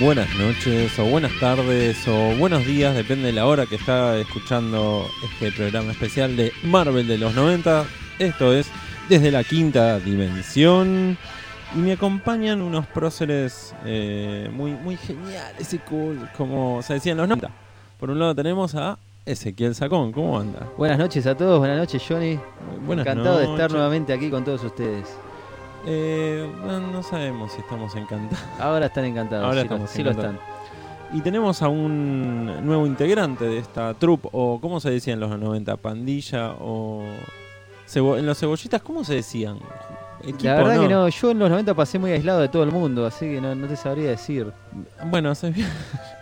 buenas noches, o buenas tardes, o buenos días, depende de la hora que está escuchando este programa especial de Marvel de los 90. Esto es Desde la Quinta Dimensión. Y me acompañan unos próceres eh, muy, muy geniales y cool, como se decían los 90. Por un lado tenemos a Ezequiel Sacón, ¿cómo anda? Buenas noches a todos, buenas noches Johnny. Buenas Encantado de estar noches. nuevamente aquí con todos ustedes. Eh, bueno, no sabemos si estamos encantados. Ahora están encantados, Ahora sí, lo- estamos sí lo están. encantados. Y tenemos a un nuevo integrante de esta troupe, o ¿cómo se decía en los 90? Pandilla o... cebo- en los cebollitas, ¿cómo se decían? Equipo, La verdad que no, yo en los 90 pasé muy aislado de todo el mundo, así que no, no te sabría decir. Bueno, hace bien.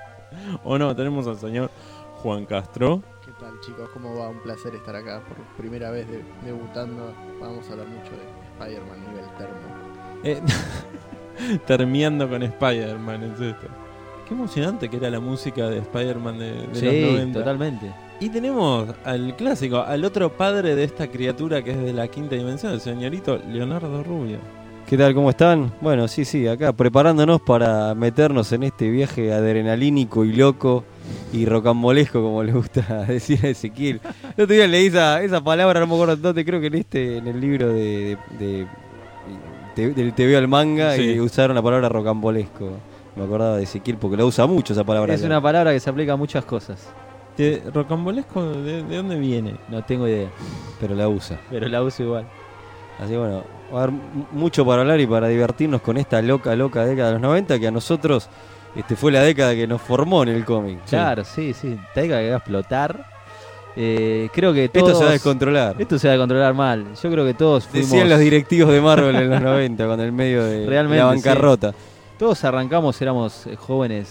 o no, tenemos al señor Juan Castro. ¿Qué tal chicos? ¿Cómo va? Un placer estar acá por primera vez de- debutando. Vamos a hablar mucho de Spider-Man nivel termo. Eh, termiando con Spider-Man, es esto. Qué emocionante que era la música de Spider-Man de, de los sí, 90. totalmente. Y tenemos al clásico, al otro padre de esta criatura que es de la quinta dimensión, el señorito Leonardo Rubio. ¿Qué tal? ¿Cómo están? Bueno, sí, sí, acá preparándonos para meternos en este viaje adrenalínico y loco y rocambolesco, como le gusta decir a Ezequiel. El otro día leí esa, esa palabra, no me acuerdo dónde, creo que en este, en el libro de, de- de- te- del TV al manga Sí. y usaron la palabra rocambolesco. Me acordaba de Ezequiel porque la usa mucho esa palabra. Es una palabra que se aplica a muchas cosas. ¿Te- ¿Rocambolesco de, de dónde viene? No tengo idea, Pero la usa. pero la uso igual. Así que bueno, va a haber mu- mucho para hablar y para divertirnos con esta loca, loca década de los 90 que a nosotros este, fue la década que nos formó en el cómic. Claro, sí, sí, te diga que va a explotar. Eh, creo que todos... Esto se va a descontrolar. Esto se va a controlar mal. Yo creo que todos fuimos... Decían los directivos de Marvel en los 90 con el medio de Realmente, la bancarrota. Todos arrancamos, éramos eh, jóvenes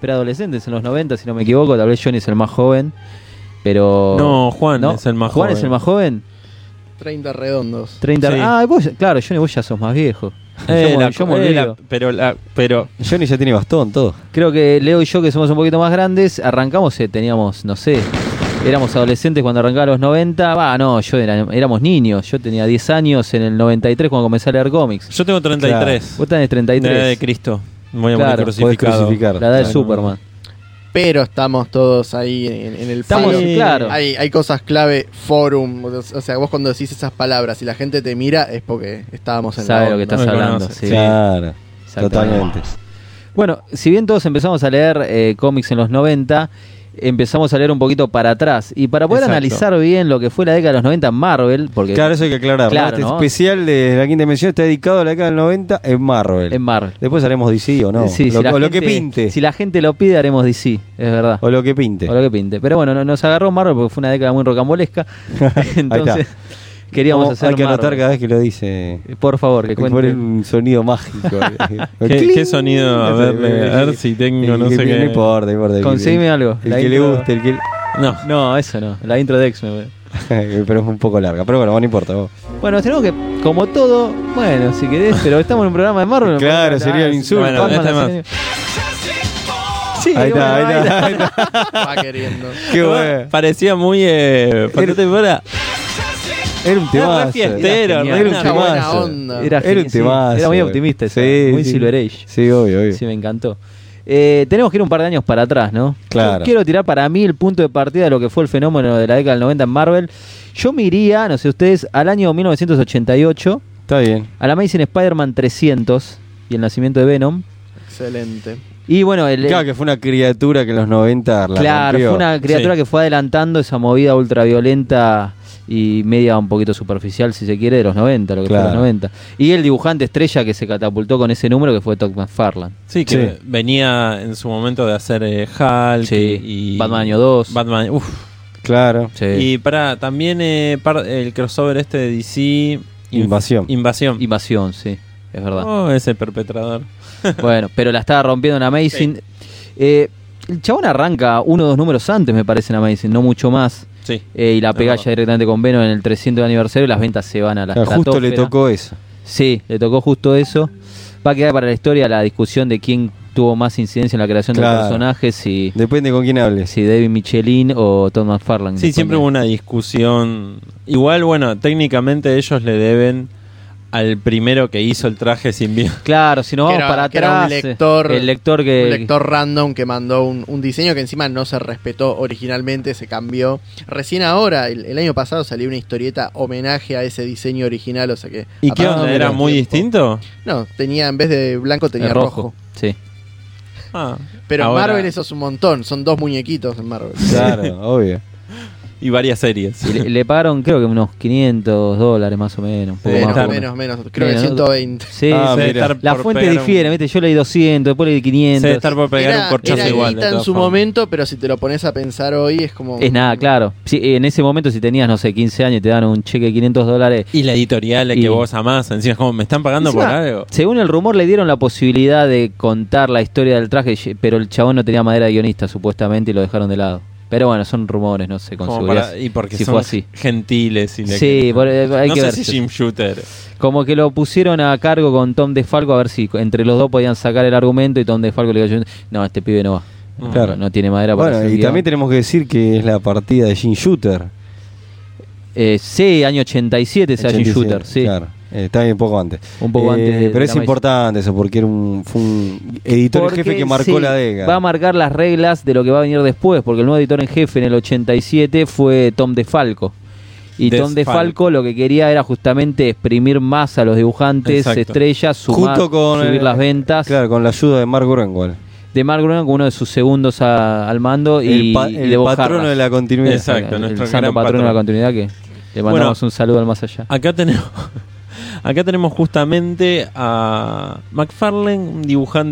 preadolescentes en los 90, si no me equivoco. Tal vez Johnny es el más joven, pero. No, Juan es el más Juan joven. es el más joven. 30 redondos. 30. Sí. Ah, vos, claro, Johnny, vos ya sos más viejo. Eh, yo me- la- yo me eh, la- olvido. pero, la- pero Johnny ya tiene bastón, todo. Creo que Leo y yo, que somos un poquito más grandes, arrancamos, eh, teníamos, no sé, éramos adolescentes cuando arrancaba los 90. Va, no, yo era, éramos niños. Yo tenía 10 años en el 93 cuando comencé a leer cómics. yo tengo 33. Vos tenés de la edad de 33. Cristo. Voy a Claro, morir podés crucificado. crucificar. La edad de Eh, Claro. Superman. Pero estamos todos ahí en, en el Estamos, palo. claro. Hay, hay cosas clave, forum. O sea, vos cuando decís esas palabras y la gente te mira es porque estábamos en Sabe la lo que onda. estás No me hablando. conoce. sí. Claro, Exactamente. totalmente. Bueno, si bien todos empezamos a leer eh, cómics en los 90, empezamos a leer un poquito para atrás. Y para poder Exacto. analizar bien lo que fue la década de los 90 en Marvel, porque Claro, eso hay que aclarar. Claro, este ¿no? especial de la quinta dimensión está dedicado a la década del 90 en Marvel. en Marvel. Después haremos DC o no. Sí, lo, si la o lo gente- que pinte. Si la gente lo pide, haremos DC, es verdad. O lo que pinte. O lo que pinte. Pero bueno, no- nos agarró Marvel porque fue una década muy rocambolesca. Entonces, queríamos Vamos, hacer Hay que Marvel. anotar cada vez que lo dice. Por favor, que Hay que cuente. poner un sonido mágico. ¿Qué, qué sonido? A ver, a ver si tengo, no sé No qué. importa, no importa. Conseguime algo. El La que le intro- guste, el que. No. No, eso no. La intro de X-Men. pero es un poco larga. Pero bueno, no importa. vos. Bueno, tenemos que, como todo, bueno, si querés, pero estamos en un programa de Marvel. Claro, podemos hablar, sería un si insulto. Batman, Bueno, este la más. serie- Sí, Ahí bueno, está, ahí ahí está. está, ahí está. Va queriendo. Qué bueno. Parecía muy. Eh, patata y bola. Era un Era temazo. re fiestero, Era re Era un una- Qué buena temazo. onda. Era, Era un genial, sí. temazo. Era muy optimista esa, Sí, muy sí. Silver Age. Sí, obvio, obvio. Sí, me encantó. Eh, tenemos que ir un par de años para atrás, ¿no? Claro. Yo quiero tirar para mí el punto de partida de lo que fue el fenómeno de la década del 90 en Marvel. Yo me iría, no sé ustedes, al año 1988, Está bien. a la Amazing Spider-Man 300 y el nacimiento de Venom. Excelente. Y bueno, el, Claro que fue una criatura que en los 90 la Claro, rompió. fue una criatura Sí. que fue adelantando esa movida ultraviolenta y media un poquito superficial, si se quiere, de los 90, lo que fue Claro. los 90. Y el dibujante estrella que se catapultó con ese número que fue Todd McFarlane. Sí, que Sí. venía en su momento de hacer eh, Hulk Sí, y. Batman Año 2. Batman. Uf. Claro. Y Y para también eh, par- el crossover este de DC. Invasión. Invasión. Invasión, sí, es verdad. Oh, ese perpetrador. bueno, pero la estaba rompiendo en Amazing. Eh, el chabón arranca uno o dos números antes, me parece, en Amazing, no mucho más. Sí. Eh, y la Es pega verdad. ya directamente con Venom en el 300 aniversario y las ventas se van a la Claro, justo le estratosfera. tocó eso. Sí, le tocó justo eso. Va a quedar para la historia la discusión de quién tuvo más incidencia en la creación de Claro. los personajes, si, Depende con quién hables. si David Michelin o Tom McFarlane. Sí, siempre hubo uno. una discusión. Igual, bueno, técnicamente ellos le deben al primero que hizo el traje sin bien. Claro, si nos vamos Que era- para que era un atrás. eh, lector- el lector que. Un lector random que mandó un, un diseño que encima no se respetó originalmente, se cambió. Recién ahora, el, el año pasado, salió una historieta homenaje a ese diseño original, o sea que... ¿Y qué Ah, onda? mira, ¿Era tiempo. muy distinto? No, tenía, en vez de blanco el tenía rojo. rojo. Sí. Ah, Pero en Ahora- Marvel eso es un montón, son dos muñequitos en Marvel. Claro, obvio. y varias series. Y le, le pagaron, creo que unos 500 dólares más o menos. un poco Sí, más, Menos, claro. menos, menos. Creo que Menos. 120. Sí, Ah, Se sí. debe mira. estar La por fuente pegar un- difiere, ¿viste? Yo leí 200, después leí Se debe 500. estar por pegar un corchazo era igual. de guita en todas su formas. momento, pero si te lo pones a pensar hoy es como... Es nada, claro. Sí, en ese momento, si tenías, no sé, 15 años y te dan un cheque de 500 dólares. Y la editorial Y- que vos amás, encima es como, ¿me están pagando por Encima, algo? Según el rumor, le dieron la posibilidad de contar la historia del traje, ye- pero el chabón no tenía madera de guionista, supuestamente, y lo dejaron de lado. Pero bueno, son rumores, no sé, con Como seguridad. para- y porque si son fue así. gentiles. Y le- Sí, por- eh, hay no que sé ver. si Jim Shooter. Como que lo pusieron a cargo con Tom DeFalco a ver si entre los dos podían sacar el argumento y Tom DeFalco le dijo, no, este pibe no va. Mm. No, Claro. No tiene madera para Bueno, hacer y guión". también tenemos que decir que es la partida de Gene Shooter. Eh, sí, año 87 se hace un 87, shooter, sí. Claro. Eh, está bien, un poco antes. Un poco Eh, antes de- de Pero es la importante eso, porque era un, fue un editor en Porque, jefe que marcó sí, la década. Va a marcar las reglas de lo que va a venir después, porque el nuevo editor en jefe en el 87 fue Tom DeFalco. Y DeFalco. Tom DeFalco lo que quería era justamente exprimir más a los dibujantes Exacto. estrellas, sumar, Junto con subir el- las ventas. Claro, con la ayuda de Mark Groenwald. De Mark Gruner, uno de sus segundos a- al mando, y, el pa- y el de Bob patrono Harras. de la continuidad. Exacto. el, nuestro santo gran patrono de la patrón. continuidad que le mandamos un saludo al más allá. Acá tenemos, acá tenemos justamente a McFarlane, un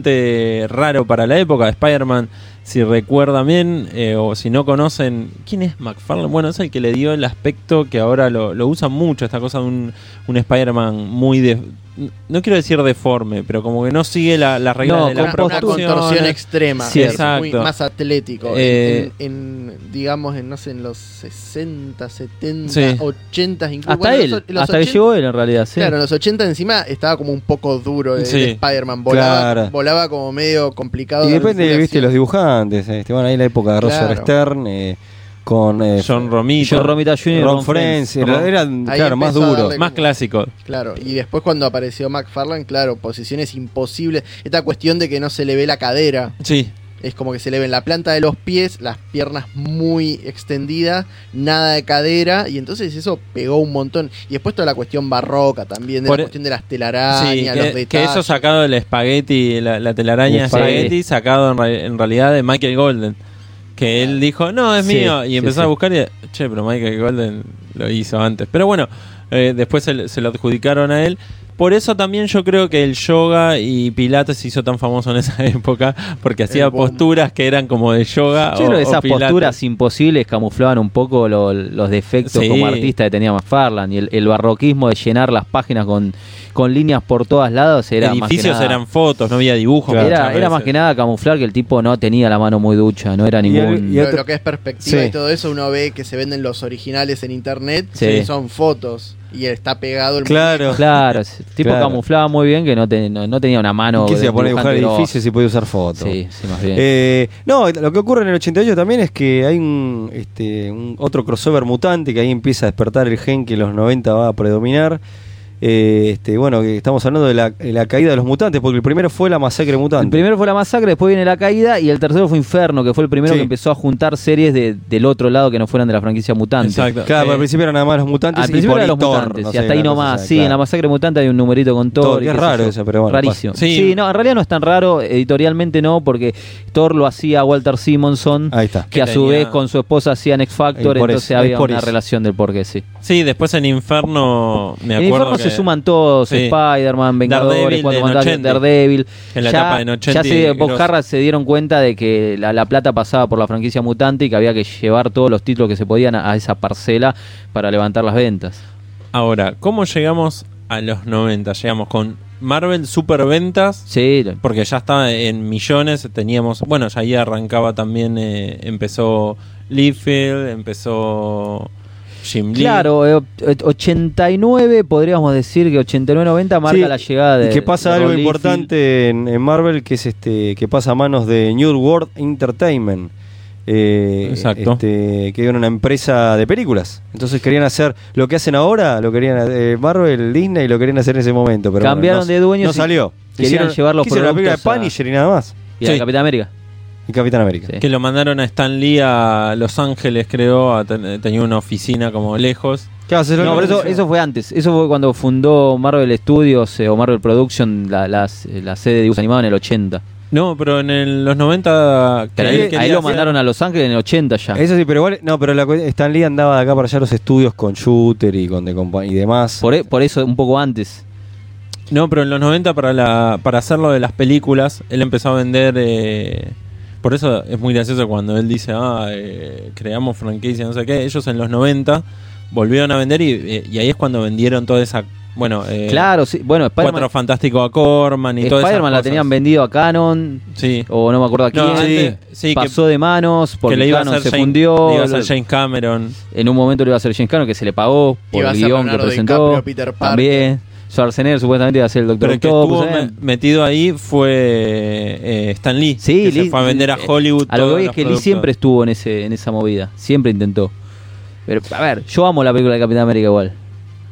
dibujante raro para la época de Spider-Man. Si recuerdan bien eh, o si no conocen, ¿quién es McFarlane? Bueno, es el que le dio el aspecto que ahora lo, lo usan mucho, esta cosa de un, un Spider-Man muy... De, no quiero decir deforme, pero como que no sigue la- las reglas No, de Una, la con una proporción. contorsión extrema, Sí, es exacto. muy más atlético. Eh, en, en- digamos, en, no sé, en los 60, 70, Sí. 80, incluso. Hasta bueno, él, los- los hasta que 80, llegó él en realidad, sí. Claro, en los 80 encima estaba como un poco duro el, Sí. el Spider-Man. Volaba, Claro. volaba como medio complicado. Y de depende, articulación. viste, los dibujantes. Este, bueno, ahí la época de Roger Claro. Stern, eh, con eh, John Romita, John Romita Jr. Ron Friends. Ron- era- Eran, Ahí claro, más empezó a duros. darle- más clásico. Claro, y después cuando apareció McFarlane, claro, posiciones imposibles. Esta cuestión de que no se le ve la cadera. Sí, Es como que se le ven la planta de los pies, las piernas muy extendidas, nada de cadera, y entonces eso pegó un montón. Y después toda la cuestión barroca también, de Por e- la cuestión de las telarañas, Sí, los que, detalles. que eso sacado del espagueti, la, la telaraña El espagueti, sacado en, re- en realidad de Michael Golden. Que él dijo, no, es Ah. Sí, mío. Y sí, empezó sí. a buscar y, che, pero Michael Golden lo hizo antes. Pero bueno, eh, después se, le- se lo adjudicaron a él. Por eso también yo creo que el yoga y Pilates se hizo tan famoso en esa época, porque hacía bombo. posturas que eran como de yoga. Yo o- creo que o esas Pilates. posturas imposibles camuflaban un poco lo- los defectos Sí. como artista que tenía McFarlane. Y el, el barroquismo de llenar las páginas con, con líneas por todos lados era más que Edificios nada- eran fotos, no había dibujos. era, muchas era más veces. que nada camuflar que el tipo no tenía la mano muy ducha, no era Y el- ningún... y el- Lo, lo que es perspectiva Sí. y todo eso, uno ve que se venden los originales en internet, Sí. que son fotos, y está pegado el Claro. Claro, ese tipo Claro. camuflaba muy bien que no, ten- no, Ah, no tenía una mano... ¿Qué se de iba a poner a dibujar dibujante grosso. edificios y podía usar fotos? Sí, sí, más bien. Eh, no, lo que ocurre en el 88 también es que hay un, este, un otro crossover mutante que ahí empieza a despertar el gen que en los 90 va a predominar. Eh, este, bueno, que estamos hablando de la, de la caída de los mutantes, porque el primero fue la masacre El mutante. primero fue la masacre, después viene la caída y el tercero fue Inferno, que fue el primero Sí. que empezó a juntar series de- del otro lado que no fueran de la franquicia mutante. Exacto. Claro, pero Eh, al principio eran nada más los mutantes Al y principio por eran ahí los Thor, mutantes, no y sé, hasta ahí una cosa nomás. así, Sí, en la claro. masacre mutante hay un numerito con Thor. y Thor, que es qué sé raro yo. eso, pero bueno, Rarísimo. pasa. Sí. Sí. no, en realidad no es tan raro, editorialmente no, porque Thor lo hacía Walter Simonson, Ahí está. que a su Tenía- vez con su esposa hacían X Factor, Eh, por entonces eso, había es por una eso. relación del porqué, sí. Sí, después en Inferno, me En acuerdo. Inferno se que- suman todos, sí. Spider-Man, Vengadores, Daredevil Cuatro de Fantásticos, 80. Daredevil. En la ya, etapa de 80 ya se, y Bob grosso. Harras se dieron cuenta de que la, la plata pasaba por la franquicia mutante y que había que llevar todos los títulos que se podían a, a esa parcela para levantar las ventas. Ahora, ¿cómo llegamos a los 90? Llegamos con Marvel superventas, Sí, lo- porque ya estaba en millones, teníamos, bueno, ya ahí arrancaba también, eh, empezó Liefeld, empezó Jim Lee. Claro, eh, eh, 89 podríamos decir que 89-90 marca Sí, la llegada de. Y que pasa de algo Ron Liefeld. importante en, en Marvel, que es este que pasa a manos de New World Entertainment, eh, Exacto. este, que era una empresa de películas. Entonces querían hacer lo que hacen ahora, lo querían eh, Marvel, Disney, lo querían hacer en ese momento. Pero Cambiaron bueno, no- de dueños No y salió. querían llevar los que hicieron la película de productos a- Punisher y nada más. Y a Sí. la Capitán América. Y Capitán América. Sí. Que lo mandaron a Stan Lee a Los Ángeles, creo. a ten- tenía una oficina como lejos. Claro, se lo- No, pero eso, eso fue antes. Eso fue cuando fundó Marvel Studios eh, o Marvel Production, la, las- eh, la sede de dibujos animados en el 80. No, pero en el- los 90. que Pero él ahí, quería ahí lo hacer- mandaron a Los Ángeles en el 80 ya. Eso sí, pero igual. No, pero la, cu- Stan Lee andaba de acá para allá a los estudios con Shooter y con de compa- y demás. Por, e- por eso, un poco antes. No, pero en los 90 para, la, para hacer lo de las películas, él empezó a vender... eh, por eso es muy gracioso cuando él dice, ah, eh, creamos franquicia, no sé qué. Ellos en los 90 volvieron a vender y, eh, y ahí es cuando vendieron toda esa... Bueno, eh, claro, sí. Bueno, Cuatro Spider-Man Fantástico a Corman y todo eso. Spider-Man la tenían vendido a Canon, Sí. o no me acuerdo a quién. No, antes- sí, que- pasó de manos, porque que le iba a Canon hacer se Jane- fundió. le iba a hacer James Cameron. En un momento lo iba a hacer James Cameron, que se le pagó por Iba a el ser guión que Leonardo presentó. DiCaprio, Peter Parker. También. Schwarzenegger supuestamente iba a ser el Doctor Pero el que Octopus, estuvo ¿eh? me- metido ahí fue eh, Stan Lee. Sí, que se Lee- fue a vender a eh, Hollywood. A lo que todos voy es los que Lee productos. siempre estuvo en, ese, en esa movida. Siempre intentó. Pero, a ver, yo amo la película de Capitán América igual.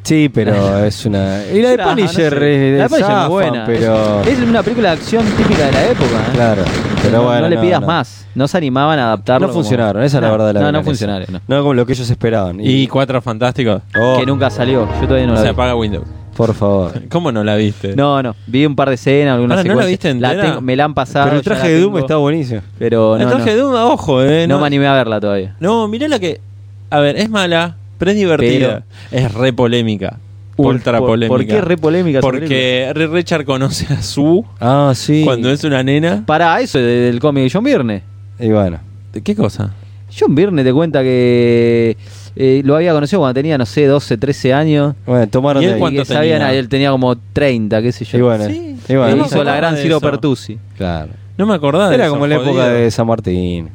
Sí, pero es una. Y la de Ah, no Punisher sé. es, La de Punisher es zafan, buena. Pero. Es una película de acción típica de la época. ¿eh? claro. Pero no, bueno, no le pidas no. más. No se animaban a adaptarlo. No como- funcionaron, esa es la No, verdad. de La No, no milanesa. funcionaron. no. No como lo que ellos esperaban. Y Cuatro Fantásticos. Oh, Que nunca salió. Yo todavía no la se vi. apaga Windows. Por favor. ¿Cómo no la viste? No, no. Vi un par de escenas, alguna Ahora, ¿no la viste secuencia. entera? tengo- me la han pasado. pero el ya la traje de Doom tengo, está buenísimo. Pero no, el traje no. de Duma, ojo, eh. No No, me animé a verla todavía. no, mirá la que. A ver, es mala, pero es divertida. es re polémica. Por- ultra por- polémica. ¿Por qué re polémica? esa película? Porque Ray Richard conoce a Sue Ah, sí. cuando es una nena. Pará, eso es del cómic de John Byrne. Y bueno. ¿Qué cosa? John Byrne te cuenta que eh, lo había conocido cuando tenía, no sé, 12, 13 años. Bueno, tomaron ¿Y él de ahí. cuánto que sabían, tenía? ah, él tenía como 30, qué sé yo. Y bueno. Sí. Y Que bueno. no me hizo la acordaba gran de Ciro eso. Pertusi. Claro. No me acordaba de Era Ah, eso, como la época jodido. de San Martín.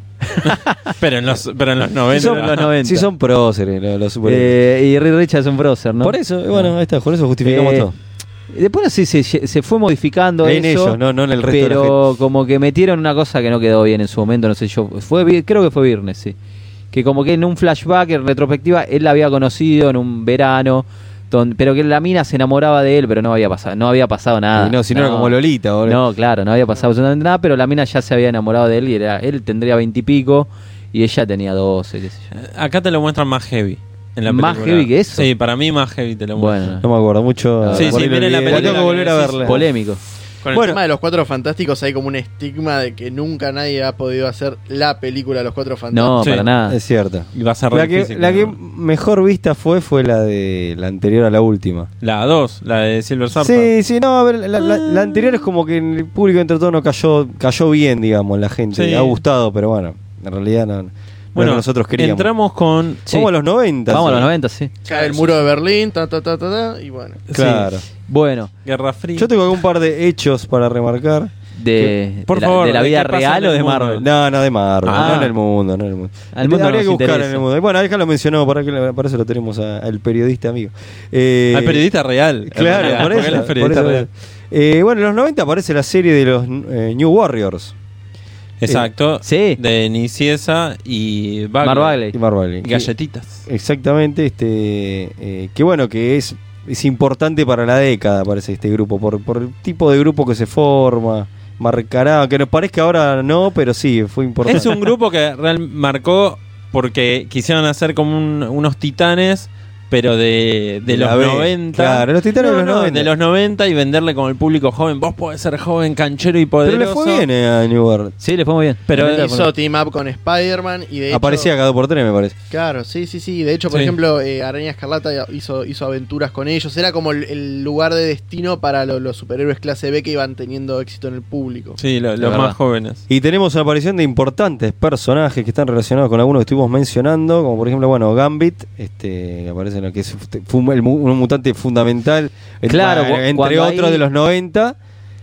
Pero en los, pero en los 90. son los 90. Sí, son próceres los, los superhéroes. Eh, y Reed Richards es un prócer, ¿no? Por eso, y bueno, ahí está, con eso justificamos Eh, todo. y Después no sé, se, se fue modificando En eso. ellos, no- no en el resto de la Pero como que metieron una cosa que no quedó bien en su momento, no sé yo. Fue, vi- creo que fue viernes, sí. Que como que en un flashback, en retrospectiva, él la había conocido en un verano. don- pero que la mina se enamoraba de él, pero no había pasado, no había pasado nada. Y no, si no era como Lolita, boludo. No, claro, no había pasado absolutamente nada, pero la mina ya se había enamorado de él y era, él tendría veintipico y, ella tenía doce, qué sé yo. Acá te lo muestran más heavy. En la ¿Más película. heavy que eso? Sí, para mí más heavy te lo muestran. Bueno. No me acuerdo mucho. Sí, por sí, ahí lo miren la olvidé. película tengo que volver a que decís. verla. Polémico. Con el el tema de los Cuatro Fantásticos hay como un estigma de que nunca nadie ha podido hacer la película de los Cuatro No, Fantásticos. Sí. para nada. Es cierto. Y va a ser re La que, difícil, la que ¿no? mejor vista fue fue la de la anterior a la última. La 2, la de Silver Surfer. Sí, sí, no, a ver, la, la- la anterior es como que el público entre todos no cayó, cayó bien, digamos, la gente. Sí. Ha gustado, pero bueno, en realidad no, no es bueno, lo que nosotros queríamos. entramos con. Sí. Vamos a los 90. Vamos a los sí. 90, sí. Cae el muro de Berlín, ta ta ta ta, ta y bueno. Claro. Sí, Bueno, Guerra Fría. Yo tengo algún par de hechos para remarcar. de, Por de la- favor, de la, ¿de vida qué pasa en real o el de mundo? Marvel. No, no de Marvel, Ah. no en el mundo, no en el mundo. Al mundo Habría nos que buscar interesa. en el mundo. Bueno, acá lo mencionó, para, que, para eso lo tenemos a- al periodista amigo. Eh, Al periodista real. en realidad, Claro, por porque eso, él es por periodista eso. real. Eh, bueno, en los 90 aparece la serie de los eh, New Warriors Exacto. Sí. De Niciesa y Bagley. Mark Bagley. y Marvel. Galletitas. Exactamente, este eh, que bueno, que es, es importante para la década, parece este grupo, por, por el tipo de grupo que se forma, marcará, que nos parezca ahora no, pero sí, fue importante. Es un grupo que real marcó porque quisieron hacer como un- unos titanes, pero de, de De los la B, 90. claro, los titanes No, de los no, 90. De los 90 y venderle como el público joven. Vos podés ser joven, canchero y pero poderoso. le fue bien eh, a New World. Sí, le fue muy bien. Pero Tremenda Hizo team up con Spider-Man y de hecho- Aparecía cada por tres, me parece. Claro, sí, sí, sí. De hecho, por Sí. ejemplo, eh, Araña Escarlata hizo, hizo aventuras con ellos. Era como el, el lugar de destino para lo- los superhéroes clase B que iban teniendo éxito en el público. Sí, lo- Es los verdad. más jóvenes. Y tenemos la aparición de importantes personajes que están relacionados con algunos que estuvimos mencionando, como por ejemplo, bueno, Gambit, este, que aparece en lo que es fu- el mu- un mutante fundamental, en- Claro, cu- entre cuando otros ahí- de los 90.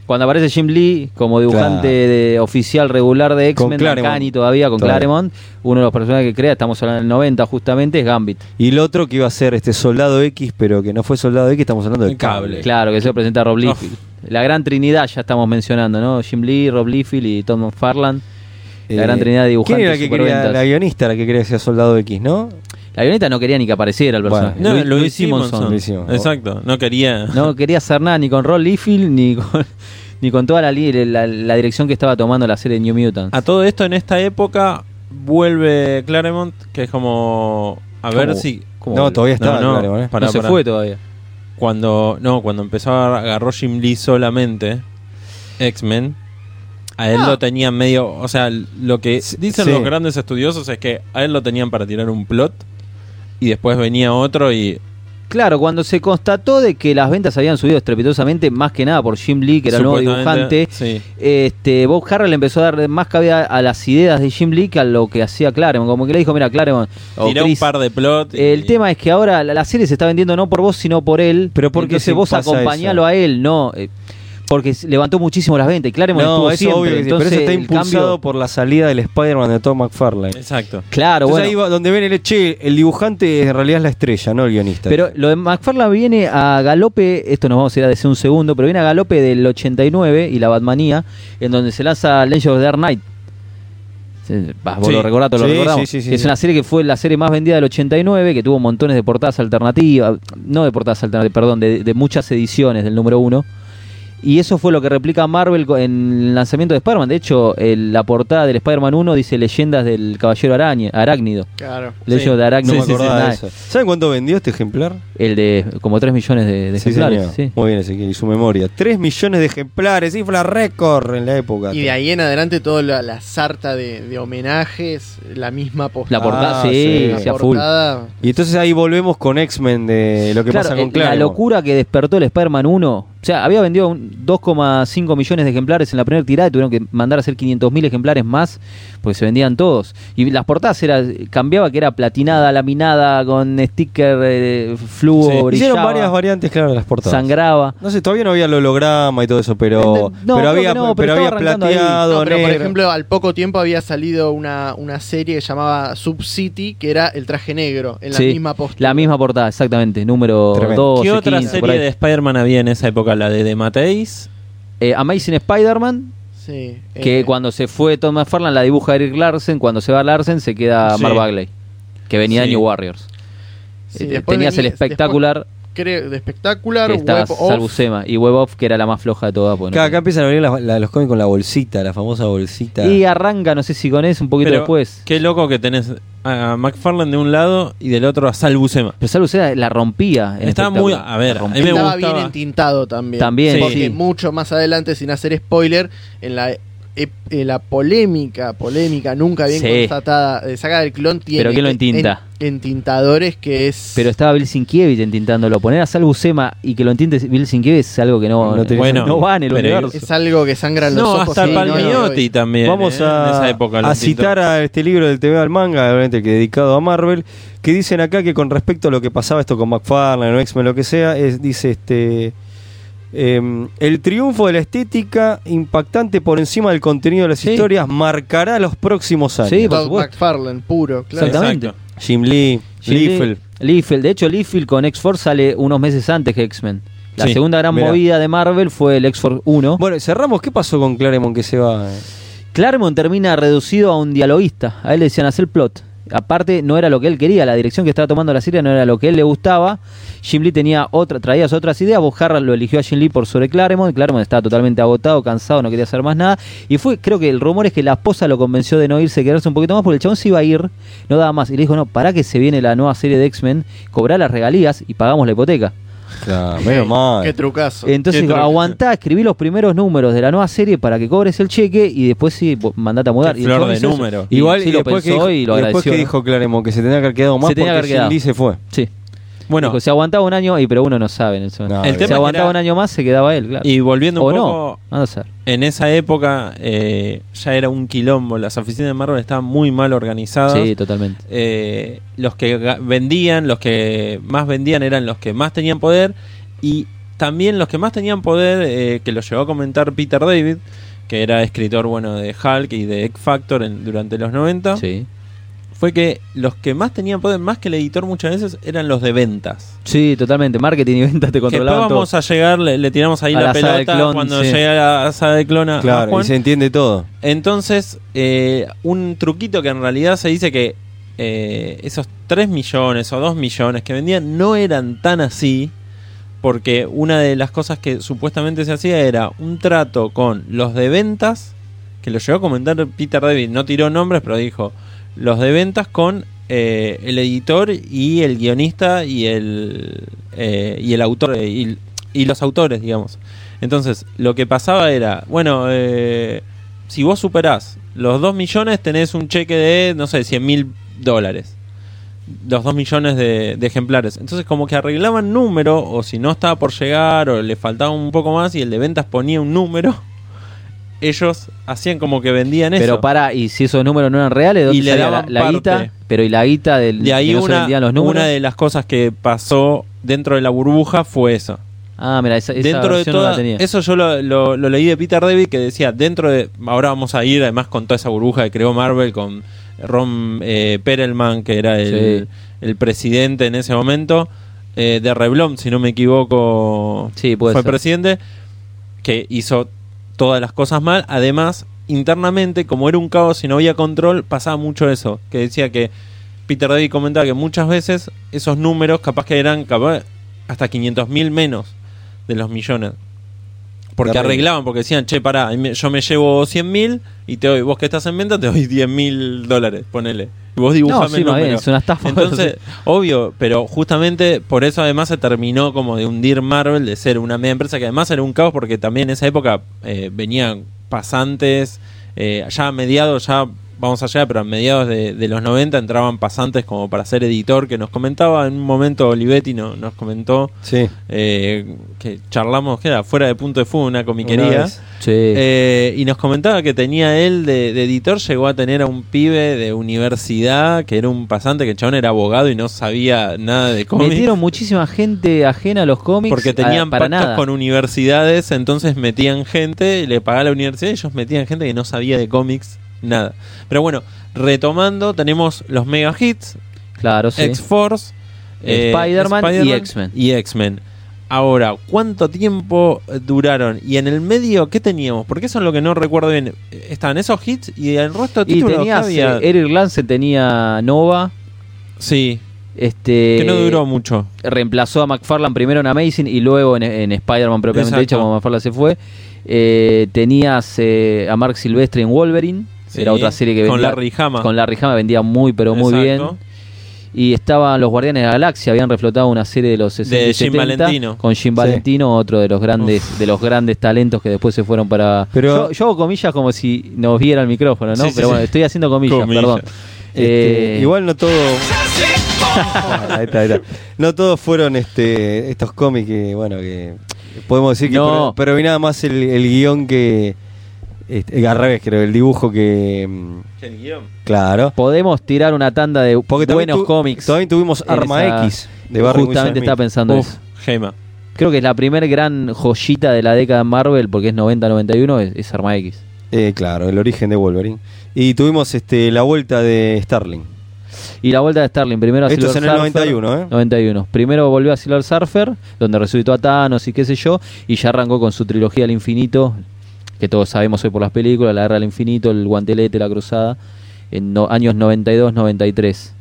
Cuando aparece Jim Lee como dibujante Claro. de oficial regular de Con X-Men, Claremont. Arcani todavía con Todavía. Claremont, uno de los personajes que crea, estamos hablando del 90 justamente, es Gambit. Y el otro que iba a ser este Soldado X, pero que no fue Soldado X, estamos hablando de El cable. cable. Claro, que se lo presenta Rob Uf. Liefeld. La gran trinidad ya estamos mencionando, ¿no? Jim Lee, Rob Liefeld y Tom Farland. La gran trinidad de Eh, ¿Quién era la dibujantes que quería, superventas. la guionista, la que quería que sea Soldado X, ¿no? La avioneta no quería ni que apareciera el Bueno. personaje. No, Louis- Louis Louis Simonson. Simonson. Louis Simonson. Exacto, no quería. No quería hacer nada ni con Roll Liefeld ni con, ni con toda la, li- la, la dirección que estaba tomando la serie New Mutants. A todo esto, en esta época, vuelve Claremont, que es como. A ¿Cómo? ver si. ¿Cómo? No, todavía estaba, no, claro, ¿eh? pará, no se pará. fue todavía. Cuando, no, cuando empezó a agarró Jim Lee solamente X-Men, a él lo tenían medio. O sea, lo que Sí, dicen sí. los grandes estudiosos es que a él lo tenían para tirar un plot y después venía otro y. Claro, cuando se constató de que las ventas habían subido estrepitosamente, más que nada por Jim Lee, que era el nuevo supuestamente- dibujante, Sí. este, Bob Harrell empezó a dar más cabida a las ideas de Jim Lee que a lo que hacía Claremont. Como que le dijo, mira, Claremont, o Tiró un Chris, par de plot. y- El tema es que ahora la, la serie se está vendiendo no por vos, sino por él. Pero ¿por qué Entonces se vos pasa acompañalo eso? a él, no. eh, porque s- levantó muchísimo las ventas y Claremont estuvo No, eso siempre. obvio que sí, Entonces, pero eso está el impulsado cambio- por la salida del Spider-Man de Tom McFarlane. Exacto. Claro, Entonces bueno. ahí va donde ven el che, el dibujante en realidad es la estrella, no el guionista. Pero lo de McFarlane viene a galope, esto nos vamos a ir a decir un segundo, pero viene a galope del 89 y la Batmanía, en donde se lanza Legends of the Dark Knight. Sí, vas, vos Sí, lo recordás, todos lo sí, recordamos. sí, sí, sí, es sí. una serie que fue la serie más vendida del 89, que tuvo montones de portadas alternativas, no de portadas alternativas, perdón, de, de muchas ediciones del número uno. Y eso fue lo que replica Marvel co- en el lanzamiento de Spider-Man. De hecho, el- la portada del Spider-Man 1 dice leyendas del caballero araña, arácnido. Claro. Legends Sí, of the no Arácnido. me acordaba de Knight. eso. ¿Saben cuánto vendió este ejemplar? El de como 3 millones de, de Sí, ejemplares. señor. sí. Muy bien, Ezequiel, y su memoria. 3 millones de ejemplares, cifra récord en la época. Y de ahí en adelante toda la, la sarta de, de homenajes, la misma La postada. portada, Ah, sí, sí. sí, a full. portada. Y entonces ahí volvemos con X-Men de lo que Claro, pasa eh, con la Claremont. locura que despertó el Spider-Man 1. O sea, había vendido un 2,5 millones de ejemplares en la primera tirada y tuvieron que mandar a hacer 500.000 ejemplares más porque se vendían todos. Y las portadas era, cambiaba que era platinada, laminada, con sticker, eh, fluo, Sí. brillaba, Hicieron varias variantes, claro, de las portadas. sangraba. No sé, todavía no había el holograma y todo eso, pero, No, pero creo había, que no, pero pero estaba había arrancando ahí. plateado, No, pero por negro. ejemplo, al poco tiempo había salido una, una serie que llamaba Sub City, que era el traje negro, en la Sí, misma posta. La misma portada, exactamente. Número Tremendo. 12, ¿Qué otra 15, por serie ahí. de Spider-Man había en esa época? La de, de Mateis. Eh, Amazing Spider-Man, Sí, Que eh, cuando se fue Tom McFarlane la dibuja Eric Larsen, cuando se va Larsen se queda Sí. Mark Bagley, que venía Sí. de New Warriors. sí, Eh, después Tenías el venía- espectacular, después, creo, de espectacular, que estaba Web of- Salbucema, y Web Off, que era la más floja de todas. porque no Acá, acá empiezan a venir la- la- los cómics con la bolsita, la famosa bolsita. tenía- Y arranca, no sé si con eso, un poquito Pero, después. Qué loco que tenés a McFarlane de un lado y del otro a Sal Buscema. Pero Salbucema la rompía. en Estaba muy. espectacular. A ver, La a mí rompía. me Estaba gustaba. bien entintado también. También, Porque sí. mucho más adelante, sin hacer spoiler, en la, ep- eh, la polémica, polémica nunca bien Sí. constatada de Saga del Clon tiene Pero ¿quién lo en- entinta? en- entintadores que es... Pero estaba Bill Sinkiewicz entintándolo. Poner a Salbucema y que lo entiende Bill Sinkiewicz es algo que no, No no, tiene Bueno, va en el pero- universo. es algo que sangra en los No, ojos. hasta sí, no, no, Palmiotti no, también. Vamos eh, a, en esa época, lo a entiendo. citar a este libro del TV al manga, obviamente que dedicado a Marvel, que dicen acá que con respecto a lo que pasaba esto con McFarlane o X-Men, lo que sea, es, dice este. em, el triunfo de la estética impactante por encima del contenido de las Sí. historias marcará los próximos años. Sí, por Todd supuesto. McFarlane, puro, claro. Exacto. Exactamente. Jim Lee, Liefeld. Liefeld. De hecho, Liefeld con X-Force sale unos meses antes que X-Men. La Sí, segunda gran mirá. movida de Marvel fue el X-Force 1. Bueno, cerramos. ¿Qué pasó con Claremont que se va? Claremont termina reducido a un dialoguista. A él le decían hacer plot. Aparte, no era lo que él quería. La dirección que estaba tomando la serie no era lo que él le gustaba. Jim Lee tenía otra, traía otras ideas. Bob Harrell lo eligió a Jim Lee por sobre Claremont. Claremont estaba totalmente agotado, cansado, no quería hacer más nada. Y fue, creo que el rumor es que la esposa lo convenció de no irse, quedarse un poquito más, porque el chabón se iba a ir, no daba más. Y le dijo, no, para que se viene la nueva serie de X-Men, cobrar las regalías y pagamos la hipoteca. Claro, Ey, menos Qué mal. trucazo. Entonces Qué dijo, truco. aguantá, escribí los primeros números de la nueva serie para que cobres el cheque y después sí, bo- mandate a mudar. Qué Y el flor chabón de hizo eso. número. Y Igual sí y lo después pensó que dijo, y lo después agradeció. que ¿no? dijo Claremont que se tenía que haber quedado más Se tenía que porque haber quedado. Jim Lee se fue. Sí. Bueno, Dijo, se aguantaba un año, y pero uno no sabe en ese momento. No, El tema bien. se es que aguantaba era- un año más, se quedaba él, claro. y volviendo o un no, poco. anda a saber. En esa época eh, ya era un quilombo. Las oficinas de Marvel estaban muy mal organizadas. Sí, totalmente. Eh, los que ga- vendían, los que más vendían eran los que más tenían poder y también los que más tenían poder, eh, que lo llegó a comentar Peter David, que era escritor bueno de Hulk y de X Factor en- durante los 90, Sí. fue que los que más tenían poder, más que el editor muchas veces, eran los de ventas. Sí, totalmente. Marketing y ventas te Que controlaban después todo. vamos a llegar, le, le tiramos ahí A la, la saga de pelota clon, cuando sí. llega la saga de Ah, clona Claro, y se entiende todo. Entonces, eh, un truquito que en realidad se dice que eh, esos 3 millones o 2 millones que vendían no eran tan así, porque una de las cosas que supuestamente se hacía era un trato con los de ventas, que lo llegó a comentar Peter David, no tiró nombres, pero dijo, los de ventas con eh, el editor y el guionista y el, eh, y el autor eh, y, y los autores, digamos. Entonces, lo que pasaba era, bueno, eh, si vos superás los 2 millones, tenés un cheque de, no sé, 100 mil dólares. Los 2 millones de, de ejemplares. Entonces, como que arreglaban número, o si no estaba por llegar, o le faltaba un poco más, y el de ventas ponía un número, ellos hacían como que vendían eso. Pero para, y si esos números no eran reales, ¿dónde Y le salía la, daban la parte. guita? Pero y la guita del de ahí que no se una, vendían los números. una de las cosas que pasó dentro de la burbuja fue eso. Ah, mira, esa, esa dentro de versión no toda, la tenía. eso yo lo, lo- lo leí de Peter David que decía dentro de ahora vamos a ir además con toda esa burbuja que creó Marvel con Ron eh, Perelman que era el, Sí. el presidente en ese momento eh, de Reblom si no me equivoco Sí, puede fue ser. presidente que hizo todas las cosas mal además internamente como era un caos y no había control pasaba mucho eso que decía que Peter David comentaba que muchas veces esos números capaz que eran capaz, hasta 500 mil menos de los millones. Porque Terrible. arreglaban, porque decían, che, pará, ahí me- yo me llevo 100 mil y te doy, vos que estás en venta, te doy 10 mil dólares, ponele. Y vos dibujame No, sí, el más bien, número. es una estafa. Entonces, obvio, pero justamente por eso además se terminó como de hundir Marvel, de ser una media empresa que además era un caos porque también en esa época eh, venían pasantes, eh, ya a mediados, ya vamos allá, pero a mediados de, de los 90 entraban pasantes como para ser editor, que nos comentaba en un momento Olivetti no- nos comentó Sí. eh, que charlamos, que era fuera de punto de fuego, una Una comiquería. vez. Sí. Eh, y nos comentaba que tenía él de, de editor, llegó a tener a un pibe de universidad, que era un pasante, que el chabón era abogado y no sabía nada de cómics. Metieron muchísima gente ajena a los cómics. Porque a- tenían para pactos nada. con universidades, entonces metían gente, le pagaba la universidad y ellos metían gente que no sabía de cómics, nada. Pero bueno, retomando, tenemos los mega hits, Claro, sí. X-Force, eh, Spider-Man y Spider-Man X-Men. Y X-Men. Ahora, ¿cuánto tiempo eh, duraron? Y en el medio, ¿qué teníamos? Porque eso es lo que no recuerdo bien. Eh, Estaban esos hits y el resto de Y títulos tenías, ¿qué había? eh, Eric Lance tenía Nova. sí, Este, que Eh, no duró mucho. reemplazó a McFarlane primero en Amazing y luego en, en Spider-Man propiamente Exacto. dicho, cuando McFarlane se fue. Eh, tenías eh, a Mark Silvestri en Wolverine, Sí, era otra serie que vendía. Con Larry Hama. Con Larry Hama vendía muy, pero muy Exacto. bien. Y estaban los Guardianes de la Galaxia, habían reflotado una serie de los 60 y De Jim 70, Valentino. Con Jim Valentino, otro de los grandes de los grandes talentos que después se fueron para... Pero- yo, yo hago comillas como si nos viera el micrófono, ¿no? Sí, sí, pero bueno, sí. estoy haciendo comillas, Comillas. perdón. Este, Eh, igual no todo. Ah, ahí está, ahí está. No todos fueron este, estos cómics que, bueno, que podemos decir que No. pero nada más el, el guión que. este, al revés, creo, el dibujo que. mm, Claro. Podemos tirar una tanda de Porque también buenos tu- cómics. También tuvimos en Arma esa- X de Barry Justamente Windsor estaba Smith. pensando Uf, eso. Gema. Creo que es la primera gran joyita de la década de Marvel, porque es 90-91, es, es Arma X. Eh, claro, el origen de Wolverine. Y tuvimos este, la vuelta de Starling. Y la vuelta de Starling, primero a Esto es Silver en el Surfer, 91, ¿eh? 91. Primero volvió a Silver Surfer, donde resucitó a Thanos y qué sé yo, y ya arrancó con su trilogía al infinito, que todos sabemos hoy por las películas, la guerra al infinito, el guantelete, la cruzada, en no- años 92-93.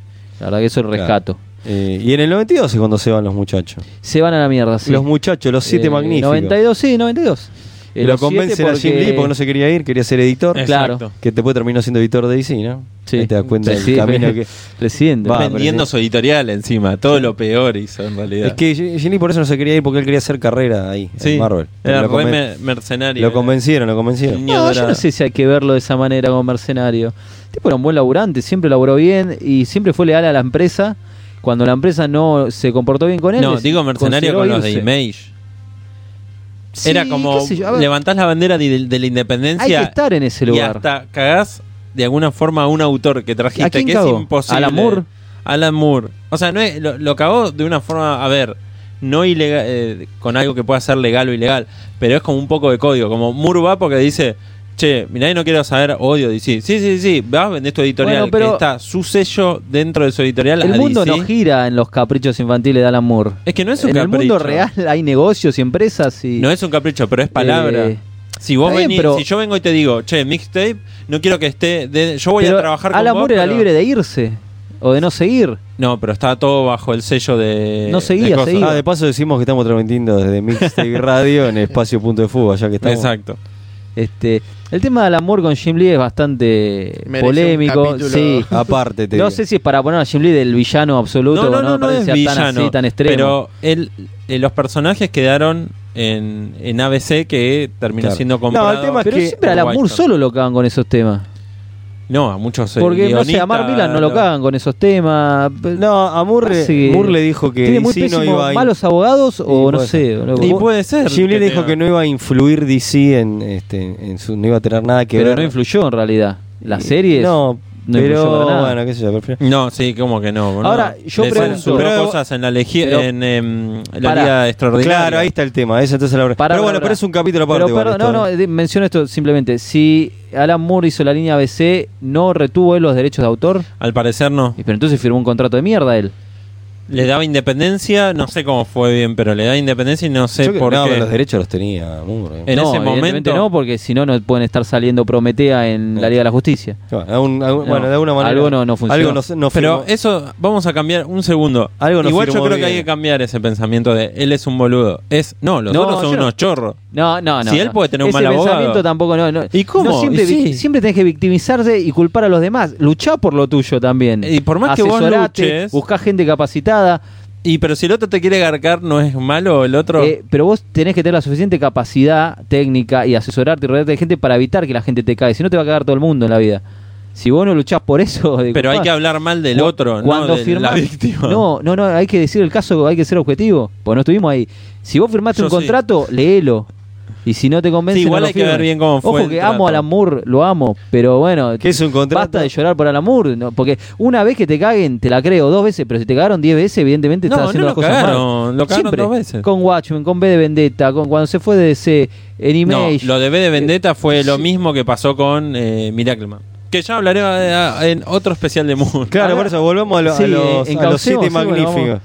La verdad que eso es rescato. Eh, y en el 92 es cuando se van los muchachos. Se van a la mierda, sí. Los muchachos, los siete Eh, magníficos. 92, sí, 92. Eh, lo los siete convencen a Jim porque- Lee porque no se quería ir, quería ser editor. Eh, claro. Exacto. Que después terminó siendo editor de DC, ¿no? Sí. Ahí te das cuenta del Sí, camino que. Presidente. Va, pero Vendiendo sí. su editorial encima. Todo lo peor hizo en realidad. Es que Jim Lee por eso no se quería ir porque él quería hacer carrera ahí, sí, en Marvel. Era lo, re conven- me- mercenario. lo convencieron, lo convencieron. Niño No, yo dorado. no sé si hay que verlo de esa manera como mercenario. El tipo era un buen laburante, siempre laburó bien y siempre fue leal a la empresa. Cuando la empresa no se comportó bien con él, No, les- digo mercenario con los de consideró irse. Image. Sí, Era como qué sé yo, a ver, levantás la bandera de, de la hay que independencia estar en ese y lugar. hasta cagás de alguna forma a un autor que ¿A trajiste quién que cagó? es imposible. ¿Alan Moore? Alan Moore. O sea, no es- lo, lo cagó de una forma, a ver, no eh, ilegal, con algo que pueda ser legal o ilegal, pero es como un poco de códio. Como Moore va porque dice, Che, mirá, y no quiero saber odio DC. Sí, sí, sí, vas, vendés tu editorial. Bueno, pero- que está su sello dentro de su editorial. El a mundo DC. no gira en los caprichos infantiles de Alan Moore. Es que no es un En el capricho. mundo real hay negocios y empresas y... No es un capricho, pero es palabra. Eh, si vos está bien, venís, pero- si yo vengo y te digo, che, mixtape, no quiero que esté. de- yo voy pero a trabajar con Alan vos, Moore era pero- libre de irse o de no seguir. No, pero estaba todo bajo el sello de. No seguía, de cosas. seguía. Ah, de paso decimos que estamos transmitiendo desde Mixtape Radio en Espacio Punto de Fuga, ya que estamos. Exacto. Este, el tema del amor con Jim Lee es bastante Merece un polémico. capítulo. Sí. Aparte, te No digo. sé si es para poner a Jim Lee del villano absoluto No, o no, no, no, no parece es sea tan villano. así, tan extremo. pero él, eh, los personajes quedaron en, en ABC que terminó Claro. siendo No, el comprado. tema es Pero que- siempre a Alan por Moore Whitestone. solo lo cagan con esos temas. No, a muchos eh, Porque, no sé, a guionistas, Mark Millar no lo cagan con esos temas. No, a Moore, Parece que Moore le dijo que Tiene muy DC no pésimos, iba a in- malos abogados o no puede sé. ser. loco. Y puede ser. Jim Lee que le dijo tenga- que no iba a influir DC en, este, en su, no iba a tener nada que pero ver. no influyó en realidad. Las Y- series. No, no influyó pero para nada. bueno, qué sé yo. pero al final- No, sí, como que no. boludo. Ahora, yo Le pregunto- censuró Pero- cosas en la, legi- pero- en, em, la Pará. Liga Extraordinaria. Claro, ahí está el tema. Eso entonces la... Pará, pero pará, bueno, pará. pero es un capítulo aparte. Pero igual perdón, esto, no, no, ¿eh? de- menciono esto simplemente. Si Alan Moore hizo la línea ABC, ¿no retuvo él los derechos de autor? Al parecer no. Y Pero entonces firmó un contrato de mierda él. Le daba independencia, no sé cómo fue bien, pero le daba independencia y no sé Yo que- por no, qué. pero los derechos los tenía Moore. En no, ese evidentemente momento- no, porque si no, no pueden estar saliendo Prometea en la Liga de la Justicia. Bueno, algún- algún- No, bueno, de alguna manera. algo no- no funcionó. Algo no, no Pero firmó. eso, vamos a cambiar un segundo. Algo no Igual yo firmó creo que bien. hay que cambiar ese pensamiento de él es un boludo. Es, no, los No, otros son yo no- unos chorros. No, no, no. Si él no. puede tener un Ese mal abogado. pensamiento tampoco, no. no. ¿Y cómo? No, siempre, Y sí. vi- siempre tenés que victimizarse y culpar a los demás. Luchá por lo tuyo también. Y por más que vos luches- buscá gente capacitada. Y pero si el otro te quiere garcar, ¿no es malo el otro? eh, pero vos tenés que tener la suficiente capacidad técnica y asesorarte y rodearte de gente para evitar que la gente te caiga. Si no, te va a cagar todo el mundo en la vida. Si vos no luchás por eso. pero hay disculpá. que hablar mal del Cu- otro, cuando no de firmás- la víctima. No, no, no, hay que decir el caso, hay que ser objetivo. Porque no estuvimos ahí. Si vos firmaste Yo un sí. contrato, léelo. Y si no te convence, Sí, igual no lo hay que ver firmes. bien cómo fue Ojo el que amo al trato. amor, lo amo, pero bueno, ¿Qué es un contrato? basta de llorar por el amor, ¿no? porque una vez que te caguen, te la creo dos veces, pero si te cagaron diez veces, evidentemente No, estás no haciendo lo las cosas cagaron, mal. lo cagaron Siempre. dos veces. Con Watchmen, con B de Vendetta, con cuando se fue de DC, No, Animation. lo de B de Vendetta Eh, fue lo mismo que pasó con eh, Miracleman. Que ya hablaré a- a- en otro especial de Moon. Claro, Ahora- por eso volvamos a, lo- a Sí, los, en- a los encaucemos, siete sí, bueno, magníficos. vamos.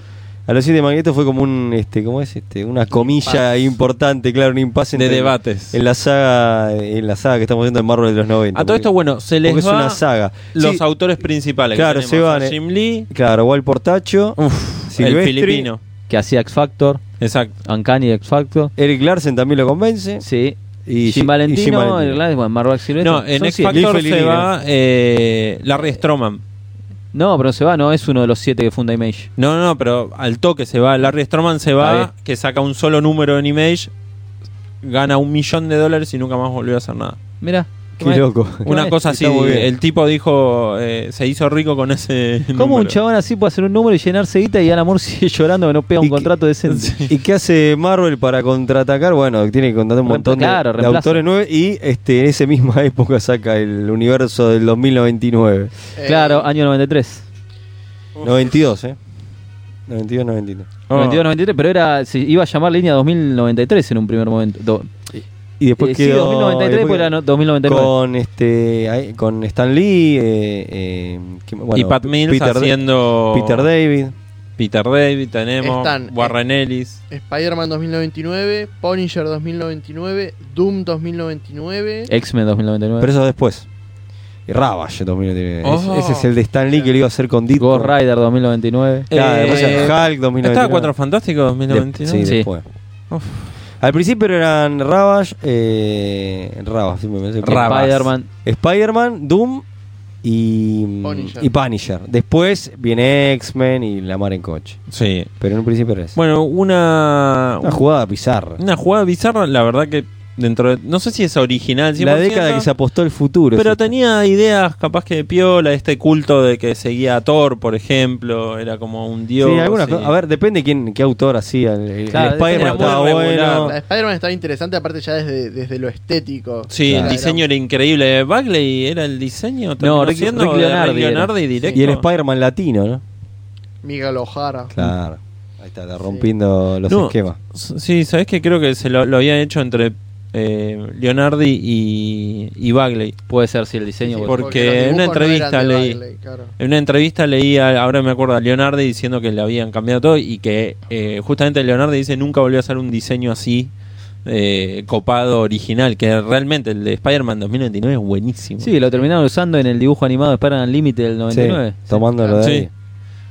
a los siete magníficos fue como un, este, ¿cómo es? Este, una comilla importante, claro, un impasse De entre- debates. en la saga, en la saga que estamos viendo en Marvel de los 90. Ah, A todo porque- esto, bueno, se les porque es va una saga. los Sí. autores principales. que Claro, tenemos, se van, a eh. Jim Lee, Claro, Wal Portacho, el Silvestri, filipino. que hacía X Factor, Exacto. Uncanny X Factor. Eric Larsen también lo convence. Sí. Y Jim Jim- Valentino, y Jim Valentino. el gran- bueno, Marvel Silvestre. No, en Son X siete. Lee Factor se Felilino. va eh, Larry Stroman. No, pero se va, no, es uno de los siete que funda Image. No, no, pero al toque se va. Larry Stroman se Está va, que saca un solo número en Image, gana un millón de dólares y nunca más volvió a hacer nada. Mira. Qué loco. Una cosa así, Está muy bien. el tipo dijo, eh, se hizo rico con ese ¿Cómo un número. chabón así puede hacer un número y llenarse guita y Alan Moore sigue llorando que no pega un Y que- contrato decente? ¿Y qué hace Marvel para contraatacar? Bueno, tiene que contratar un Reemplaza- montón de, claro, de reemplaza. autores nuevos y este, en esa misma época saca el universo del 2099. Eh, Claro, año 93. 92, ¿eh? 92, 93. Oh. 92, 93, pero era, se iba a llamar línea 2093 en un primer momento. Do- Y después eh, sí, quedó... 2093, después después pues era no- 2099. Con, este, ahí- con Stan Lee, eh, eh, que- bueno, y Pat P- Mills Peter, Da- haciendo Peter David. Peter David tenemos, Están- Warren Ellis. Spider-Man 2099, Punisher 2099, Doom 2099. X-Men 2099. Pero eso después. Y Ravage 2099. Oh. Ese- Ese es el de Stan Lee que lo iba a hacer con Ditko. Ghost Rider 2099. Claro, después Eh, el Hulk 2099. Estaba Cuatro Fantásticos 2021. Sí, Sí. después. Uf. Al principio eran Ravage, eh, Ravage, sí, me parece. Ravage. Spider-Man. Spider-Man, Doom y Punisher. y Punisher. Después viene X-Men y la mar en coche. Sí. Pero en un principio era eso. Bueno, una, una jugada bizarra. una jugada bizarra, la verdad que dentro de... No sé si es original. 100%, La década que se apostó al futuro. Pero es esta. tenía ideas capaz que de piola, este culto de que seguía a Thor, por ejemplo, era como un dios. Sí, algunas y- cosas- A ver, depende quién, qué autor hacía. El, el Claro, Spider-Man era muy estaba regular. bueno. La de Spider-Man estaba interesante, aparte ya desde, desde lo estético. Sí, Claro. el diseño era increíble. Bagley era el diseño. No, terminó Rick- siendo Rick de Leonardi era. Leonardi directo. Y el Spider-Man latino, ¿no? Miguel O'Hara. Claro. Ahí está, está rompiendo los No, esquemas. Sí, sabes que creo que se lo, lo habían hecho entre eh, Leonardi y, y Bagley. Puede ser si el diseño. sí, vos- porque los en una dibujos no eran entrevista de leí- Bagley, claro. En una entrevista leía, ahora me acuerdo, a Leonardi diciendo que le habían cambiado todo y que eh, justamente Leonardi dice nunca volvió a hacer un diseño así eh, copado, original, que realmente el de Spider-Man 2029 es buenísimo. Sí, lo terminaron usando en el dibujo animado de Spider-Man Límite del 99. Sí, tomándolo de Sí. ahí.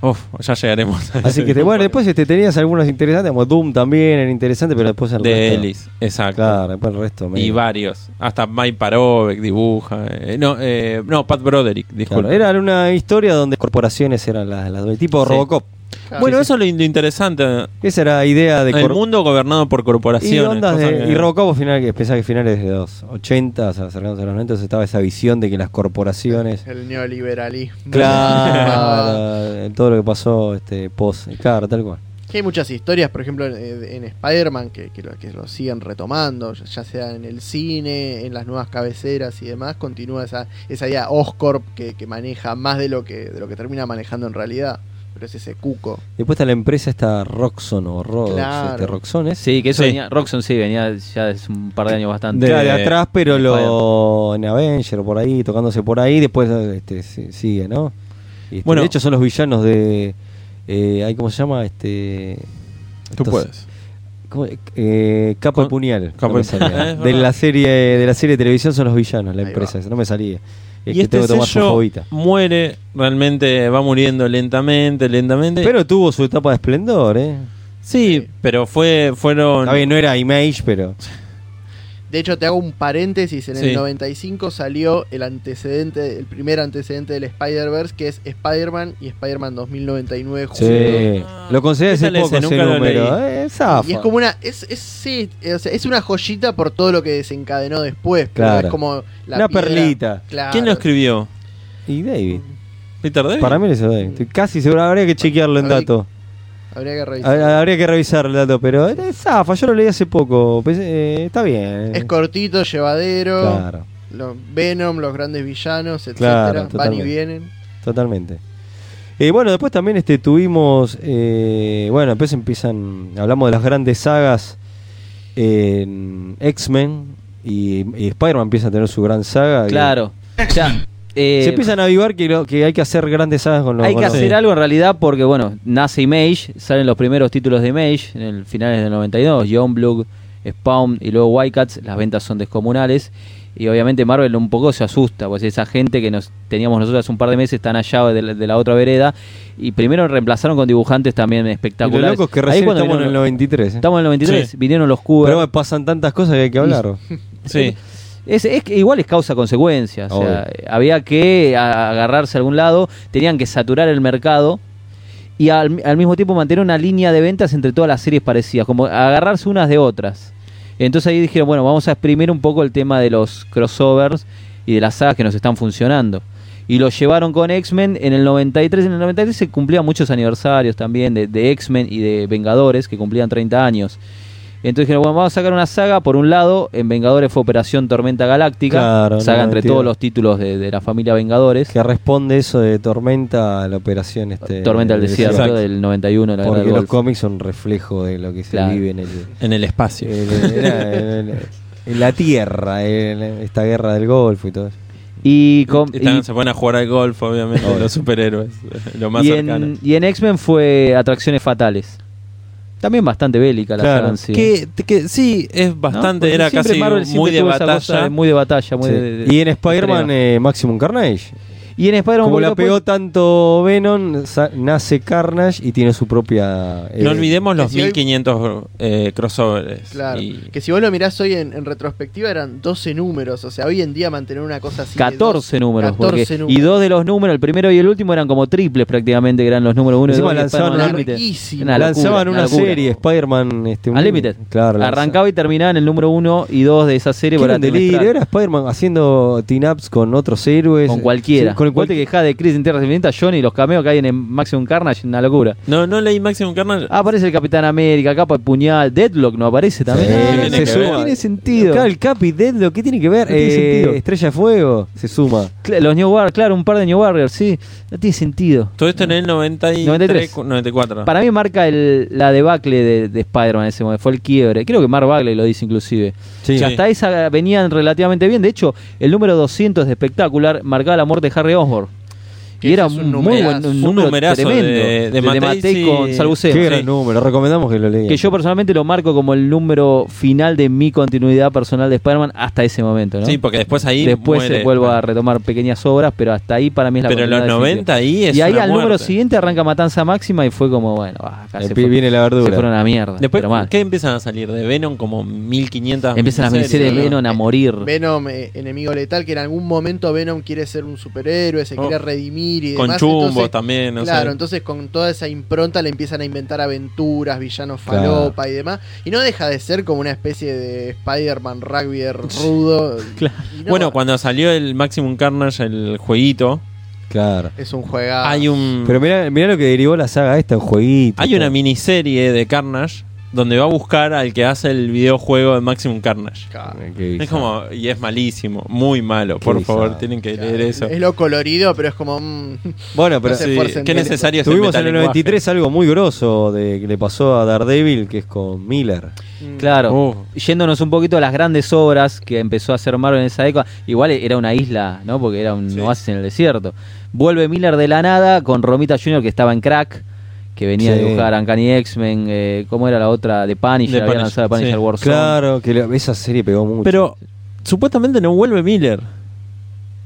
Uf, ya llegaremos. a Así ese que te- tipo bueno, después este, tenías algunos interesantes, como Doom también era interesante, pero después el De resto- Ellis, exacto. Claro, después el resto. Y medio. varios. Hasta Mike Parovek dibuja. eh, no, eh, no, Pat Broderick, disculpa. Claro, era una historia donde corporaciones eran las, las dueñas, tipo Sí. Robocop. Claro. bueno, eso es lo in- lo interesante. Esa era la idea de El cor- mundo gobernado por corporaciones. y ondas cosas de, que- y Robocop al final que pensaba que finales de los 80 o sea, cercanos a los 90 entonces estaba esa visión de que las corporaciones El neoliberalismo. Ah, claro todo lo que pasó este post claro tal cual Que hay muchas historias, por ejemplo, en, en Spider-Man que, que lo, que lo siguen retomando, ya- ya sea en el cine, en las nuevas cabeceras y demás, continúa esa, esa idea Oscorp que, que maneja más de lo que, de lo que termina manejando en realidad. Pero es ese cuco. después está la empresa esta Roxxon o Rodox Claro. este, Roxxon es Sí, que eso Sí. venía. Roxxon sí venía ya hace un par de años bastante. Claro, de atrás pero de lo en Avenger o por ahí tocándose por ahí después este, si- sigue no Este, Bueno. de hecho son los villanos de eh, ay, cómo se llama este Tú estos- puedes. ¿Cómo? Eh, Capo y Con- Puñal. Capo no me y- salía. Es de verdad. la serie de la serie de televisión son los villanos, la Ahí empresa, esa, no me salía. Es Y que tengo este que tomar su sello jovita. muere, realmente va muriendo lentamente, lentamente. Pero tuvo su etapa de esplendor, eh. sí, pero fue, fueron. Está bien, no era Image, pero De hecho, te hago un paréntesis. En Sí. el 95 salió el antecedente, el primer antecedente del Spider-Verse, que es Spider-Man y Spider-Man 2099 juntos. sí. Lo consideré Esa hace le- poco ese nunca lo número, leí. eh, zafa. Y es como una. Es, es, sí, o sea, es una joyita por todo lo que desencadenó después. pero Claro. Es como la Una piedra- perlita. Claro. ¿Quién lo escribió? Y David. ¿Peter David? Para mí lo hizo David. Estoy casi seguro, habría que chequearlo en Habría- dato. Habría que revisar. Habría habría que revisar el dato, pero eh, zafa, yo lo leí hace poco. Pensé, eh, está bien. Es cortito, llevadero. Claro, Los Venom, los grandes villanos, etcétera. Claro, Van y totalmente. vienen. totalmente. Eh, bueno, después también este, tuvimos. eh, bueno, después empiezan. Hablamos de las grandes sagas en X-Men. Y, y Spider-Man empieza a tener su gran saga. que Claro. Ya, eh, Se empiezan a avivar que, lo- que hay que hacer grandes sagas con los. hay que con los- hacer algo en realidad porque, bueno, nace Image, salen los primeros títulos de Image en el finales del 92, Youngblood, Spawn y luego Wildcats, las ventas son descomunales y obviamente Marvel un poco se asusta, pues esa gente que nos teníamos nosotros hace un par de meses están allá de la, de la otra vereda y primero reemplazaron con dibujantes también Y lo espectaculares. loco es que Ahí recién cuando estamos en el vinieron- 93. eh. estamos en el 93, Sí. vinieron los Cubas. Pero me pasan tantas cosas que hay que hablar. eh, Sí. Es, es que igual es causa consecuencia. O sea, Obvio. había que a- agarrarse a algún lado, tenían que saturar el mercado y al, al mismo tiempo mantener una línea de ventas entre todas las series parecidas, como agarrarse unas de otras. Entonces ahí dijeron, bueno, vamos a exprimir un poco el tema de los crossovers y de las sagas que nos están funcionando. Y lo llevaron con X-Men en el 93. En el 93 se cumplían muchos aniversarios también de, de X-Men y de Vengadores, que cumplían 30 años. Entonces dijeron, bueno, vamos a sacar una saga. Por un lado, en Vengadores fue Operación Tormenta Galáctica, Claro, saga no, entre mentira. todos los títulos de, de la familia Vengadores. eh, Que responde eso de Tormenta a la operación. Este, Tormenta del Desierto Exacto. del 91, la guerra Porque del los Golfo. cómics son reflejo de lo que se Claro. vive en el. En el espacio. eh, El- el- el- el- el- la tierra, el- esta guerra del Golfo y todo eso. Y, con- Están- y- se ponen a jugar al golf, obviamente, Obvio. los superhéroes. Lo más y cercano. en, y en X-Men fue Atracciones Fatales. También bastante bélica la Claro. saga en sí. Que, que sí, es ¿no? bastante, Porque era siempre casi Marvel muy siempre de tuvo esa cosa batalla. de muy de batalla, muy Sí. de- de- y en de Spider-Man pelea. eh, Maximum Carnage. y en Spider-Man pues, Como la Volvió pegó después- tanto Venom, sa- nace Carnage y tiene su propia. eh, no olvidemos los que si hoy- 1500 eh, crossovers. Claro. Y- Que si vos lo mirás hoy en, en retrospectiva eran 12 números. O sea, hoy en día mantener una cosa así. de 14 dos- números, 14 porque- números. y dos de los números, el primero y el último eran como triples prácticamente, que eran los números uno y Encima dos. y lanzaban Spider-Man una- Unlimited. larguísimo. Una locura, lanzaban una, locura. serie, Spider-man. Este, un- Unlimited. Claro, lanzaban. Arrancaba y terminaba en el número 1 y 2 de esa serie Que era para un delirio, trimestral. era Spider-Man haciendo team-ups con otros héroes. Con cualquiera. Sí, Con el cuate que deja de Chris en Tierras Infinitas, Johnny, los cameos que hay en Maximum Carnage, una locura. No, no leí Maximum Carnage. Ah, aparece el Capitán América, capa de puñal, Deadlock no aparece también. Sí, Ah, tiene se que suma. ver. Tiene sentido. Claro, el Capi, Deadlock, ¿qué tiene que ver? No tiene Eh, sentido. Estrella de Fuego se suma. Cla- Los New Warriors, claro, un par de New Warriors, sí. No tiene sentido. Todo esto en el 93, 93. 94. Para mí marca el- la debacle de, de Spider-Man en ese momento, fue el quiebre. Creo que Mark Bagley lo dice inclusive. Sí. Que hasta esa venían relativamente bien. De hecho, el número 200 de espectacular marcaba la muerte de Harry Osborn. Y Ese era es un un muy numerazo. buen un Un número numerazo tremendo de- de Matei, sí. con Salbuceo. Qué Sí. gran número, recomendamos que lo lean. Que yo personalmente lo marco como el número final de mi continuidad personal de Spider-Man hasta ese momento, ¿no? Sí, porque después ahí. Después muere. se vuelvo a retomar pequeñas obras, pero hasta ahí para mí es la Pero continuidad los definitiva. 90 ahí es. Y ahí una al número muerte. siguiente arranca Matanza Máxima y fue como, bueno, ah, acá El se pi- fue- viene la se verdura. fueron a la mierda. Después, pero mal. ¿qué empiezan a salir? De Venom como 1500. Empiezan las miniseries de ¿no? Venom a Eh, morir. Venom, eh, enemigo letal, que en algún momento Venom quiere ser un superhéroe, se Oh. quiere redimir y Con demás. chumbos entonces- también. no sé. claro, entonces con toda esa impronta le empiezan a inventar aventuras, villanos Claro. falopa y demás. Y no deja de ser como una especie de Spider-Man rugby rudo. Y no, Bueno, cuando salió el Maximum Carnage, el jueguito, Claro. es un juegazo. hay un. Pero mirá, mirá lo que derivó la saga esta, un jueguito. Mm. Hay una miniserie de Carnage donde va a buscar al que hace el videojuego de Maximum Carnage. Claro. Ah, Qué Es como, y es malísimo, muy malo. Qué Por bizarro. favor, tienen que leer eso. Es lo colorido, pero es como. mm, Bueno, pero No se Sí, esfuercen qué en el- necesario es el tuvimos en el metalenguaje. 93 algo muy grosso de, que le pasó a Daredevil, que es con Miller. mm. Claro. Uf. Yéndonos un poquito a las grandes obras que empezó a hacer Marvel en esa década. Igual era una isla, ¿no? Porque era un Sí. oasis en el desierto. Vuelve Miller de la nada con Romita Jr. que estaba en crack. Que venía Sí. a dibujar Uncanny X-Men. eh, ¿Cómo era la otra? De Punisher. The había Punisher, lanzado The Punisher sí. Warzone. Claro, que la- esa serie pegó mucho. Pero supuestamente no vuelve Miller.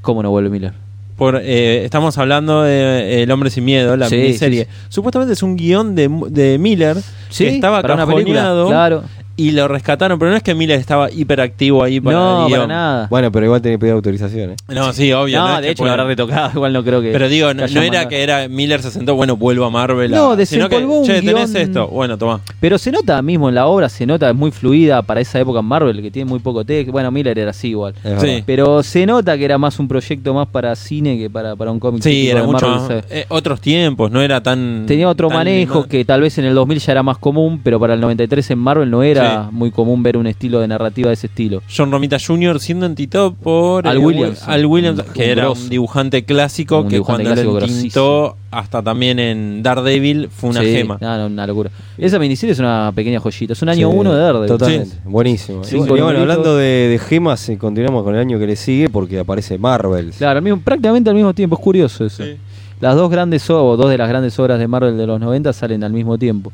¿Cómo no vuelve Miller? Por, eh, estamos hablando de eh, El Hombre Sin Miedo, la Sí, miniserie. sí, Supuestamente es un guión de, de Miller Sí, que estaba para una cajoneado película, claro. y lo rescataron. Pero no es que Miller estaba hiperactivo ahí para no, el para guión. nada. Bueno, pero igual tenía que pedir autorización, ¿eh? No, sí, obvio. no, es de que hecho lo pueda- habrá retocado. Igual no creo que. Pero digo, no, haya no era mandado. que era Miller se sentó, bueno, vuelvo a Marvel. a- No, sino que, desempolvó un Che, tenés guión- esto. Bueno, toma. Pero se nota mismo en la obra, se nota, es muy fluida para esa época en Marvel, que tiene muy poco texto. Bueno, Miller era así igual. Es Sí. verdad. Pero se nota que era más un proyecto más para cine que para, para un cómic. Sí, típico era de mucho Marvel, más- ¿sabes? eh, otros tiempos, no era tan. Tenía otro tan manejo lindo. que tal vez en el 2000 ya era más común, pero para el 93 en Marvel no era Sí. muy común ver un estilo de narrativa de ese estilo. John Romita Jr. siendo entitado por Al eh, Williams. Wi- Al Williams, Un- que un era grosso. un dibujante clásico Un que dibujante cuando clásico lo entintó hasta también en Daredevil fue una Sí, Ah, gema. no, no, una locura. Esa miniserie es una pequeña joyita, es un año Sí, uno de Daredevil. Totalmente, buenísimo. Sí, y con bueno, numeritos. hablando de, de gemas, eh, continuamos con el año que le sigue porque aparece Marvel. Claro, al mismo- prácticamente al mismo tiempo, es curioso eso. Sí. Las dos grandes o dos de las grandes obras de Marvel de los 90 salen al mismo tiempo.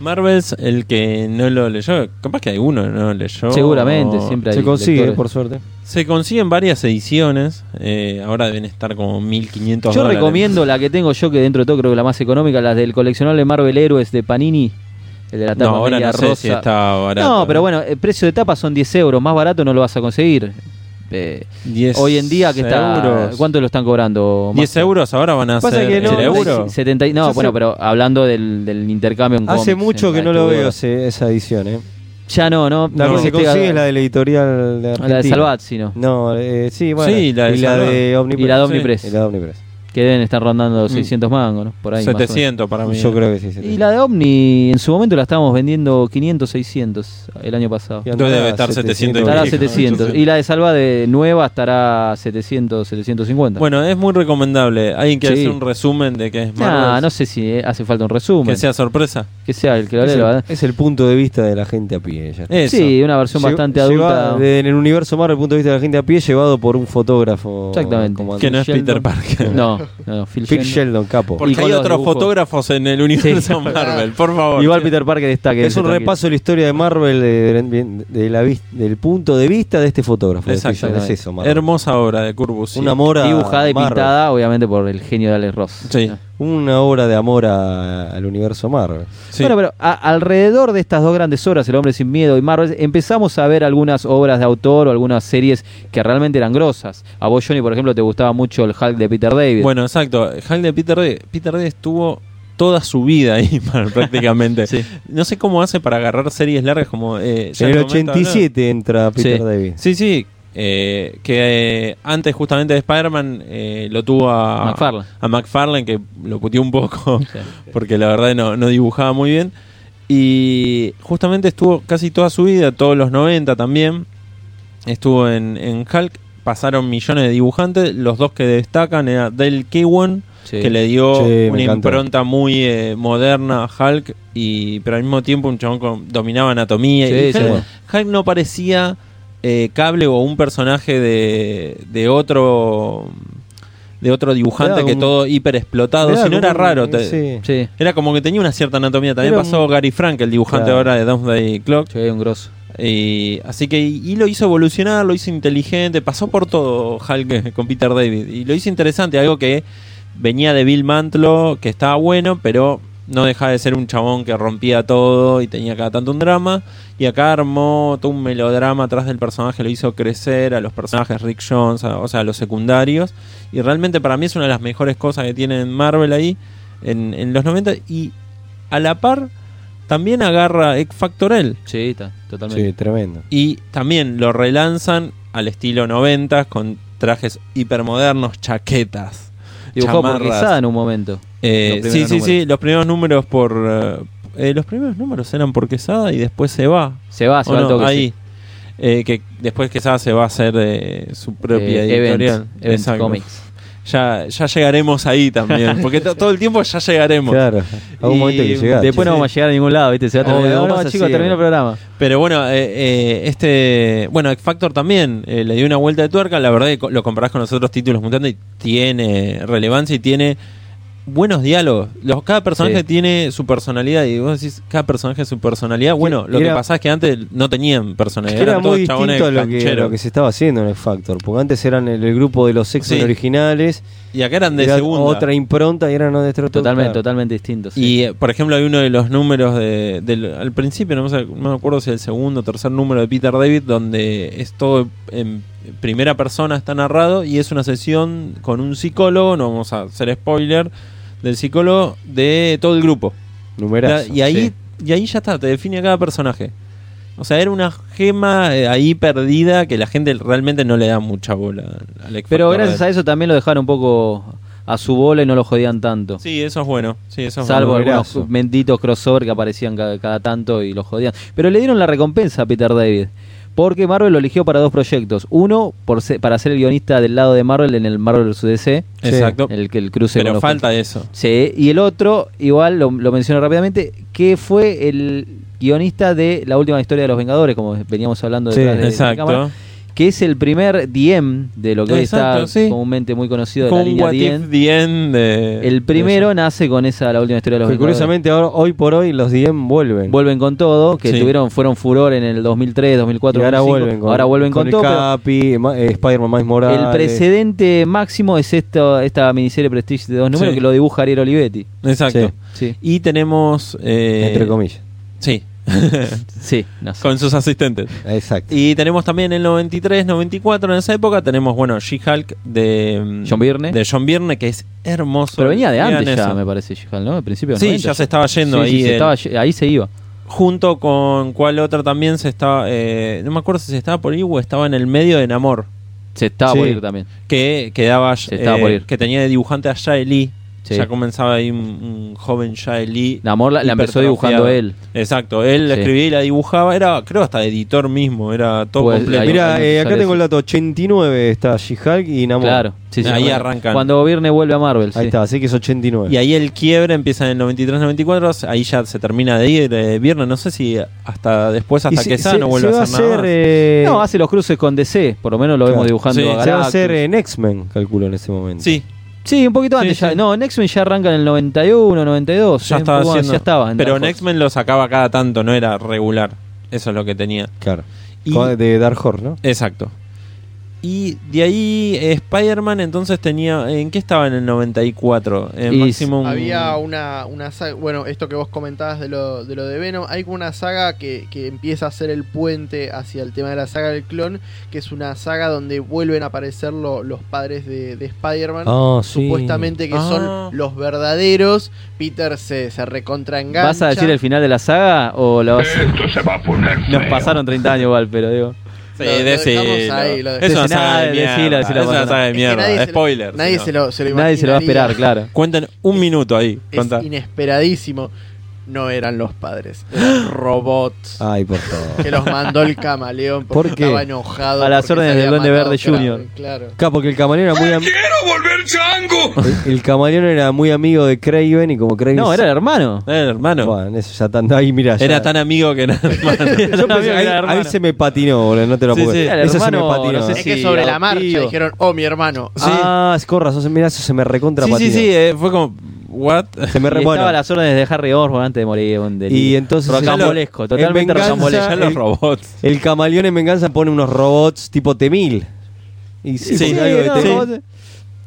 Marvels, el que no lo leyó, capaz que alguno no lo leyó. Seguramente, siempre hay Se consigue, lectores. por suerte. Se consiguen varias ediciones, eh, ahora deben estar como 1500 Yo dólares. recomiendo la que tengo yo, que dentro de todo creo que la más económica, las del coleccionable Marvel Héroes de Panini. El de la No, tapa ahora media no sé rosa. si está barato. No, pero bueno, el precio de tapa son 10 euros. Más barato no lo vas a conseguir. Eh, 10 hoy en día que está... euros. ¿Cuánto lo están cobrando? 10 euros ahora van a Pasa ser que no, ¿el no euro? 70 y- Yo no, sé- bueno, pero hablando del, del intercambio en Hace cómics, mucho en que la no lo lectura. veo ese- esa edición, ¿eh? Ya no, no. La No. que se Porque consigue te- es la de la editorial de Ah, la de Argentina. Salvat, si no. No, eh, sí, bueno. Sí, la de y la Salvat. de Omnipress. Y la de Sí. Omnipress. Y la de Omnipress. Que deben estar rondando los Mm. 600 mangos, ¿no? Por ahí. más o menos. 700 para mí. Yo creo que sí. sí. Y la de Omni, en su momento la estábamos vendiendo 500, 600 el año pasado. Y andaba Debe estar 700 Estará a Sí, 700. Y la de Salva de nueva estará a 700, 750. Bueno, es muy recomendable. Alguien que Sí. hacer un resumen de qué es Nah, Marvel. no sé si eh, hace falta un resumen. Que sea sorpresa. el que lo lea, Es la el, verdad. es el punto de vista de la gente a pie. ya está. Eso. Sí, una versión Lle- bastante lleva- adulta. de- en el universo Marvel, el punto de vista de la gente a pie, llevado por un fotógrafo. Exactamente. como que no es Sheldon. Peter Parker. No, no, no, Phil Phil Sheldon. Sheldon, capo. Por- Y Porque con hay los otros dibujos. fotógrafos en el universo Marvel, por favor. Igual Peter Parker está que Es un repaso de la historia de Marvel de- de- de la vis- del punto de vista de este fotógrafo. de Phil Sheldon. Exactamente. Es eso, Marvel. Hermosa obra de Curbus. Un amor a Dibujada y Marvel. pintada, obviamente, por el genio de Alex Ross. Ah. Sí. Una obra de amor a- al universo Marvel. sí. Bueno, pero a- alrededor de estas dos grandes obras, El Hombre Sin Miedo y Marvel, empezamos a ver algunas obras de autor o algunas series que realmente eran grosas. A vos, Johnny, por ejemplo, te gustaba mucho el Hulk de Peter David. Bueno, exacto. Hulk de Peter Day. Peter Day estuvo toda su vida ahí Marvel, prácticamente. Sí. No sé cómo hace para agarrar series largas como... eh, ya En el momento, ¿no? 87 entra Peter Sí. David. Sí, sí. eh, que eh, antes justamente de Spider-Man eh, lo tuvo a McFarlane. a McFarlane, que lo puteó un poco, porque la verdad no, no dibujaba muy bien. Y justamente estuvo casi toda su vida, todos los 90 también, estuvo en, en Hulk, pasaron millones de dibujantes, los dos que destacan era Del Kewan, Sí. que le dio Sí, me una encanta. impronta muy eh, moderna a Hulk, y, pero al mismo tiempo un chabón con- dominaba anatomía. Sí, y sí. Hulk, Hulk no parecía eh, cable o un personaje de, de otro de otro dibujante Era que un- todo hiper explotado, Era si no era como un- eh, raro. te- sí. Sí, Era como que tenía una cierta anatomía. También Era pasó un- Gary Frank, el dibujante Claro. ahora de Doomsday Clock. sí, un grosso. Y, Eh, así que y y lo hizo evolucionar, lo hizo inteligente, pasó por todo Hulk con Peter David. Y lo hizo interesante, algo que venía de Bill Mantlo, que estaba bueno, pero no dejaba de ser un chabón que rompía todo y tenía cada tanto un drama. Y acá armó todo un melodrama atrás del personaje, lo hizo crecer a los personajes Rick Jones, a- o sea, a los secundarios. Y realmente para mí es una de las mejores cosas que tienen Marvel ahí en, en los 90. Y a la par también agarra Egg Factorel. Sí, está, totalmente. Sí, tremendo. Y también lo relanzan al estilo 90 con trajes hipermodernos, chaquetas. Dibujó por chamarras. Quesada en un momento. Eh, los primeros sí, sí, números. sí, los primeros números por... eh, eh, los primeros números eran por Quesada y después se va. Se va, Ah, se ¿o va al no? toque. Ahí. sí. Eh, que después Quesada se va a hacer eh, su propia Eh, Event, editorial. Event Exacto. Comics. Ya, ya llegaremos ahí también, porque to- todo el tiempo ya llegaremos. Claro, a un Y momento que llegaste. Después no vamos a llegar a ningún lado, ¿viste? Se va a Obvio, terminar. no No, pasa chicos, siempre. termina el programa. Pero bueno, eh, eh, este. Bueno, X Factor también eh, le dio una vuelta de tuerca. La verdad que co- lo comparás con los otros títulos mutantes y tiene relevancia y tiene buenos diálogos. Los, cada personaje Sí. tiene su personalidad y vos decís, cada personaje su personalidad. Bueno, lo que Era- pasa es que antes no tenían personalidad. Era eran todos muy chabones distinto a lo que, cancheros. lo que se estaba haciendo en el Factor, porque antes eran el, el grupo de los Sexton Sí. originales, Y acá eran de era segunda. otra impronta y eran no de otro- Totalmente, claro. totalmente distinto. sí. Y eh, por ejemplo, hay uno de los números de, del- al principio, no me, sa- no me acuerdo si el segundo o tercer número de Peter David, donde es todo en primera persona, está narrado y es una sesión con un psicólogo, no vamos a hacer spoiler, del psicólogo de todo el grupo. Numerazo. La- y, ahí, sí. y ahí ya está, te define a cada personaje. O sea, era una gema eh, ahí perdida que la gente realmente no le da mucha bola al X Pero Factor gracias de- a eso también lo dejaron un poco a su bola y no lo jodían tanto. Sí, eso es bueno. Sí, eso es Salvo bueno. algunos Numerazo. benditos crossover que aparecían cada, cada tanto y los jodían. Pero le dieron la recompensa a Peter David. Porque Marvel lo eligió para dos proyectos. Uno, por se- para ser el guionista del lado de Marvel en el Marvel vs. DC. Exacto. El, que- el cruce con Pero los- falta eso. Sí, y el otro, igual lo, lo menciono rápidamente, que fue el guionista de la última historia de los Vengadores, como veníamos hablando Sí, detrás de, de la cámara, Exacto. que es el primer DM de lo que hoy Exacto, está sí. comúnmente muy conocido de Con la un línea What If DM. the End de- El primero de nace con esa la última historia de los Que Vengadores. curiosamente ahora, hoy por hoy los DM vuelven. vuelven con todo, que Sí. tuvieron fueron furor en el 2003, 2004, Y ahora 2005, vuelven con, ahora vuelven con, con todo. el pero Capi, Ma- eh, Spider-Man Miles Morales. el precedente máximo es esto, esta miniserie Prestige de dos números Sí. que lo dibuja Ariel Olivetti. eso. Exacto. Sí. Sí, Y tenemos. eh, Entre comillas. Sí. sí, no sé. con sus asistentes. Exacto. Y tenemos también el 93, 94, en esa época tenemos, bueno, She-Hulk de. mm, John Byrne. De John Byrne, que es hermoso. Pero venía de Vean antes ya, eso. me parece, She-Hulk, ¿no? Al principio de Sí, 90. ya se estaba yendo Sí, ahí. sí, se el- estaba ye- ahí se iba. Junto con cuál otra también se estaba. eh, no me acuerdo si se estaba por ahí o estaba en el medio de Namor. Se estaba Sí. por ir también. que quedaba eh, Se estaba por ir. que tenía de dibujante a Shae Lee. Sí. Ya comenzaba ahí un, un joven Shae Lee. Namor la- la empezó hipertrofiado. dibujando él. Exacto, él la Sí. escribía y la dibujaba, era creo hasta editor mismo, era todo Pues, completo. ahí- Mira, ahí eh, sale acá tengo eso. el dato: 89 está She-Hulk y Namor. Claro. Sí, sí, Ahí bueno. arrancan. Cuando Virne vuelve a Marvel. sí. Ahí está, así que es 89. Y ahí el quiebre empieza en el 93-94, ahí ya se termina de ir eh, viernes, no sé si hasta después, Y hasta se- que Sa se- no vuelva se a va hacer nada. más. eh, No, hace los cruces con DC, por lo menos lo Claro. vemos dibujando Sí, a se va se va a Galactus. hacer en X-Men, calculo en ese eh, momento. Sí, Sí, un poquito antes Sí, ya. sí. No, en X-Men ya arranca en el 91, 92. ya eh, estaba bueno, haciendo. ya estaba en pero en Dark Horse. X-Men lo sacaba cada tanto, no era regular. Eso es lo que tenía. Claro. Y- Con- De Dark Horse, ¿no? Exacto. Y de ahí eh, Spider-Man entonces tenía... ¿En qué estaba en el 94? En Y Maximum... Había una, una saga, bueno, esto que vos comentabas de lo de, lo de Venom, hay como una saga que, que empieza a ser el puente hacia el tema de la saga del clon, que es una saga donde vuelven a aparecer lo- los padres de, de Spider-Man. Ah, sí. Supuestamente que Ah. son los verdaderos. Peter se, se recontraengancha. ¿Vas a decir el final de la saga o la vas a- Esto se va a poner Nos feo. pasaron 30 años igual, pero digo. Sí, Lo- lo decilo. dejamos ahí, lo dejamos. Es una Decilo, saga de decilo, mierda. decilo, es una Fernando. saga de Es que mierda. nadie se lo- Spoiler. Nadie si se no. lo, se lo Nadie se lo va a imaginaría. esperar, claro. Cuentan un minuto ahí. Cuenta. Es inesperadísimo. No eran los padres, eran robots. Ah. Ay, por favor. Que los mandó el camaleón porque ¿Por qué? estaba enojado. A las porque se órdenes del había Duende matado Verde Kraven, Jr.. Claro. Acá, porque el camaleón era muy am- volver chango! el, el camaleón era muy amigo de Craven y como Craven. No, era el hermano. Era el Eh, hermano. Bueno, eso ya tan. Ahí, mira. Era tan amigo que era hermano. Yo pensé que ahí, era ahí hermano. se me patinó, boludo, no te lo Sí, puedo sí. creer. Era el Eso se me hermano, patinó. no sé Es Sí, que sobre la marcha adoptivo. dijeron, oh, mi hermano. Ah, es con razón, mira, eso se me recontra Sí, sí, patinó. sí. eh, fue como. ¿What? Se me Y re, estaba bueno, a las órdenes de Harry Osborn antes de morir. un delito. Y entonces- Rocambolesco, en totalmente venganza- rocambolesco. Ya los el- robots. El camaleón en venganza pone unos robots tipo T-1000. Y sí, Sí, porque algo de este no, T-1000. robots-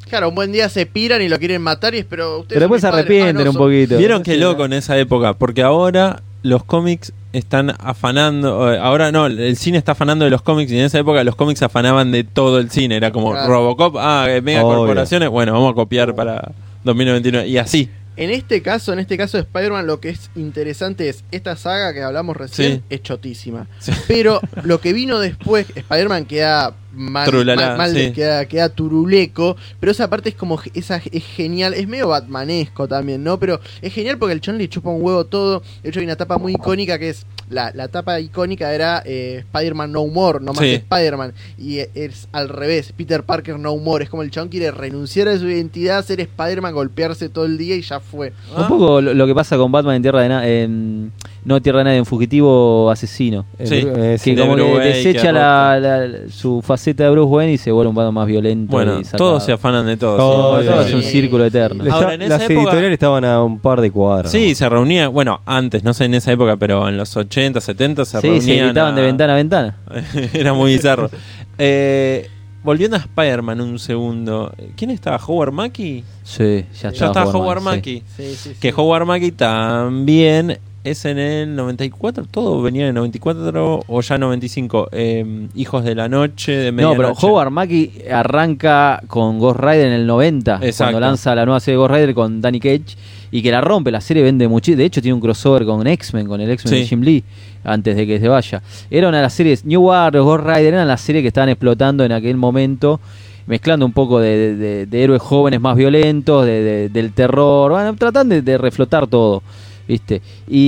Claro, un buen día se piran y lo quieren matar, y es, pero ustedes Pero después se son mis padres". arrepienten Ah, no, un son- poquito. Vieron qué loco en esa época, porque ahora los cómics están afanando, eh, ahora no, el cine está afanando de los cómics y en esa época los cómics afanaban de todo el cine, era como Claro. Robocop, ah, eh, mega Obvio. corporaciones, bueno, vamos a copiar para 2029 y así. En este caso, en este caso de Spider-Man, lo que es interesante es esta saga que hablamos recién Sí. es chotísima. Sí. Pero lo que vino después, Spider-Man queda mal, Trulalá, mal- mal- sí. queda, queda turuleco, pero esa parte es como ge- esa es genial, es medio batmanesco también, ¿no? Pero es genial porque el chon le chupa un huevo todo. De hecho, hay una tapa muy icónica que es la, la tapa icónica era eh, Spider-Man No More, no más Sí. Spider-Man. Y eh, es al revés, Peter Parker No More. Es como el chon quiere renunciar a su identidad, ser Spider-Man, golpearse todo el día y ya fue. Un poco lo, lo que pasa con Batman en Tierra de Nadie. en- no Tierra de Nadie, en Fugitivo Asesino. Eh, Sí. eh, sí, que de como Bruce que Wayne, que desecha la- la- su faceta de Bruce Wayne y se vuelve un Batman más violento. Bueno, y sacado. todos se afanan de todo. Todo, sí. Todo es un Sí. círculo eterno. Le Ahora, está- en esa las época- editoriales estaban a un par de cuadras. Sí, se reunía, bueno, antes, no sé en esa época, pero en los 80, 70 se Sí, reunían. se gritaban a- de ventana a ventana. Era muy bizarro. Eh, volviendo a Spider-Man un segundo, ¿quién estaba? ¿Howard Mackey? Sí, ya Ya estaba. estaba Juan Howard Man, sí. Mackey. Sí, sí, sí. Que Howard Mackey también es en el 94, todo venía en el 94 o ya 95. eh, Hijos de la Noche, de No, pero medianoche. Howard Mackey arranca con Ghost Rider en el 90, Exacto. cuando lanza la nueva serie de Ghost Rider con Danny Cage y que la rompe, la serie vende muchísimo. De hecho, tiene un crossover con X-Men, con el X-Men Sí. de Jim Lee, antes de que se vaya. Era una de las series, New Warriors, Ghost Rider, eran las series que estaban explotando en aquel momento, mezclando un poco de, de- de- de héroes jóvenes más violentos, de- de- del terror, bueno, tratan de- de reflotar todo. ¿Viste?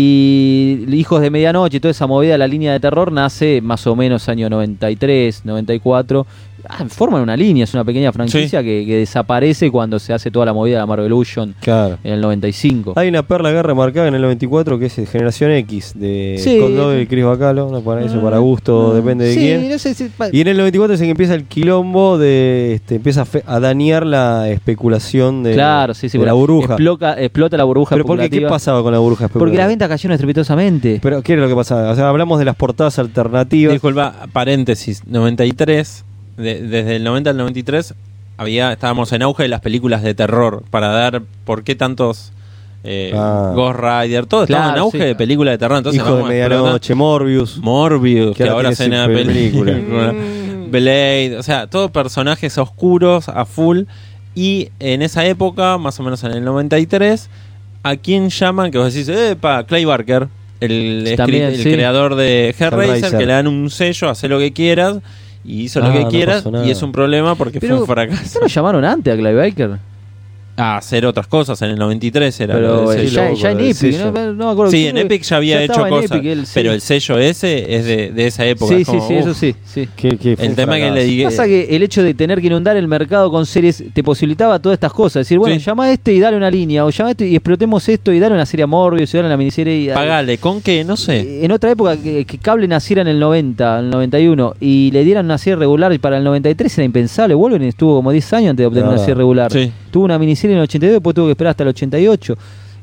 Y Hijos de Medianoche y toda esa movida, la línea de terror nace más o menos año 93, 94. Ah, forman una línea, es una pequeña franquicia que, que desaparece cuando se hace toda la movida de Marvel Illusion Claro. en el 95. Hay una perla acá remarcada en el 94 que es de Generación X de Sí. Scott Dove y Chris Bacalo. No, para, eso para gusto, Ah, depende de sí, quién. no sé si- pa- Y en el 94 es en que empieza el quilombo de. Este, empieza a, fe- a dañar la especulación de, claro, sí, sí. de la porque burbuja. exploca- explota la burbuja ¿Pero por qué? ¿Qué especulativa. pasaba con la burbuja especulativa? Porque las ventas cayeron estrepitosamente. Pero, ¿qué era lo que pasaba? O sea, hablamos de las portadas alternativas. Disculpa, paréntesis, 93, de- desde el 90 al 93 había estábamos en auge de las películas de terror para dar por qué tantos eh, Ah. Ghost Rider, todo estaba Claro, en auge sí. de películas de terror, entonces Hijo de vamos a explotar. Medianoche, Morbius. Morbius, que, Que ahora ahora tiene cena super película. película. Blade, o sea, todos personajes oscuros a full. Y en esa época, más o menos en el 93, ¿a quién llaman? Que vos decís, epa, Clay Barker, el, escri- También, el sí. creador de Hellraiser, Hellraiser. que le dan un sello, hace lo que quieras, y hizo Ah, lo que no quieras, pasó nada. y es un problema porque Pero, fue un fracaso. ¿Esto lo llamaron antes a Clive Baker? A hacer otras cosas, en el 93 era Pero lo del eh, sello. ya, ya en lo del Epic, sello. no, no me acuerdo. Sí, creo en que Epic ya había hecho estaba en cosas, Epic él, sí. pero el sello ese es de, de esa época. Sí, es sí, como, sí, eso uf, sí, sí. Que- que fue El un tema que fracaso. le Lo dije. que pasa que el hecho de tener que inundar el mercado con series te posibilitaba todas estas cosas. Decir, bueno, Sí. llama a este y dale una línea, o llama a este y explotemos esto y dale una serie a Morbius, y dale una miniserie y dale- Pagale, ¿con qué? No sé. Eh, En otra época que, que Cable naciera en el 90, en el 91, y le dieran una serie regular y para el 93 era impensable. Wolverine estuvo como 10 años antes de obtener Claro. una serie regular. Sí. Tuvo una miniserie en el 82, después tuvo que esperar hasta el 88.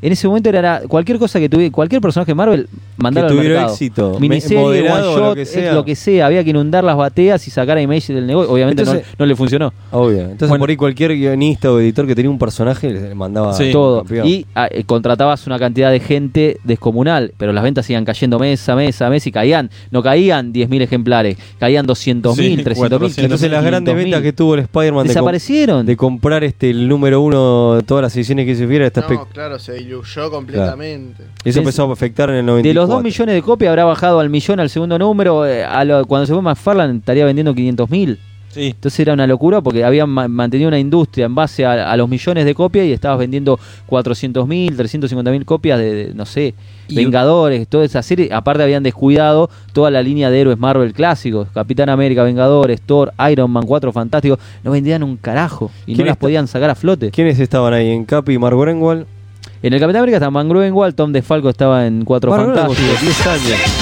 En ese momento era cualquier cosa que tuviera, cualquier personaje de Marvel, mandarlo Que al tuviera mercado. éxito. Miniserie, Me- moderado, one lo shot, que es sea. lo que sea. Había que inundar las bateas y sacar a Image del negocio. Obviamente no- Entonces- no le funcionó. Obvio. Entonces, Bueno. por ahí cualquier guionista o editor que tenía un personaje le le mandaba Sí. todo. campeón. Y ah, eh, contratabas una cantidad de gente descomunal, pero las ventas iban cayendo mes a mes a mes y caían. No caían 10.000 ejemplares, caían 200.000, Sí, 300.000. Entonces, las grandes ventas que tuvo el Spider-Man de, comp- desaparecieron. de comprar este el número uno de todas las ediciones que se hubiera, esta No, espe- claro, se diluyó completamente. Eso Es- empezó a afectar en el 94. De los 2 millones de copias habrá bajado al millón al segundo número. eh, a lo- cuando se fue McFarland estaría vendiendo 500 mil. Sí. Entonces era una locura porque habían ma- mantenido una industria en base a, a los millones de copias y estabas vendiendo 400 mil, 350 mil copias de, de, no sé, Y- Vengadores, toda esa serie. Aparte habían descuidado toda la línea de héroes Marvel clásicos. Capitán América, Vengadores, Thor, Iron Man, Cuatro Fantásticos. No vendían un carajo y no ¿Quién las está- podían sacar a flote. ¿Quiénes estaban ahí? En Capi y Mark Grenwell. En el Capitán América estaba Mangruenwald, Tom DeFalco estaba en Cuatro Mark Grenwell Fantásticos. estuvo 10 años.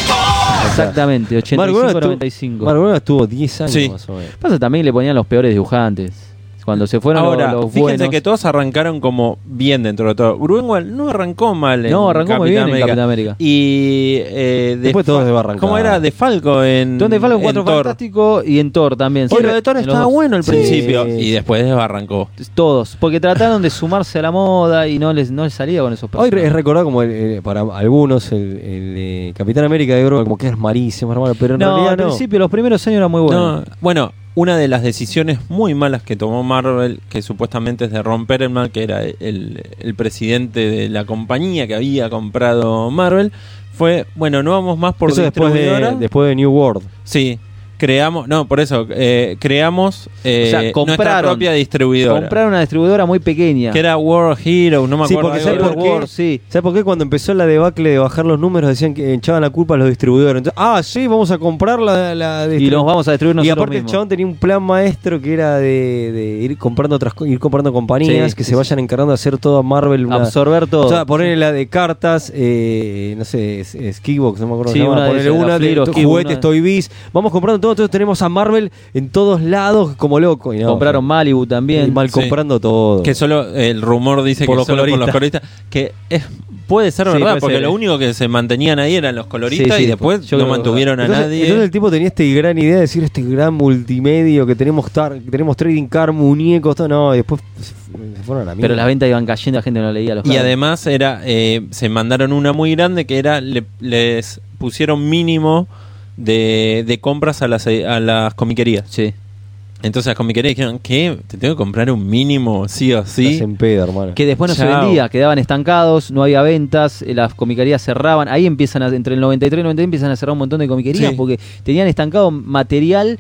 Exactamente, Mark Grenwell estuvo- 85-95. Mark Grenwell estuvo 10 años Sí. más o menos. Pasa también le ponían los peores dibujantes. Cuando se fueron Ahora, los, los fíjense buenos. que todos arrancaron como bien dentro de todo. Grunwald no arrancó mal en no, arrancó muy bien en América. Capitán América. Y eh, Después de- todos desbarrancaron. ¿Cómo era? De Falco en. Tom DeFalco en Cuatro Thor. Fantásticos y en Thor también. Sí, Siempre- lo de Thor en los estaba dos. bueno al Sí. principio. Y después desbarrancó. Todos, porque trataron de sumarse a la moda y no les, no les salía con esos Hoy personajes. es recordado como el- el- para algunos el, el, eh, Capitán América de Grenwell como que es malísimo, hermano, pero en no, al realidad no. principio, los primeros años era muy bueno. No, bueno, una de las decisiones muy malas que tomó Marvel, que supuestamente es de Ron Perelman, que era el, el presidente de la compañía que había comprado Marvel, fue, bueno, no vamos más por Eso después distribuidora. de, después de New World. Sí, creamos, no, por eso, eh, creamos eh, O sea, nuestra compraron- propia distribuidora. Compraron una distribuidora muy pequeña. Que era World Hero, no me acuerdo. Sí, porque algo ¿sabes de- por World qué? War, sí. ¿Sabes por qué? Cuando empezó la debacle de bajar los números decían que echaban la culpa a los distribuidores. Entonces, ah, sí, vamos a comprar la, la y los vamos a destruir Y nosotros aparte el mismos. chabón tenía un plan maestro que era de, de ir comprando otras co- ir comprando compañías Sí, que sí, Ah, se sí. vayan encargando de hacer todo Marvel una- Absorber todo. o sea, ponerle la de cartas, eh, no sé, es- es Skibox, no me acuerdo Sí, cómo se una llama, de ponerle esas, la una de, Flir o to- Skibox, juguetes, una de- Toy Biz, vamos comprando todo, entonces tenemos a Marvel en todos lados como loco. Y no, Compraron Malibu y también. mal Sí. comprando todo. Que solo el rumor dice Por que los solo por los coloristas. coloristas. Que es, puede ser Sí, verdad, puede porque ser. eh. lo único que se mantenían ahí eran los coloristas Sí, sí, y después yo no creo que mantuvieron a Entonces, nadie. entonces el tipo tenía esta gran idea de decir este gran multimedio que tenemos tar- que tenemos trading card, muñecos, todo. No, y después se se fueron a la mierda. Pero las ventas iban cayendo, la gente no leía los Y lados. además era eh, se mandaron una muy grande que era le- les pusieron mínimo de, de compras a las a las comiquerías. Sí. Entonces las comiquerías dijeron, ¿qué? ¿Te tengo que comprar un mínimo sí o Estás sí? em-, en pedo, hermano. Que después no se Chao. vendía, quedaban estancados, no había ventas, eh, las comiquerías cerraban. Ahí empiezan a, entre el 93 y el 93 empiezan a cerrar un montón de comiquerías Sí. porque tenían estancado material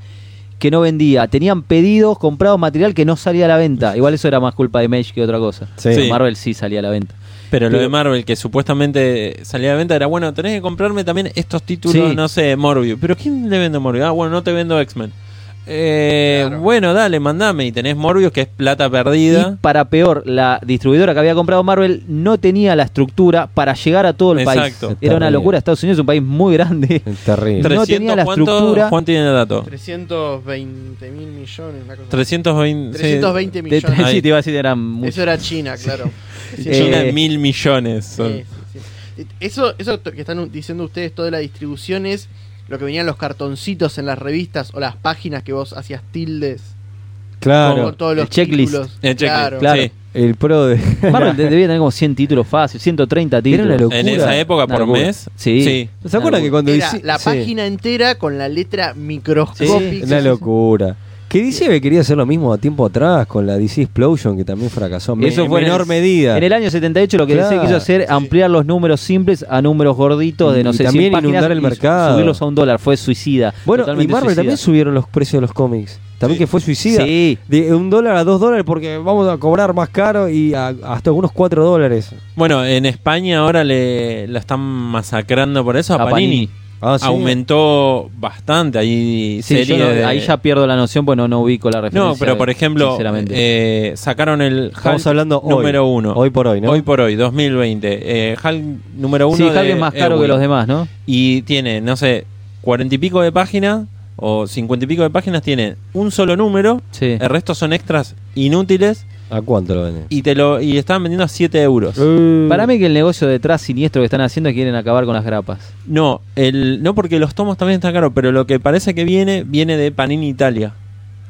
que no vendía, tenían pedidos comprados material que no salía a la venta. Igual eso era más culpa de Mage que otra cosa. Sí. Sí. Marvel sí salía a la venta. Pero lo Pero- de Marvel, que supuestamente salía de venta, era bueno, tenés que comprarme también estos títulos, Sí. no sé, Morbius. ¿Pero quién le vende Morbius? Ah, bueno, no te vendo X-Men. Eh, Bueno, dale, mandame. Y tenés Morbius, que es plata Y perdida. para peor, la distribuidora que había comprado Marvel no tenía la estructura para llegar a todo el Exacto. país. Era una Terrible. locura. Estados Unidos es un país muy grande. Es terrible. Tres- no tenía la ¿cuánto? estructura. Juan tiene el dato. 320 mil millones, una cosa 320, sí. 320 De, millones. Ahí. sí, te iba a decir, eran muchos. Eso era China, claro. Sí, Eh, China mil millones. son. sí, sí, sí. Eso, eso to- que están diciendo ustedes, toda la distribución es lo que venían los cartoncitos en las revistas o las páginas que vos hacías tildes Claro. con todos los el checklist. títulos. El checklist, Claro. Claro. sí. El pro de. Marvel te- debía tener como 100 títulos fácil, 130 títulos. una locura. En esa época, Una por locura. mes. Sí. ¿Se acuerdan que cuando Era hici- la sí, página entera con la letra microscópica. Una locura. Que DC quería hacer lo mismo a tiempo atrás con la DC Explosion que también fracasó. en Eso fue en menor el- medida. En el año 78 lo que Claro. se quiso hacer ampliar los números simples a números gorditos de no Y sé también 100 páginas inundar el y mercado. subirlos a un dólar fue suicida. bueno, y totalmente Marvel suicida. también subieron los precios de los cómics. También que fue suicida. Sí. De un dólar a dos dólares porque vamos a cobrar más caro y a- hasta algunos cuatro dólares. Bueno, en España ahora le la están masacrando por eso a, A Panini. Panini. Ah, sí. Aumentó bastante ahí Sí, yo series no- de- ahí ya pierdo la noción porque no, no ubico la referencia. No, pero por ejemplo, sinceramente. eh, sacaron el Estamos Hulk hablando hoy. número uno. Hoy por hoy, ¿no? Hoy por hoy, 2020. Eh, Hulk número uno. sí, de Hulk es más caro Ewing. que los demás, ¿no? Y tiene, no sé, cuarenta y pico de páginas o cincuenta y pico de páginas. Tiene un solo número. Sí. El resto son extras inútiles. ¿A cuánto lo venden? Y te lo y estaban vendiendo a 7 euros. Para mí que el negocio detrás siniestro que están haciendo es que quieren acabar con las grapas. No, el, no porque los tomos también están caros, pero lo que parece que viene, viene de Panini Italia.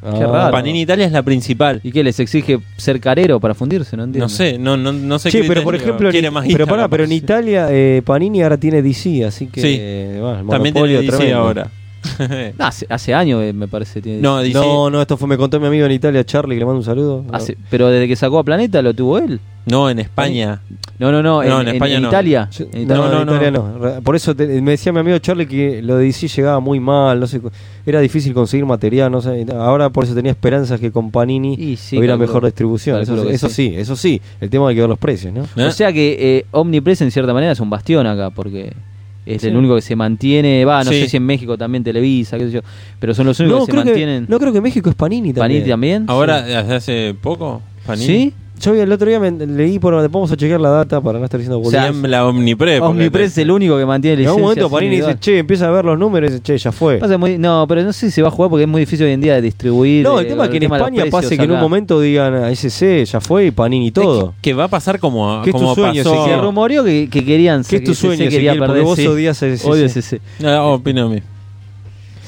Ah. qué raro. Panini Italia es la principal. ¿Y qué les exige ser carero para fundirse? No entiendo. No sé, no, no, no sé Che, qué pero por criterio. ejemplo, en Quiere It- más pero, guita, pará, capaz. pero en Italia eh, Panini ahora tiene DC, así que Sí. eh, bueno, el También monopolio tiene DC tremendo. ahora. No, hace, hace años eh, me parece. Tiene no, DC. Ah, No, no, esto fue me contó mi amigo en Italia, Charlie, que le mando un saludo. Hace- pero desde que sacó a Planeta lo tuvo él. No, en España. No, no, no, en, No, en en- España en no. Italia. Yo- En Italia. no, no, no, en Italia no. Re- Por eso te- me decía mi amigo Charlie que lo de DC llegaba muy mal, no sé, cu- era difícil conseguir material, no sé. Ahora por eso tenía esperanzas que con Panini Y sí, hubiera calculo- mejor distribución. Eso, calculo que eso sí. eso sí. El tema de que ver los precios, ¿no? ¿Eh? O sea que eh, Omnipress en cierta manera es un bastión acá, porque es el único que se mantiene. Va, no Sí. sé si en México también Televisa, qué sé yo, pero son los únicos No que se creo que, mantienen. no creo que México es Panini también. Panini también. Ahora, desde hace poco, Panini. ¿Sí? Yo vi el otro día me- leí por donde vamos a chequear la data para no estar diciendo sea, boludeces. Tiembla Omnipress. eh, porque Omnipress es el único que mantiene En licencias algún momento Panini dice, individuales. che, empieza a ver los números y dice, che, ya fue. Pasa muy- no, pero no sé si se va a jugar porque es muy difícil hoy en día de distribuir. No, el eh, tema es que en de los España precios pase que en un acá. momento digan a SC, ya fue, y Panini te- todo. Que, va a pasar como, ¿Qué es tu como sueño, pasó. Se rumoreó que, que querían ¿Qué es tu que se- se sueño, quería Ezequiel? Porque perder, vos sí. odias a ese- Odio ese. ese- Ah, opino a mí.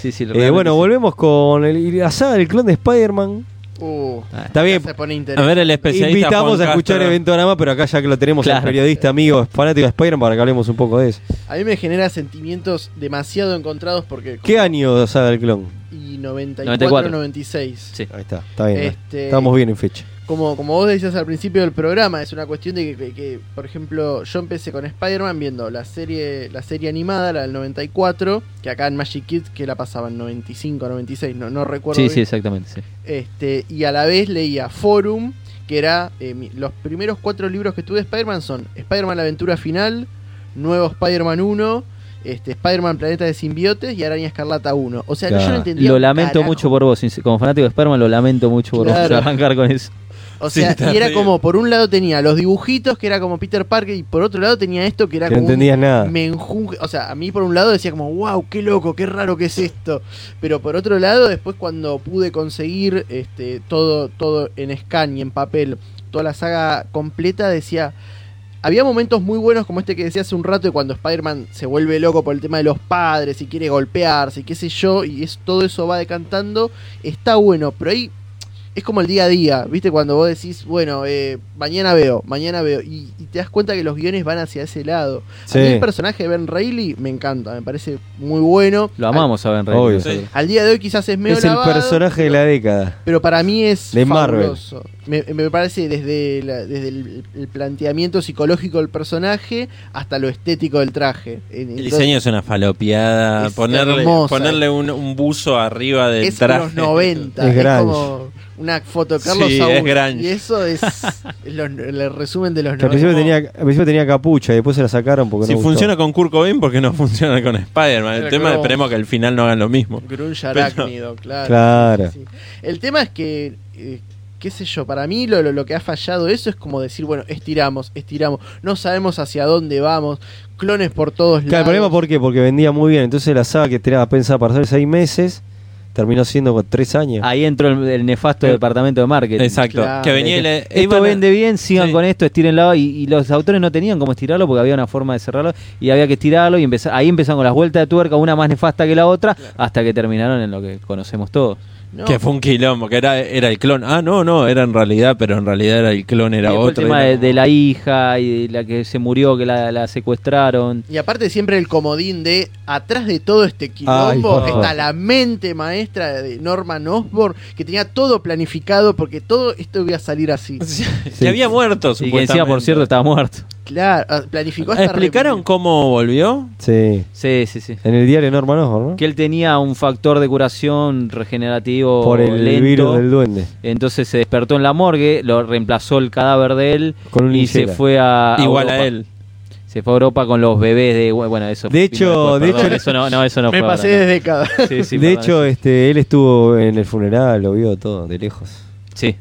Sí, sí, Eh, realmente bueno, sí. volvemos con el- y la saga del clon de Spider-Man. Uh, Está bien. se pone A interesante. ver, el especialista. Invitamos Juan a escuchar Castro. Eventorama, pero acá ya que lo tenemos al Claro. periodista amigo, fanático de Spider-Man, para que hablemos un poco de eso. A mí me genera sentimientos demasiado encontrados porque. ¿Qué año de saga del clon? Y 94, 94. 96. Sí. Ahí está, está bien. Este- Estamos bien en fecha. Como, como vos decías al principio del programa, es una cuestión de que, que- que, por ejemplo, yo empecé con Spider-Man viendo la serie, la serie animada, la del 94, que acá en Magic Kids, que la pasaban 95, 96, no, no recuerdo. Sí, bien. sí, exactamente. sí. Este, y a la vez leía Forum, que era eh, mi- los primeros cuatro libros que tuve de Spider-Man son Spider-Man la aventura final, Nuevo Spider-Man 1, este, Spider-Man Planeta de Simbiotes y Araña Escarlata 1. O sea, yo Claro. no entendía. Lo un lamento carajo. mucho por vos, sincer- como fanático de Spider-Man, lo lamento mucho por Claro. vos arrancar con eso. O Sí, sea, está y era horrible. como, por un lado tenía los dibujitos, que era como Peter Parker, y por otro lado tenía esto, que era Que no como un entendías nada. menjunje. O sea, a mí por un lado decía como, wow, qué loco, qué raro que es esto. Pero por otro lado, después cuando pude conseguir este, todo, todo en scan y en papel, toda la saga completa, decía... Había momentos muy buenos como este que decía hace un rato de cuando Spider-Man se vuelve loco por el tema de los padres y quiere golpearse y qué sé yo, y es, todo eso va decantando. Está bueno, pero ahí es como el día a día, ¿viste? Cuando vos decís, bueno, eh, mañana veo, mañana veo, y, y te das cuenta que los guiones van hacia ese lado. Sí. A mí el personaje de Ben Reilly me encanta, me parece muy bueno. Lo amamos a Ben Reilly. Obvio. nosotros. Sí. Al, al día de hoy quizás es medio Es el lavado, personaje de la década. pero para mí es de Marvel. fabuloso. Me, me parece desde, la- desde el, el planteamiento psicológico del personaje hasta lo estético del traje. El En- entonces, diseño es una falopeada. Es ponerle hermosa. ponerle un, un buzo arriba del es de traje. los 90, Es es, grunge. como una foto de Carlos Sí, es Saúl, grunge. Y eso es es los- el resumen de los Que al, principio 90. tenía, al principio tenía capucha y después se la sacaron porque Si no gustó. funciona con Kurt Cobain, ¿por qué no funciona con Spider-Man? El Pero tema claro. esperemos que al final no hagan lo mismo. Grunge Pero- arácnido, claro. Claro. Sí, sí. El tema es que, eh, qué sé yo, para mí lo, lo- lo que ha fallado eso es como decir, bueno, estiramos, estiramos, no sabemos hacia dónde vamos, clones por todos Claro, el lados. problema por qué, porque vendía muy bien. Entonces la saga que tenía pensada para hacer seis meses terminó siendo con tres años. Ahí entró el, el nefasto Eh, departamento de marketing. Eh, Exacto. Claro. Que venía y le- esto iban a- vende bien, sigan Sí. con esto, estírenlo. Y, y los autores no tenían cómo estirarlo porque había una forma de cerrarlo y había que estirarlo. Y empezar, ahí empezaron con las vueltas de tuerca, una más nefasta que la otra, hasta que terminaron en lo que conocemos todos. No, Que fue un quilombo, que era, era el clon. Ah, no, no, era en realidad, pero en realidad era el clon, Y era después otro. el tema era- de, de la hija y de la que se murió, que la, la secuestraron. Y aparte siempre el comodín de atrás de todo este Ay, quilombo por favor. está la mente maestra de Norman Osborn que tenía todo planificado porque todo esto iba a salir así. Que había muerto, Y que supuestamente. encima, por cierto, estaba muerto. Claro, ah, planificó hasta ¿Explicaron cómo volvió? Sí. Sí, sí, sí. En el diario Norman Osborn, ¿no? Que él tenía un factor de curación regenerativo Por el lento. virus del duende. Entonces se despertó en la morgue, lo reemplazó el cadáver de él Con una y linchera. se fue a, a Igual Europa. a él. Se fue a Europa con los bebés de bueno, eso. De vino hecho- después, de perdón, hecho- eso no, no, eso no Me fue ahora, pasé no. de década. Sí, sí, de perdón, hecho, eso. este, él estuvo en el funeral, lo vio todo, de lejos. sí.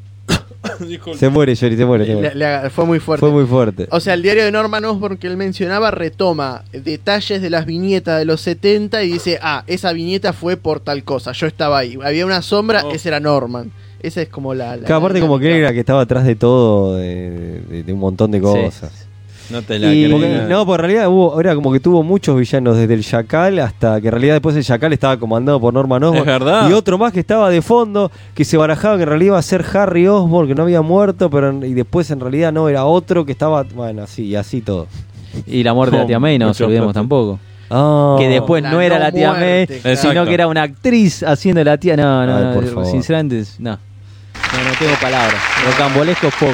Se muere, Yori, se muere. se muere. Le- le aga- fue muy fuerte. Fue muy fuerte. O sea, el diario de Norman Osborn que él mencionaba retoma detalles de las viñetas de los 70 y dice, ah, esa viñeta fue por tal cosa, yo estaba ahí, había una sombra, Oh. ese era Norman. Esa es como la... la Cada parte como que él era dinámica. que estaba atrás de todo, de, de- de un montón de cosas. Sí. No te la Y- creí. Porque- no, por realidad hubo, era como que tuvo muchos villanos, desde el Chacal hasta que en realidad después el Chacal estaba comandado por Norman Osborn. Es verdad. Y otro más que estaba de fondo, que se barajaba que en realidad iba a ser Harry Osborn, que no había muerto, pero en- y después en realidad no, era otro que estaba, bueno, así, y así todo. Y la muerte de la tía May Oh, no nos Mucho olvidemos plata. tampoco. Ah. que después La no era no la tía muerte, May, claro. sino Exacto. que era una actriz haciendo la tía. No, no, Ay, por no, favor. sinceramente, no. No, no tengo palabras. Rocambolesco poco.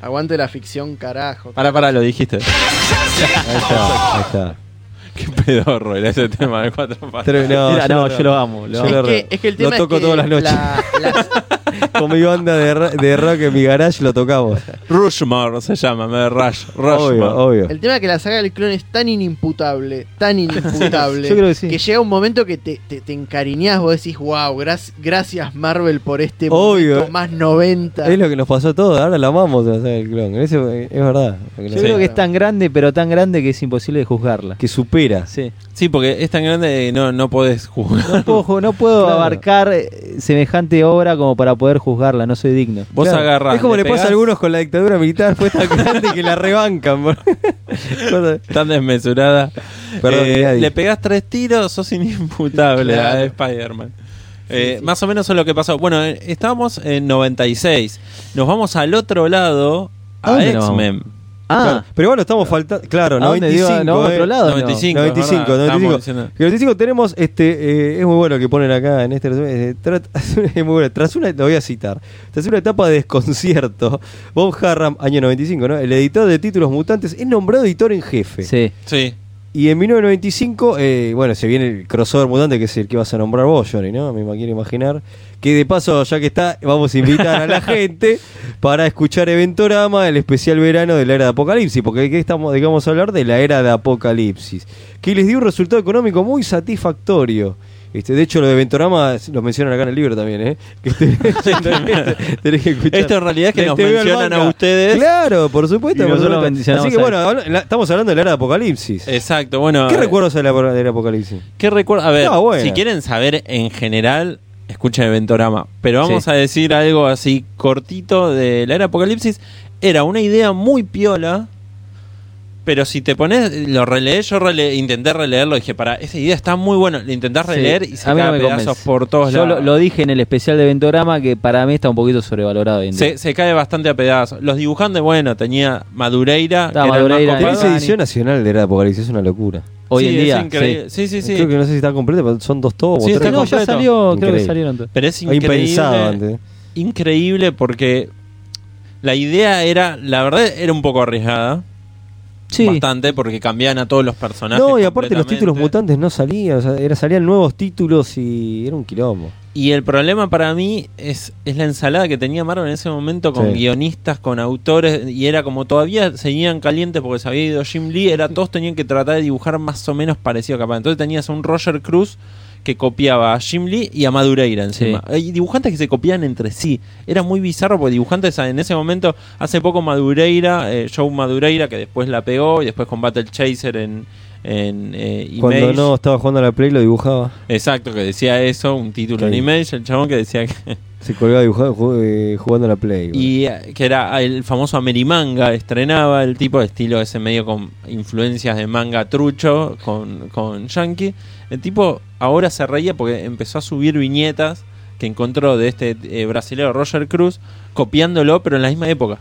Aguante la ficción, carajo. Pará, pará, lo dijiste. Ahí está, ahí está. Qué pedorro era ese tema de cuatro patas. Tre- no, Mira, no, lo- yo lo amo. lo yo amo. lo- es, que, es que el lo tema es toco que todas las noches. la- las- Con mi banda de, ra- de rock en mi garage lo tocamos. Rushmore se llama, me Rush. Rushmore. Obvio, obvio. el tema es que la saga del clon es tan inimputable, tan inimputable, Yo creo que sí. llega un momento que te, te, te encariñás, vos decís, wow, gracias Marvel por este Obvio. momento más 90. Es lo que nos pasó a todos, ahora la amamos la saga del clon. Eso es es verdad. lo que nos- Yo creo que es tan grande, pero tan grande que es imposible de juzgarla. Que supera. Sí. Sí, porque es tan grande que no, no podés jugar. No puedo, ju- no puedo Claro. abarcar eh, semejante obra como para poder juzgarla, no soy digno. Vos Claro, agarrás. Es como le, pasa a pegás, algunos con la dictadura militar, fue tan grande que la rebancan. bro. Cosa- Tan desmesurada. Perdón, Eh, mirá, le dije. pegás tres tiros, sos inimputable Claro. a Spider-Man. Eh, Más o menos es lo que pasó. Bueno, eh, estábamos en 96. Nos vamos al otro lado, ¿A a dónde nos X-Men. Ah, Claro, Pero igual nos estamos faltando. Claro, ¿A dónde 95. iba? No, eh. otro lado. no. 95. 95, es verdad, estábamos 95. diciendo. Que 95 tenemos este eh, es muy bueno que ponen acá en este resumen, eh, trat- es muy bueno. Tras una lo voy a citar. Tras una etapa de desconcierto, Bob Harram, año 95, ¿no? El editor de títulos mutantes es nombrado editor en jefe. sí. Sí. Y en 1995, eh, bueno, se viene el crossover mutante, que es el que vas a nombrar vos, Johnny, ¿no? Me ima- quiero imaginar. Que de paso, ya que está, vamos a invitar a la gente para escuchar Eventorama, el especial verano de la era de Apocalipsis, porque aquí estamos, digamos, a hablar de la era de Apocalipsis, que les dio un resultado económico muy satisfactorio. Este, de hecho, lo de Eventorama es- lo mencionan acá en el libro también, ¿eh? Que este- tenés que escuchar. Esto en realidad es que Del nos TVO al mencionan a manga. ustedes. Claro, por supuesto. Y por nosotros supuesto. mencionamos Así que a- bueno, habla- la- estamos hablando de la era de Apocalipsis. Exacto, bueno. ¿Qué eh, recuerdos hay de la- del apocalipsis? ¿Qué recuerdo? A ver, No, bueno. si quieren saber en general, escuchen Ventorama. Pero vamos Sí. a decir algo así cortito de la era Apocalipsis. Era una idea muy piola. Pero si te pones, lo releé, yo rele- intenté releerlo, dije, para, esa idea está muy buena, lo intentás releer Sí, y se a mí no cae a me pedazos convence. por todos Yo lados. lo, lo dije en el especial de Ventorama que para mí está un poquito sobrevalorado. hoy en día. se, se cae bastante a pedazos. Los dibujantes, bueno, tenía Madureira, Está, que era el más Madureira, copado. Tenés edición nacional de Era de Apocalipsis, es una locura. Hoy Sí, en es día. increíble. Sí, sí, sí. Creo que no sé si está completo, pero son dos tomos. Sí, sí. tres. está No, ya completo. salió, creo Increíble. que salieron todos. Pero es increíble. Impensado antes. increíble porque la idea era, la verdad, era un poco arriesgada. Sí. Bastante, porque cambiaban a todos los personajes. No, y aparte los completamente. títulos mutantes no salían, o sea, era, salían nuevos títulos y era un quilombo. Y el problema para mí es, es la ensalada que tenía Marvel en ese momento con Sí. guionistas, con autores, y era como todavía seguían calientes porque se había ido Jim Lee, era todos tenían que tratar de dibujar más o menos parecido capaz. Entonces tenías a un Roger Cruz que copiaba a Jim Lee y a Madureira encima. Hay dibujantes que se copian entre sí. Era muy bizarro porque dibujantes ah, en ese momento, hace poco Madureira, eh, Joe Madureira, que después la pegó y después con Battle Chaser en, en eh, Cuando Image. no estaba jugando a la Play lo dibujaba. Exacto, que decía eso, un título en Sí. Image, el chabón que decía que... Se colgaba dibujando, ju- eh, jugando a la Play. boludo. Y eh, que era el famoso Amerimanga, estrenaba el tipo de estilo ese medio con influencias de manga trucho, con, con yankee. El tipo ahora se reía porque empezó a subir viñetas que encontró de este eh, brasilero Roger Cruz, copiándolo, pero en la misma época.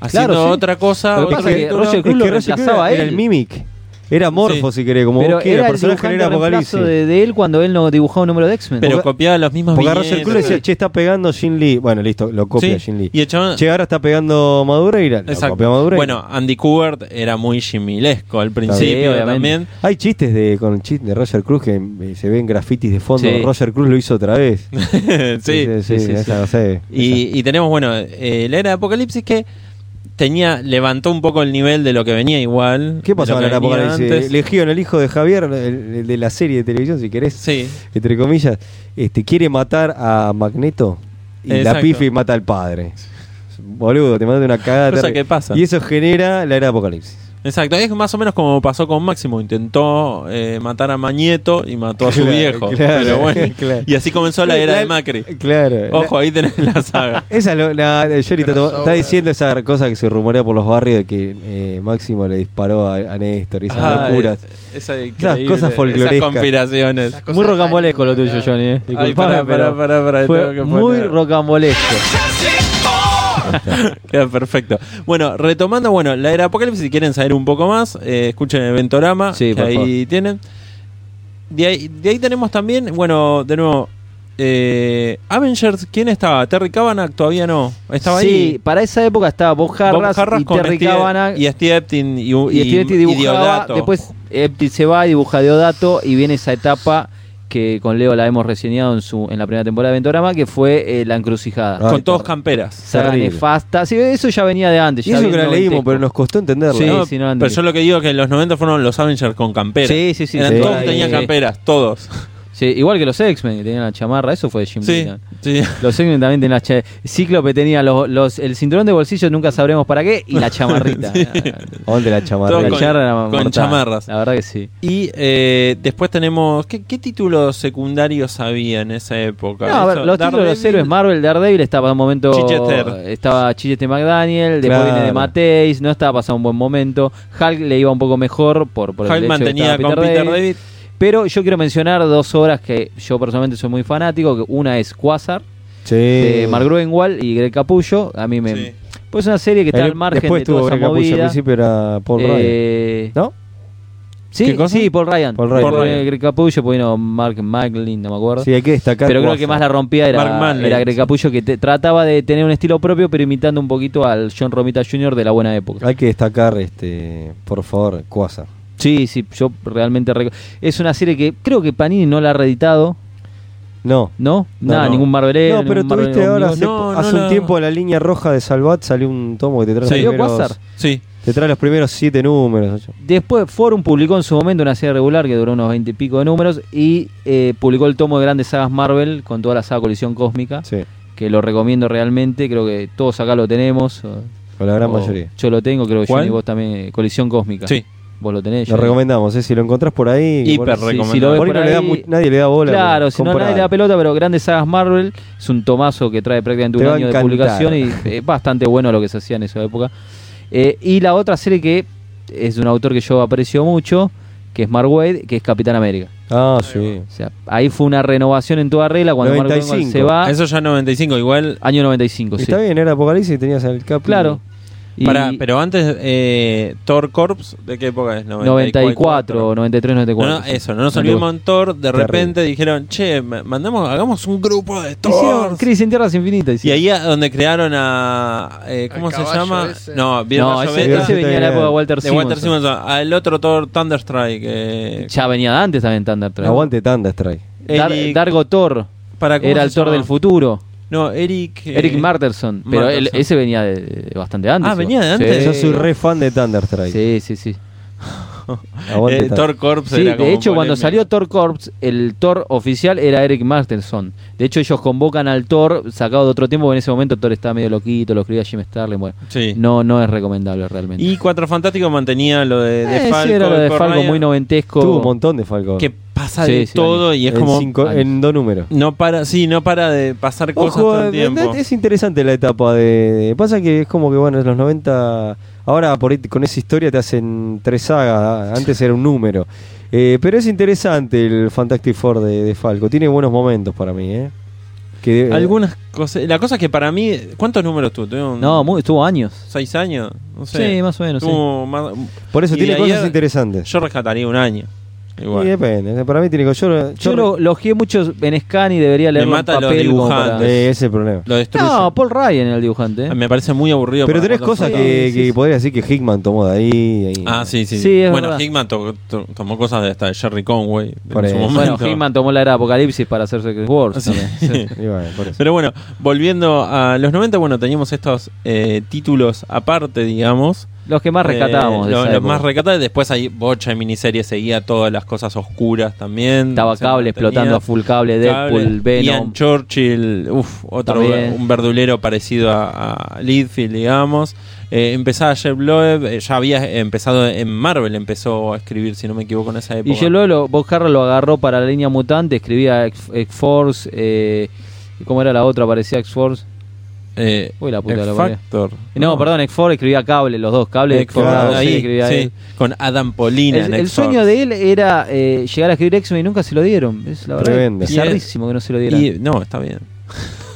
Haciendo Claro, sí. otra cosa. Lo que otro pasa es que título. Ah, Roger Cruz Es lo que Roger Cruz reemplazaba a era, era él. el Mimic. Era Morfo, si querés, como Pero vos quieras, era el personaje dibujante en Era reemplazo Apocalipsis. de, de él cuando él no dibujaba un número de X-Men. pero Porque- copiaba las mismas Porque a viñetas. Roger Cruz le decía, che, está pegando Jin Lee. Bueno, listo, lo copia Sí, Jin Lee. Y el chabón- Che, ahora está pegando Madureira. La Exacro. copia Madureira. Ah. Bueno, Andy Kubert era muy Jimilesco al principio obviamente. también. Hay chistes de con chistes de Roger Cruz que eh, se ven grafitis de fondo. Sí. Roger Cruz lo hizo otra vez. sí. sí, sí, esa, sí. no sé, esa. Y, y tenemos, bueno, eh, la era de Apocalipsis que tenía, levantó un poco el nivel de lo que venía igual. ¿Qué pasó de lo con el que venía Apocalipsis? antes. Legión, el hijo de Javier, el, el de la serie de televisión, si querés, Sí, entre comillas, este quiere matar a Magneto y la Exacto. pifi mata al padre. Boludo, te manda una cagada. Cosa terrible. que pasa. Y eso genera la era de Apocalipsis. exacto. Es más o menos como pasó con Máximo. Intentó eh, matar a Mañeto y mató a su Claro, viejo. claro, pero bueno. claro. Y así comenzó la era de Macri. Claro. Ojo, ahí tenés la saga. Esa es lo- la, el Johnny está, Crossover. está diciendo esa cosa que se rumorea por los barrios de que eh, Máximo le disparó a, a Néstor y esas Ah, locuras. es- esa increíble, cosas folclorescas. Esas conspiraciones. Esas Muy cosas rocambolesco lo tuyo, raras. Johnny. Eh. Ay, Disculpame, pará, pará, pero pará, pará, tengo fue que muy poner. rocambolesco. Queda perfecto. Bueno, retomando, bueno, la era Apocalipsis, si quieren saber un poco más, eh, escuchen el Ventorama, Sí, que por ahí favor. tienen. De ahí, de ahí tenemos también, bueno, de nuevo, eh, Avengers, ¿quién estaba? Terry Cavanagh todavía no. Estaba sí, ahí. para esa época estaba Bob Bob Harras, Harras y Terry Steve- Cavanagh. y Steve Eptin y, y, y- Steve Epstein y dibujaba, Deodato. después Epstein se va, dibuja Deodato y viene esa etapa que con Leo la hemos reseñado en su en la primera temporada de Ventorama, que fue eh, La Encrucijada. con Ay, todos terrible. camperas. Saga Ah, terrible. nefasta. Sí, eso ya venía de antes. Y ya eso que bien la leímos, noventesco. pero nos costó entenderla. Sí, No, sí, no, pero Andy. yo lo que digo es que en los 90 fueron los Avengers con camperas. Sí, sí, sí, Eran sí. todos Sí. tenían camperas, todos. Sí, igual que los X-Men, que tenían la chamarra, eso fue de Jim Sí, Gilligan. sí. Los X-Men también tenían la chamarra. Cíclope tenía los, los, el cinturón de bolsillo, nunca sabremos para qué, y la chamarrita. Ah, ¿A dónde la Todo chamarra? La con- chamarra era con mortal. chamarras. La verdad que sí. Y eh, después tenemos. ¿qué, qué títulos secundarios había en esa época? No, a ver, Eso, los títulos de los Daredevil, héroes Marvel, Daredevil estaba en un momento. Chichester. Estaba Chichester McDaniel, después Claro. viene de Mateis, no estaba pasando un buen momento. Hulk le iba un poco mejor por, por el Hulk hecho de que mantenía estaba con Peter David. David. Pero yo quiero mencionar dos obras que yo personalmente soy muy fanático. que Una es Quasar, Sí. de Mark Gruenwald y Greg Capullo. A mí me. Sí. Pues es una serie que está El- al margen Después de tuvo toda esa Greg Capullo, al movida. principio era Paul Ryan. Eh, ¿No? Sí, ¿Qué cosa? sí, Paul Ryan. Paul Ryan. Después Paul Ryan. Greg Capullo, pues vino Mark Maglin, no me acuerdo. Sí, hay que destacar. Pero creo Guasa. que más la rompía Mark era, Manley. era Greg Capullo, que te- trataba de tener un estilo propio, pero imitando un poquito al John Romita Jr. de la buena época. Hay que destacar, este, por favor, Cuasa. Sí, sí, yo realmente. reco- Es una serie que creo que Panini no la ha reeditado, No. ¿no? No, Nada, no. ningún Marvel. no, pero tuviste ahora hace, No, hace no, un no. tiempo en la línea roja de Salvat salió un tomo que te trae, ¿Salió los, primeros, Quasar? Sí. te trae los primeros siete números. ocho. Después, Forum publicó en su momento una serie regular que duró unos 20 y pico de números y eh, publicó el tomo de grandes sagas Marvel con toda la saga Colisión Cósmica, Sí, que lo recomiendo realmente. Creo que todos acá lo tenemos. o- con la gran o mayoría. Yo lo tengo, creo que ¿Cuál? Johnny, vos también. eh, Colisión Cósmica. Sí. Vos lo tenés. Lo Johnny. recomendamos, eh, si lo encontrás por ahí. Hiper por- Sí, recomendado. si lo ves por ahí por no le da ahí- mu- nadie le da bola. pues, Claro, pero si no comprá. nadie le da pelota, pero Grandes Sagas Marvel es un tomazo que trae prácticamente Te un va a año de encantar. publicación y es bastante bueno lo que se hacía en esa época. Eh, y la otra serie que es de un autor que yo aprecio mucho, que es Mark Wade, que es Capitán América. Ah, sí. O sea, ahí fue una renovación en toda regla cuando Mark Wade 95. se va, Eso ya en 95, igual. año 95, Pues sí. Está bien, era Apocalipsis y tenías el Capi. Claro. Y Pará, pero antes, eh, Thor Corps, ¿de qué época es? 94, 93, 94. No, no, eso, no nos 94. olvidemos en Thor. De Terrible. repente dijeron, che, ma- mandamos, hagamos un grupo de Hicieron Thor. Crisis en Tierras Infinitas. Y hicieron. ahí es donde crearon a. eh, ¿Cómo Al se caballo llama? ese. No, Vieron no, Rayo ese, Beta, ese venía de la época de Walter de Walter Simonson. Simonson. Al otro Thor, Thunderstrike. eh, Ya venía de antes también Thunderstruck. Aguante tanda, trae. Dar- Eric- Dargo Thor para, ¿cómo Eh, era se el Thor llama? del futuro. No, Eric. eh, Eric Marterson, pero él- Marterson. ese venía de, de bastante antes. Ah, igual. venía de antes. Sí. Yo soy re fan de Thunderstrike. Sí, sí, sí. Aguante eh, Thunderstrike. Thor Corps Sí, era como de hecho, cuando polémico. salió Thor Corps, el Thor oficial era Eric Marterson. De hecho, ellos convocan al Thor sacado de otro tiempo, porque en ese momento Thor estaba medio loquito, lo escribía Jim Starlin. Bueno, Sí. no, no es recomendable realmente. Y Cuatro Fantásticos mantenía lo de, de Eh, sí, Falco. era lo de de Thor Falco Ryan, muy noventesco. Tuvo un montón de Falcon. Que pasa Sí, de sí, todo y es en, como. cinco- Ay. en dos números. No para, sí, no para de pasar cosas Ojo, todo el eh, tiempo. es interesante la etapa de... Pasa que es como que, bueno, en los 90... Ahora por ahí, con esa historia te hacen tres sagas, ah, antes era un número. Eh, pero es interesante el Fantastic Four de, de Falco, tiene buenos momentos para mí, ¿eh? Que, eh, Algunas cosas. La cosa es que para mí. ¿Cuántos números tuvo? ¿Tuvo un- No, muy- estuvo años. ¿Seis años? No Sí, sé. más o menos. sí. Tuvo más- Por eso y tiene de cosas ayer- interesantes. Yo rescataría un año. Y Igual. depende, para mí tiene cosas... Yo, Yo lo lo ojeé mucho en Scan y debería Me leerlo en mata los papel. como para- dibujantes. Eh, ese es el problema. Lo destruye. No, Paul Ryan era el dibujante. ¿eh? Me parece muy aburrido. Pero para tenés Cuatro cosas sí, que, sí, que sí. podría decir que Hickman tomó de ahí. y- Ah, sí, sí. Sí, es bueno, verdad. Hickman to- to- tomó cosas de hasta de Jerry Conway Por en su eso. momento. Ah, Bueno, Hickman tomó la era de Apocalipsis para hacer Secret Wars. Sí. también. y bueno, por eso. Pero bueno, volviendo a los 90, bueno, teníamos estos eh, títulos aparte, digamos. Los que más Eh, rescatábamos. de lo- esa los época. más rescatados. Después hay bocha de miniseries, seguía todas las cosas oscuras también. Estaba Se cable mantenía. explotando a full cable, Deadpool, Cable. Venom. Ian Churchill, uf, otro, También. un verdulero parecido a, a Lidfield, digamos. Eh, empezaba Jeff Loeb, eh, ya había empezado en Marvel, empezó a escribir, si no me equivoco, en esa época. Y yo luego lo, Bob Harrell lo agarró para la línea mutante, escribía X- X-Force. Eh, ¿Cómo era la otra? Parecía X-Force. Eh, Uy, la puta X la parió. Factor. No, perdón, X-Force escribía cable, los dos cables. Eh, X-Force, claro, sí, ahí, escribía sí, él. con Adam Polina. El, en el X sueño Force. de él era eh, llegar a escribir X-Men y nunca se lo dieron. Es la verdad. Tremendo. Bizarrísimo que no se lo dieron. Y- no, está bien.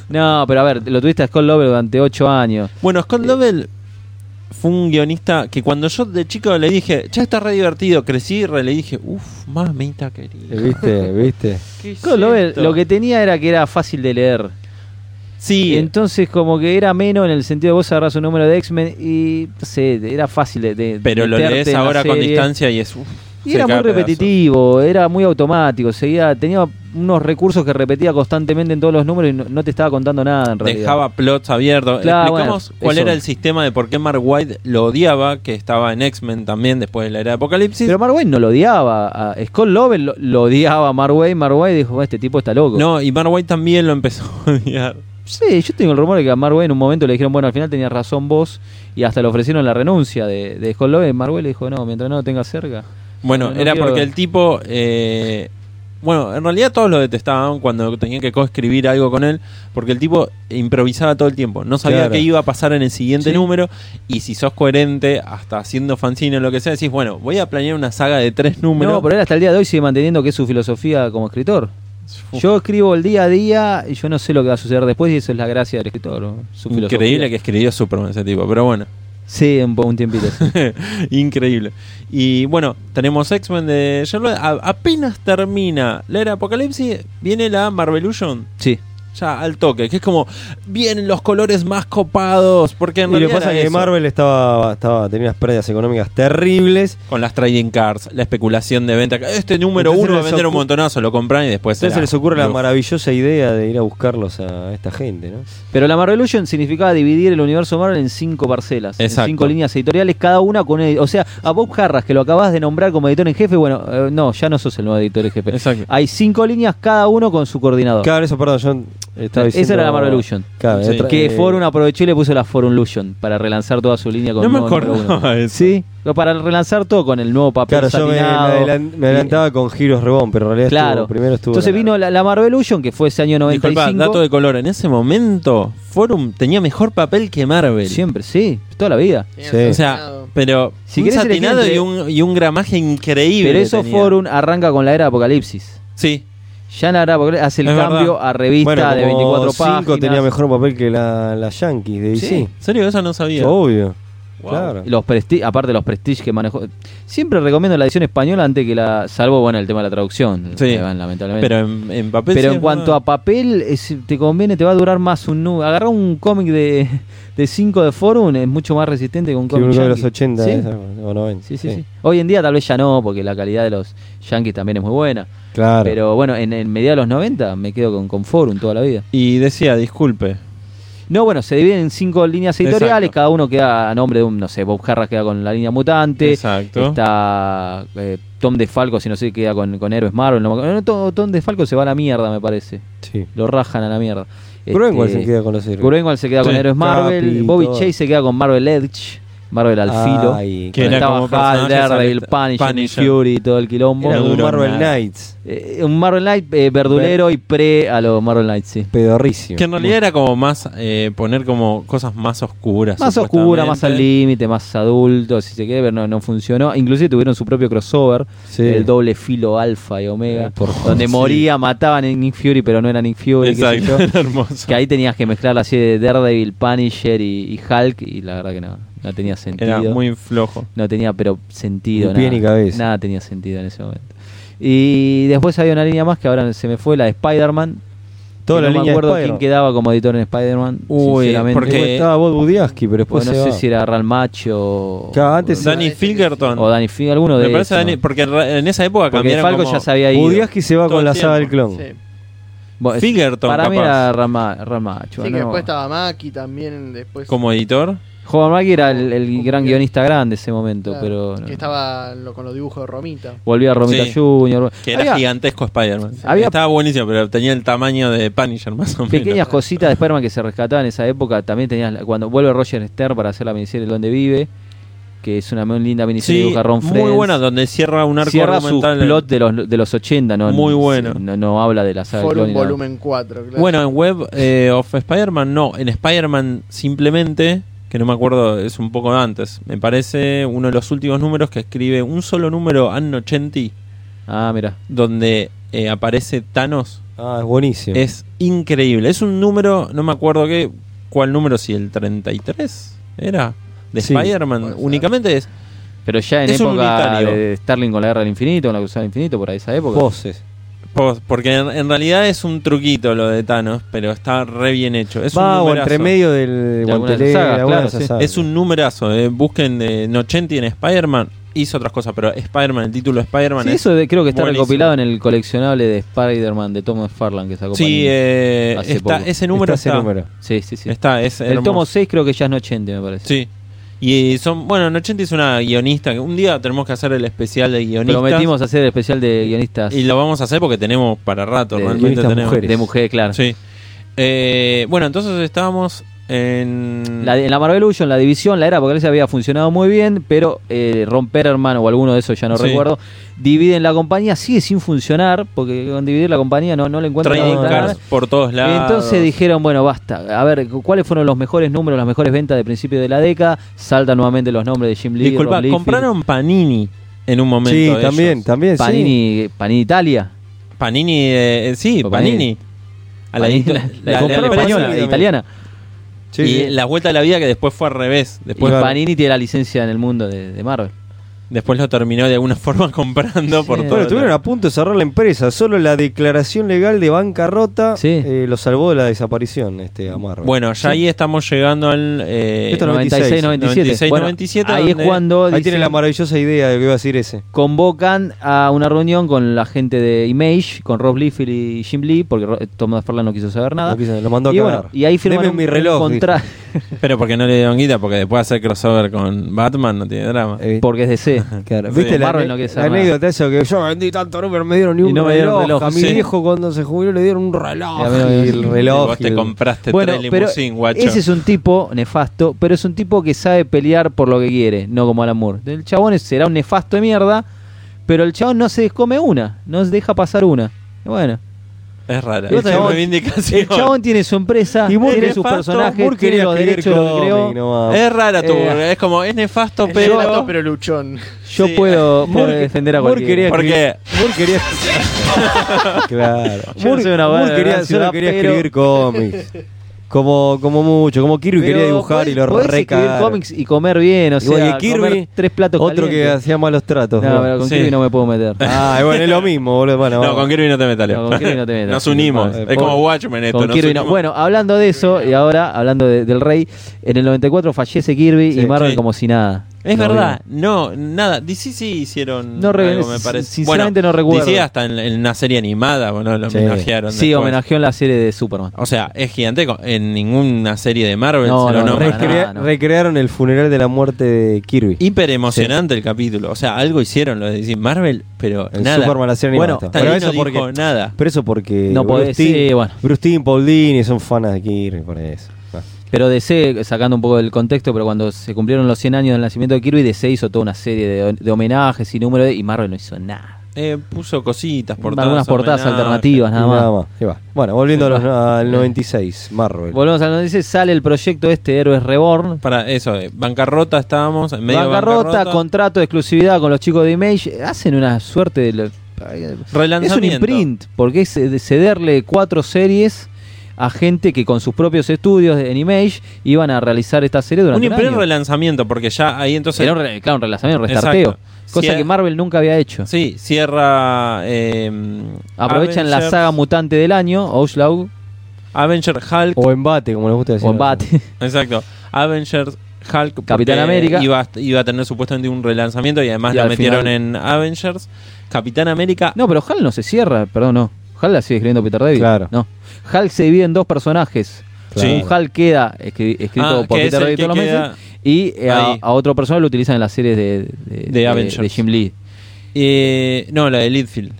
No, pero a ver, lo tuviste a Scott Lover durante 8 años. Bueno, Scott Lovell fue un guionista que cuando yo de chico le dije, ya está re divertido, crecí y re le dije, uff, mamita querida. Eh, ¿Viste? ¿Viste? ¿qué es Claro, lo, ve- esto?". lo que tenía era que era fácil de leer. Sí, Entonces, como que era menos en el sentido de vos agarrás un número de X-Men y no sé, era fácil de. de pero lo meterte lees en la ahora con serie. distancia y es uff. Y era muy repetitivo, era muy automático, seguía, tenía unos recursos que repetía constantemente en todos los números y no, no te estaba contando nada en realidad. Dejaba plots abiertos. Claro, Explicamos bueno, cuál eso. era el sistema de por qué Mark White lo odiaba, que estaba en X-Men también después de la era de Apocalipsis. Pero Marway no lo odiaba. a- Scott Lovell lo, lo odiaba a Marway. Marway dijo: Este tipo está loco. no, y Mark White también lo empezó a odiar. Sí, yo tengo el rumor de que a Marway en un momento le dijeron: Bueno, al final tenías razón vos. Y hasta le ofrecieron la renuncia de, de Scott Lovell. Marway le dijo: No, mientras no lo tengas cerca. Bueno, No, no era quiero- porque el tipo. eh, bueno, en realidad todos lo detestaban cuando tenían que coescribir algo con él, porque el tipo improvisaba todo el tiempo. No sabía Claro. qué iba a pasar en el siguiente Sí. número. Y si sos coherente, hasta haciendo fanzine o lo que sea, decís, bueno, voy a planear una saga de tres números. No, pero él hasta el día de hoy sigue manteniendo que es su filosofía como escritor. Uf, Yo escribo el día a día y yo no sé lo que va a suceder después. Y eso es la gracia del escritor. ¿no? Su filosofía. Increíble que escribió Superman ese tipo, pero bueno. Sí, un, po- un tiempito. sí. Increíble. Y bueno, tenemos X-Men de Jeff Loeb. A- apenas termina la era Apocalipsis, viene la Marvelusion. sí. Ya al toque, que es como, vienen los colores más copados. Porque en Y lo realidad que pasa era es que eso. Marvel estaba, estaba, tenía unas pérdidas económicas terribles. Con las trading cards, la especulación de venta. Este número Entonces uno va a les vender un ocu- montonazo, lo compran y después. Entonces se era- les ocurre la Uf. maravillosa idea de ir a buscarlos a esta gente, ¿no? Pero la Marvelution significaba dividir el universo Marvel en cinco parcelas, Exacto. en cinco líneas editoriales, cada una con un edi- O sea, a Bob Harras, que lo acabas de nombrar como editor en jefe, bueno, eh, no, ya no sos el nuevo editor en jefe. Exacto. Hay cinco líneas, cada uno con su coordinador. Claro, eso, perdón, yo estaba Esa diciendo... era la Marvelution. Claro, Sí. otra- que eh, Forum aprovechó y le puso la Forumlution para relanzar toda su línea con No el me nuevo número acordaba uno. eso. Sí, pero para relanzar todo con el nuevo papel Claro, yo me, me satinado. adelan- me adelantaba con giros rebón, pero en realidad estuvo- Claro. primero estuvo... Entonces la- vino la, la Marvelution, que fue ese año 95. Disculpa, dato de color. En ese momento, Forum tenía mejor papel que Marvel. Siempre, sí, toda la vida. Sí. O sea, pero Si un querés elegir satinado entre- y un, y un gramaje increíble. Pero eso tenía. Forum arranca con la era de Apocalipsis. Sí, Ya en la era de Apocalipsis hace el Es cambio verdad. a revista bueno, de como 24 cinco páginas. tenía mejor un papel que la, la Yankees de DC. ¿En serio? Eso no sabía. Obvio. Wow. Claro. Los presti- aparte de los Prestige que manejó. Siempre recomiendo la edición española antes que la. Salvo, bueno, el tema de la traducción. Sí. que eh, van, lamentablemente. Pero, Pero en, en papel. sí en es cuanto verdad. a papel, es- te conviene, te va a durar más un número. Agarrar un cómic de 5 de, Forum es mucho más resistente que un Que cómic. uno de los yankee. 80 Sí. esa, o 90. Sí, sí, sí. Hoy en día tal vez ya no, porque la calidad de los yankees también es muy buena. Claro. Pero bueno, en, en mediados de los 90 me quedo con, con Forum toda la vida. Y decía, disculpe. No, bueno, se dividen en cinco líneas editoriales, Exacto. cada uno queda a nombre de un, no sé, Bob Harras queda con la línea mutante, Exacto. está eh, Tom DeFalco, si no sé, queda con, con Héroes Marvel, no, me acuerdo. No, to- Tom DeFalco se va a la mierda, me parece, sí. lo rajan a la mierda. Gruenwald Este, se queda con los héroes. Gruenwald se queda con Sí, Héroes Marvel, Capi, Bobby todo. Chase se queda con Marvel Edge, Marvel al filo. Ay, Que era donde estaba como Hulk, personajes Daredevil, al- Punisher, Punisher. Fury y todo el quilombo. Era No un duró Marvel nada. Knights. Eh, un Marvel Knight eh, verdulero y pre a los Marvel Knights, sí. Pedorrísimo. Que en realidad era como más eh, poner como cosas más oscuras. Más oscura, más al supuestamente. límite, más adulto, si se quiere, pero no, no funcionó. Inclusive tuvieron su propio crossover, Sí. el doble filo alfa y omega, Eh, por favor, donde sí. moría, mataban a Nick Fury, pero no era Nick Fury, qué sé yo. Exacto, era hermoso. Que ahí tenías que mezclar la serie de Daredevil, Punisher y, y Hulk, y la verdad que no, no tenía sentido. Era muy flojo. No tenía, pero sentido. Ni pie nada, ni cabeza. Nada tenía sentido en ese momento. Y después había una línea más que ahora se me fue, la de Spider-Man. que Toda la no me línea de acuerdo Spider-Man. quién quedaba como editor en Spider-Man. Uy, sinceramente. porque- Igual Estaba Bob Budiaski, pero después Porque no se sé va. si era Real Match o. Claro, antes o, Danny Filgerton. o Danny Fi- alguno de Me parece esos, Danny- ¿no? porque en ra- en esa época Porque cambiaron Falco como- ya se había ido. Budiaski se va Todo con el la saga del tiempo. clon. Sí. Bueno, es- Filgerton, Para mí capaz. era Real Ma- Real Match. Sí, bueno, que no. después estaba Maki también, después... como editor. Howard Mackey era el, el Como gran que- guionista grande de ese momento, claro, pero. Que no. estaba lo- con los dibujos de Romita. Volvía Romita Sí. Jr. Que era Había- gigantesco Spider-Man. Había- Estaba buenísimo, pero tenía el tamaño de Punisher más o menos. Pequeñas cositas de Spider-Man que se rescataban en esa época. También tenías la- cuando vuelve Roger Stern para hacer la miniserie Donde Vive, que es una muy linda miniserie Sí, dibuja Ron muy Frenz. buena, donde cierra un arco Cierra su argumental. plot de los, de los 80, ¿no? Muy Sí, bueno. No, no habla de la saga de Forum Clone ni nada. volumen 4, claro. Bueno, en Web eh, of Spider-Man no, en Spider-Man simplemente, que no me acuerdo, es un poco antes, me parece uno de los últimos números que escribe un solo número Anno 80, Ah, mira. donde eh, aparece Thanos. Ah, es buenísimo. Es increíble, es un número, no me acuerdo qué, cuál número, si el 33 era, de Sí, Spider-Man puede ser. únicamente es Pero ya en Es un época unitario. de Starling con la guerra del infinito, con la cruzada del infinito, por ahí esa época. Voces. po- porque en, en realidad es un truquito lo de Thanos, pero está re bien hecho. Es un Va o numerazo. entre medio del alguna guantelete. saga, de alguna claro, de esas sí. sagas. Es un numerazo, eh. busquen de Nochenti en Spider-Man, hizo otras cosas, pero Spider-Man, el título de Spider-Man Sí, es eso de- creo que está buenísimo. recopilado en el coleccionable de Spider-Man de Thomas Farland que sacó Sí, Panini. eh, hace está, poco. ese número Está ese está. número. sí, sí, sí. Está, es el hermoso. tomo 6 creo que ya es no 80, me parece. Sí. Y son, bueno, Nochenti es una guionista. que Un día tenemos que hacer el especial de guionistas. Prometimos hacer el especial de guionistas Y lo vamos a hacer porque tenemos para rato, De realmente guionistas tenemos. mujeres. de mujeres, claro. Sí. Eh, bueno, entonces estábamos en. La, en la Marvel Union, la división, la era apocalipsis había funcionado muy bien, pero eh, romper hermano o alguno de esos ya no Sí. recuerdo. Dividen la compañía, sigue sin funcionar, porque con dividir la compañía no, no le encuentran Trading nada. cards por todos lados. Entonces dijeron, bueno, basta, a ver, cu- ¿cuáles fueron los mejores números, las mejores ventas de principio de la década? Saltan nuevamente los nombres de Jim Lee. Disculpa, Rob Liefeld, compraron Panini en un momento. Sí, ellos. también, también, sí. Panini, Panini Italia. Panini, eh, eh, sí, O Panini. Panini. A la, Panini, edito- la, la- la compraron empresa- española, también. italiana. Sí, y sí. la vuelta de la vida que después fue al revés. Después, y Panini tiene la licencia en el mundo de, de Marvel. después lo terminó de alguna forma comprando por todo. Bueno, estuvieron a punto de cerrar la empresa. Solo la declaración legal de bancarrota Sí. eh, lo salvó de la desaparición, este Amarro. Bueno, ya ahí estamos llegando al. eh, Esto no- 96, 97. 96, Bueno, 97, ahí es donde- cuando Ahí tiene dicen- la maravillosa idea de lo que iba a decir ese. convocan a una reunión con la gente de Image, con Rob Liefeld y Jim Lee, porque Ro- Thomas Farland no quiso saber nada. Lo quiso- lo mandó a y, cagar. bueno, y ahí firman Deme un, mi reloj, contrato Pero porque no le dieron guita, porque después hacer crossover con Batman no tiene drama. Eh, porque es DC. claro. Sí. ¿Viste la, Marvel ane- no quiere la saber nada. anécdota eso que yo vendí tanto número, no me dieron ni Y un no me reloj. dieron A reloj, mi sí. viejo cuando se jubiló le dieron un reloj. Y a mí no me Y dieron- el reloj. Vos y te el- compraste Ah, Bueno, tres pero limusín, guacho. ese es un tipo nefasto, pero es un tipo que sabe pelear por lo que quiere, no como Alan Moore. El chabón es- será un nefasto de mierda, pero el chabón no se descome una, no se deja pasar una. Y Bueno, Es rara. El Esa chabón- reivindicación. el chabón tiene su empresa, Y tiene Moore quería- sus nefasto, personajes, Moore tiene quería los escribir derechos de lo que creó. cómic nomás. Es rara tu Eh. es como, es nefasto, Es pero. barato, pero luchón. Yo Sí. puedo, puedo Moore- defender a Moore cualquiera. quería- Porque Moore quería. claro. Yo Moore, soy una buena Moore quería, gran solo ciudad, quería pero- escribir cómics. Como, como mucho, como Kirby Pero quería dibujar y lo podés escribir recagaron. cómics y comer bien, o Y bueno, sea, y Kirby, comer tres platos Otro que calientes. hacía malos tratos. No, ¿no? pero con Sí. Kirby no me puedo meter. Ah, y bueno, es lo mismo, boludo. Bueno, No, vamos. con Kirby no te metales. No, con Kirby no te metas. Nos unimos. Eh, es por- como Watchmen esto. Con nos Kirby no. unimos. Bueno, hablando de eso, y ahora hablando de- del rey, en el 94 fallece Kirby Sí, y Marvel sí. como si nada. es No, verdad. No, nada. DC sí hicieron. No re- algo, me parece. sinceramente Bueno, no recuerdo. DC hasta en, en una serie animada, bueno, lo Sí. homenajearon. Sí, después. homenajeó en la serie de Superman. O sea, es gigantesco. En ninguna serie de Marvel No, se lo no, nombra. para Recrea- nada, no. Recrearon el funeral de la muerte de Kirby. Hiper emocionante el capítulo. O sea, algo hicieron lo de decir Marvel, pero El nada. Superman, la serie bueno, animada. Stalin Pero eso no dijo porque- nada. Pero eso porque. No podés- sí, bueno. Bruce Timm, Paul Dini son fans de Kirby, por eso. Ah. Pero DC, sacando un poco del contexto, pero cuando se cumplieron los 100 años del nacimiento de Kirby, DC hizo toda una serie de, de homenajes y números, de- y Marvel no hizo nada. Eh, puso cositas, portadas. Algunas portadas homenaje. alternativas, Pues nada Y más. Y va. Bueno, volviendo a los- Se va. al 96, Marvel. Volvemos a lo que dice, sale el proyecto este Héroes Reborn. Para eso, eh, bancarrota estábamos, en medio de Bancarrota, bancarrota. contrato de exclusividad con los chicos de Image. Hacen una suerte de... lo- Es un Relanzamiento. imprint, porque es eh, de cederle cuatro series a gente que con sus propios estudios en Image iban a realizar esta serie Un durante un, imprint año. relanzamiento, porque ya ahí entonces. Era un re- claro, un relanzamiento, un restarteo. Exacto. Cosa Cier- que Marvel nunca había hecho. Sí, cierra. eh, Aprovechan la Avengers- saga mutante del año, Outlaw Avenger Hulk. O embate, como les gusta decir. o Embate. Exacto. Avengers Hulk. porque Capitán América. Iba a, iba a tener supuestamente un relanzamiento y además Y la al metieron final- en Avengers. Capitán América. No, pero Hal no se cierra, perdón, no. Hal la sigue escribiendo Peter David. Claro. No. Hal se divide en dos personajes. Sí. Un Hal queda escri- escrito Ah, por que es Peter el David que todos los queda meses. Y eh, a, ahí. a otro personaje lo utilizan en las series de, De Avengers. de Jim Lee. eh, no, la de Lidfield.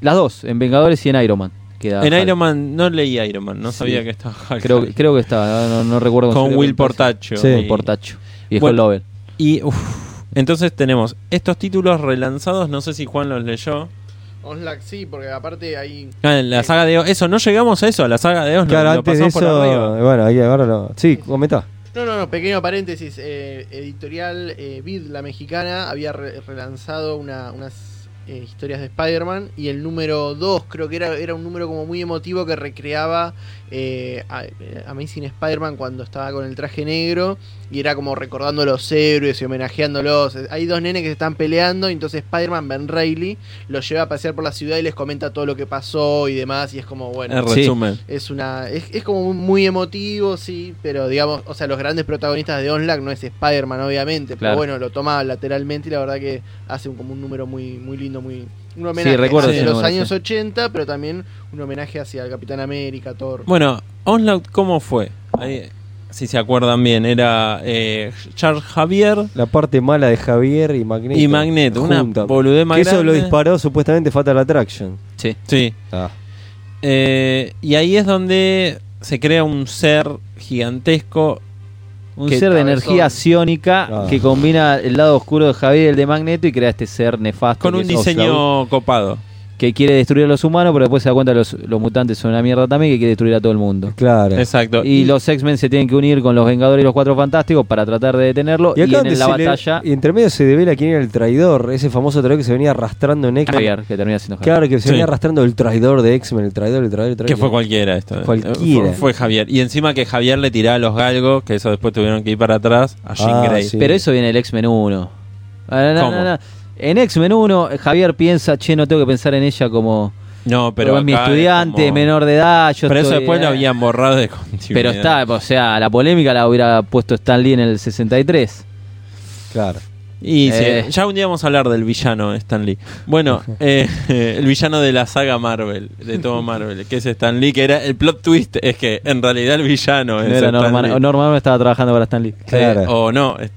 Las dos, en Vengadores y en Iron Man. Queda en Hulk. Iron Man, no leí Iron Man, no Sí. sabía que estaba Hulk. Creo, creo que estaba, no, no recuerdo. con Will Portacho. Portacho. Sí. Y- Portacho. Y Bueno, Scott Lovell. Y uff, entonces tenemos estos títulos relanzados, no sé si Juan los leyó. Onslaught sí, porque aparte hay Ah, en la Sí. saga de Oz, eso, no llegamos a eso, a la saga de Oz, Claro, lo, lo antes de pasamos por arriba. eso. Bueno, ahí ahora lo. Sí, comentá. No, no, no, pequeño paréntesis. eh, editorial eh, Vid, la mexicana, había re- relanzado una, unas eh, historias de Spider-Man. Y el número 2, creo que era, era un número como muy emotivo que recreaba eh, a, a Amazing Spider-Man cuando estaba con el traje negro. Y era como recordando a los héroes y homenajeándolos. Eh, Hay dos nenes que se están peleando. Y entonces Spider-Man, Ben Reilly, los lleva a pasear por la ciudad y les comenta todo lo que pasó y demás. Y es como, bueno. En Sí. resumen. Es una. Es, es como muy emotivo, sí. Pero digamos, o sea, los grandes protagonistas de Onlag no es Spider-Man, obviamente. Claro. Pero bueno, lo toma lateralmente y la verdad que hace un, como un número muy, muy lindo, muy. Un homenaje recuerdo hacia ese los número, años sí. 80, pero también un homenaje hacia el Capitán América, Thor. Bueno, Onslaught, ¿cómo fue? Ahí, si se acuerdan bien, era eh, Charles Javier La parte mala de Javier y Magneto. y Magneto. Una juntan. boludez más Que eso lo grande. disparó supuestamente Fatal Attraction. Sí. Sí. Eh, y ahí es donde se crea un ser gigantesco. Un Qué ser de cabezón. energía psiónica Ah. que combina el lado oscuro de Javier y el de Magneto y crea este ser nefasto. Con que un es Onslaught, diseño copado. Que quiere destruir a los humanos, pero después se da cuenta que los, los mutantes son una mierda también que quiere destruir a todo el mundo. Claro. Exacto. Y los X-Men se tienen que unir con los Vengadores y los Cuatro Fantásticos para tratar de detenerlo. Oh, Y, acá donde en la se le- batalla, y entre medio se devela quién era el traidor, ese famoso traidor que se venía arrastrando en X-Men. Javier, que termina siendo Javier. Claro, que se Sí. venía arrastrando el traidor de X-Men, el traidor, el traidor, el traidor. Que fue cualquiera esto. eh. Cualquiera. Fue, fue Javier. Y encima que Javier le tiraba los galgos, que eso después tuvieron que ir para atrás, a Jean Ah, Grey. sí. Pero eso viene del X-Men 1. Ah, na, na, ¿Cómo? na, na. En X-Men 1, Javier piensa, che, no tengo que pensar en ella como. No, pero. Pero, es mi acá estudiante, como- menor de edad. Yo Pero eso estoy- eh". después lo ¿eh? habían borrado de continuidad. Pero está, o sea, la polémica la hubiera puesto Stan Lee en el 63. Claro. Y sí, Eh. ya un día vamos a hablar del villano Stan Lee. Bueno, eh, el villano de la saga Marvel, de todo Marvel, que es Stan Lee, que era el plot twist, es que en realidad el villano es No era Stan Norman, Lee. o Norman no estaba trabajando para Stan Lee. Eh, Claro. o no, eh,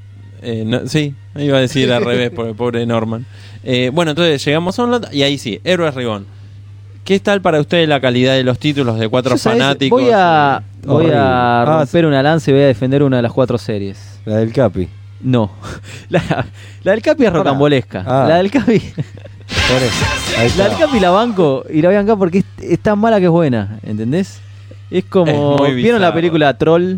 eh, no, sí, iba a decir al revés por el pobre Norman. Eh, bueno, entonces llegamos a Onland y ahí sí, Héroes Rigón. ¿Qué tal para ustedes la calidad de los títulos de cuatro Yo, ¿sabés? fanáticos? eh, Voy a, y- voy a Horrible. Ah, romper una lanza y voy a defender una de las cuatro series. La del Capi. No. La, la del Capi es Pará. rocambolesca. Ah. La del Capi. Por eso. Ahí La está. del Capi la banco y la voy a bancar porque es, es tan mala que es buena, ¿entendés? Es como. Es muy ¿Vieron la bizarro. película Troll?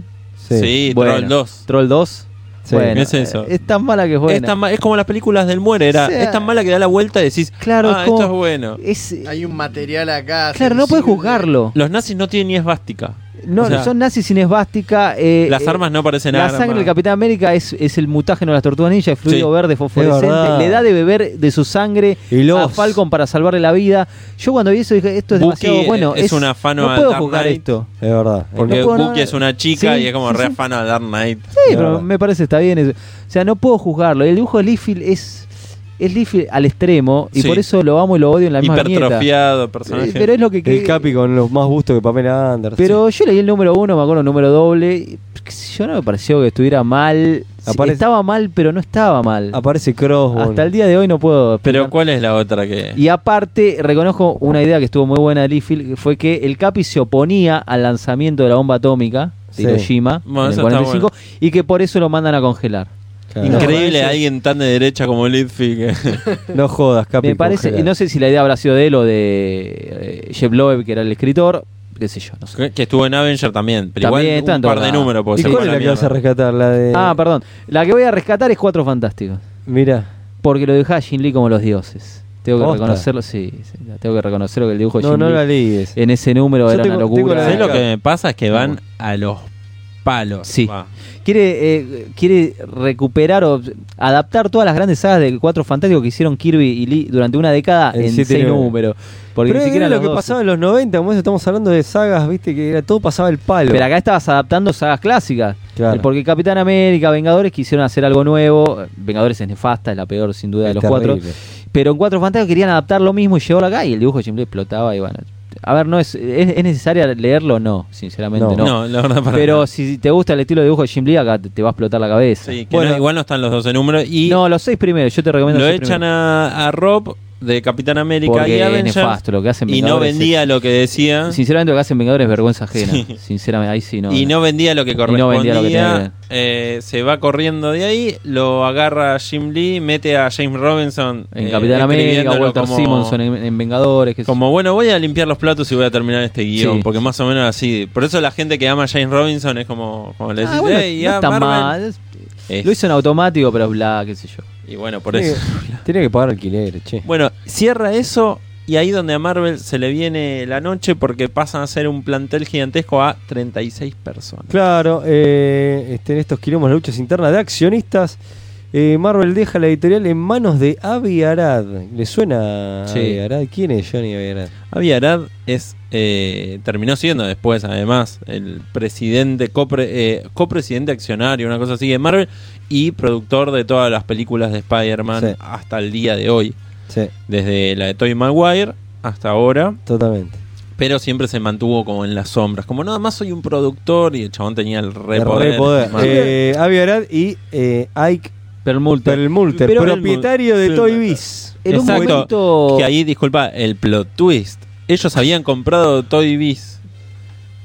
Sí, Bueno, Troll 2. Troll 2. Sí. Bueno, ¿Qué es eso? eh, Es tan mala que es buena. Es, tan ma- es como las películas del Muere, era, O sea, es tan mala que da la vuelta y decís, Claro, ah, es como- esto es bueno. Es- Hay un material acá. claro, no puedes sensible. juzgarlo. Los nazis no tienen ni esvástica. No, O sea, son nazis sin esvástica. eh, Las eh, armas no parecen La armas. sangre del Capitán América es, es el mutágeno de las tortugas ninja, el fluido Sí. verde Es fosforescente. verdad. Le da de beber de su sangre Y los- a Falcon para salvarle la vida. Yo cuando vi eso dije, esto es Bucky demasiado bueno. es un afano No a puedo Dark juzgar Knight. esto. Es verdad. Porque No puedo, Bucky no- es una chica Sí, y es como sí, re sí. fan a Dark Knight. Sí, Es pero verdad. me parece está bien. eso. O sea, no puedo juzgarlo. El dibujo de Liefeld es, es Liefeld al extremo y Sí. por eso lo amo y lo odio en la misma viñeta. Hipertrofiado, personaje. Eh, Pero es lo que... El Capi con los más gustos que Pamela Anderson. Pero yo leí el número uno, me acuerdo el número doble. y, qué sé Yo no me pareció que estuviera mal. Sí, Aparece- Estaba mal, pero no estaba mal. aparece Crossbone. Hasta el día de hoy no puedo. explicar. Pero ¿cuál es la otra que...? y aparte, reconozco una idea que estuvo muy buena de Liefeld, que fue que el Capi se oponía al lanzamiento de la bomba atómica de Sí. Hiroshima Bueno, en el eso está 45 y que por eso lo mandan a congelar. Ah. Claro. Increíble No, eso- alguien tan de derecha como Lidfi que- No jodas, Capi. Me parece, congela. y no sé si la idea habrá sido de él o de eh, Jeff Loeb, que era el escritor, qué sé yo, no sé. que estuvo en Avenger también. Pero También igual está un en par toda de la- números. porque ¿Y se cuál fue es a la que vas a mierda. rescatar? La de. Ah, perdón. La que voy a rescatar es Cuatro Fantásticos. Mira. Porque lo dejaba Jin Lee como los dioses. Tengo que Posta. reconocerlo, sí, sí, tengo que reconocerlo que el dibujo de No, Jim no Lee la lees. en ese número Yo era tengo- una tengo locura. la ¿Sabés de- lo que me pasa? Es que van a los palos. Sí. Va. Quiere, eh, quiere recuperar o adaptar todas las grandes sagas del Cuatro Fantásticos que hicieron Kirby y Lee durante una década En en siete seis números. números. Porque Pero ni siquiera era lo los que 12. pasaba en los 90, como eso estamos hablando de sagas, viste, que era todo pasaba el palo. Pero acá estabas adaptando sagas clásicas. Eh, Claro. Porque Capitán América, Vengadores quisieron hacer algo nuevo. Vengadores es nefasta, es la peor sin duda de Es los terrible. cuatro. Pero en Cuatro Fantásticos querían adaptar lo mismo y llevarlo acá y el dibujo siempre explotaba y bueno. A ver, no es, ¿es, es necesaria leerlo? No, sinceramente no. No. la verdad para Pero nada. si te gusta el estilo de dibujo de Jim Lee, acá te, te va a explotar la cabeza. Sí, que Bueno. no, igual no están los 12 números. Y no, los seis primeros, yo te recomiendo lo los seis echan primeros. a, a Rob de Capitán América Porque y es Avenger. nefasto lo que hacen y no Vengadores, vendía lo que decía. Sinceramente, lo que hacen Vengadores es vergüenza ajena. Sí. Sinceramente, ahí sí no. y no vendía lo que no vendía correspondía. lo que tenía eh, se va corriendo de ahí, lo agarra Jim Lee, mete a James Robinson En eh, Capitán América, escribiéndolo Walter como- Simonson en, en Vengadores. Que Como bueno, voy a limpiar los platos y voy a terminar este guión, Sí. porque más o menos así. Por eso la gente que ama a James Robinson es como, como le Ah, decís, bueno, "Ey, no ah, está Marvel". mal. Es- Lo hizo en automático, pero bla, qué sé yo. Y bueno, por Tiene eso. que- Tiene que pagar alquiler, che. Bueno, cierra eso y ahí donde a Marvel se le viene la noche porque pasan a ser un plantel gigantesco a 36 personas. Claro, eh, este, en estos quilombos de luchas internas de accionistas, eh, Marvel deja la editorial en manos de Avi Arad. ¿Le suena Sí. Avi Arad? ¿Quién es Johnny Avi Arad? Avi Arad es, eh, terminó siendo después, además, el presidente, copre- eh, copresidente accionario, una cosa así de Marvel, y productor de todas las películas de Spider-Man Sí. hasta el día de hoy. Sí, Desde la de Tobey Maguire hasta ahora, totalmente. pero siempre se mantuvo como en las sombras. Como nada más soy un productor y el chabón tenía el re El poder. re poder. Man. Eh, Avi Arad y eh, Ike Permulte. Perlmutter, Perlmutter. propietario de Perlmutter. Toy Biz. en un Exacto. momento. Que ahí, disculpa, el plot twist. Ellos habían comprado Toy Biz.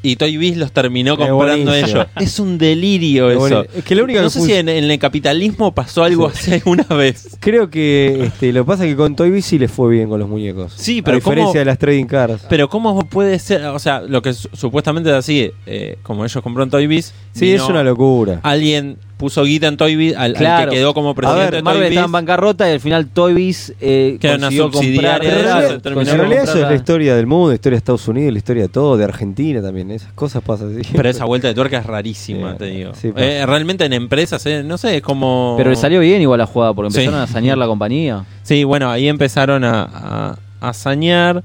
Y Toy Biz los terminó Es comprando buenísimo. ellos. Es un delirio Es eso. buenísimo. Es que la única no que sé fun- si en, en el capitalismo pasó algo así alguna vez. Creo que este, lo que pasa es que con Toy Biz sí les fue bien con los muñecos. Sí, pero A diferencia ¿cómo- de las trading cards. Pero cómo puede ser, o sea, lo que su- supuestamente es así, eh, como ellos compraron Toy Biz, Sí, vino- es una locura. alguien puso guita en Toy Biz, al, al Claro. que quedó como A presidente ver, de Marvel Toy Biz. estaba en bancarrota y al final Toy Biz eh, Que era una consiguió subsidiaria comprar. de Claro, Marvel, En terminó consiguió realidad eso es comprar la historia del mundo, la historia de Estados Unidos, la historia de todo, de Argentina también, esas cosas pasan así. Pero esa vuelta de tuerca es rarísima, Sí, te digo. sí, pasa. Eh, realmente en empresas, eh, no sé, es como... Pero le salió bien igual la jugada porque Sí. empezaron a sañar la compañía. Sí, bueno, ahí empezaron a, a, a sañar,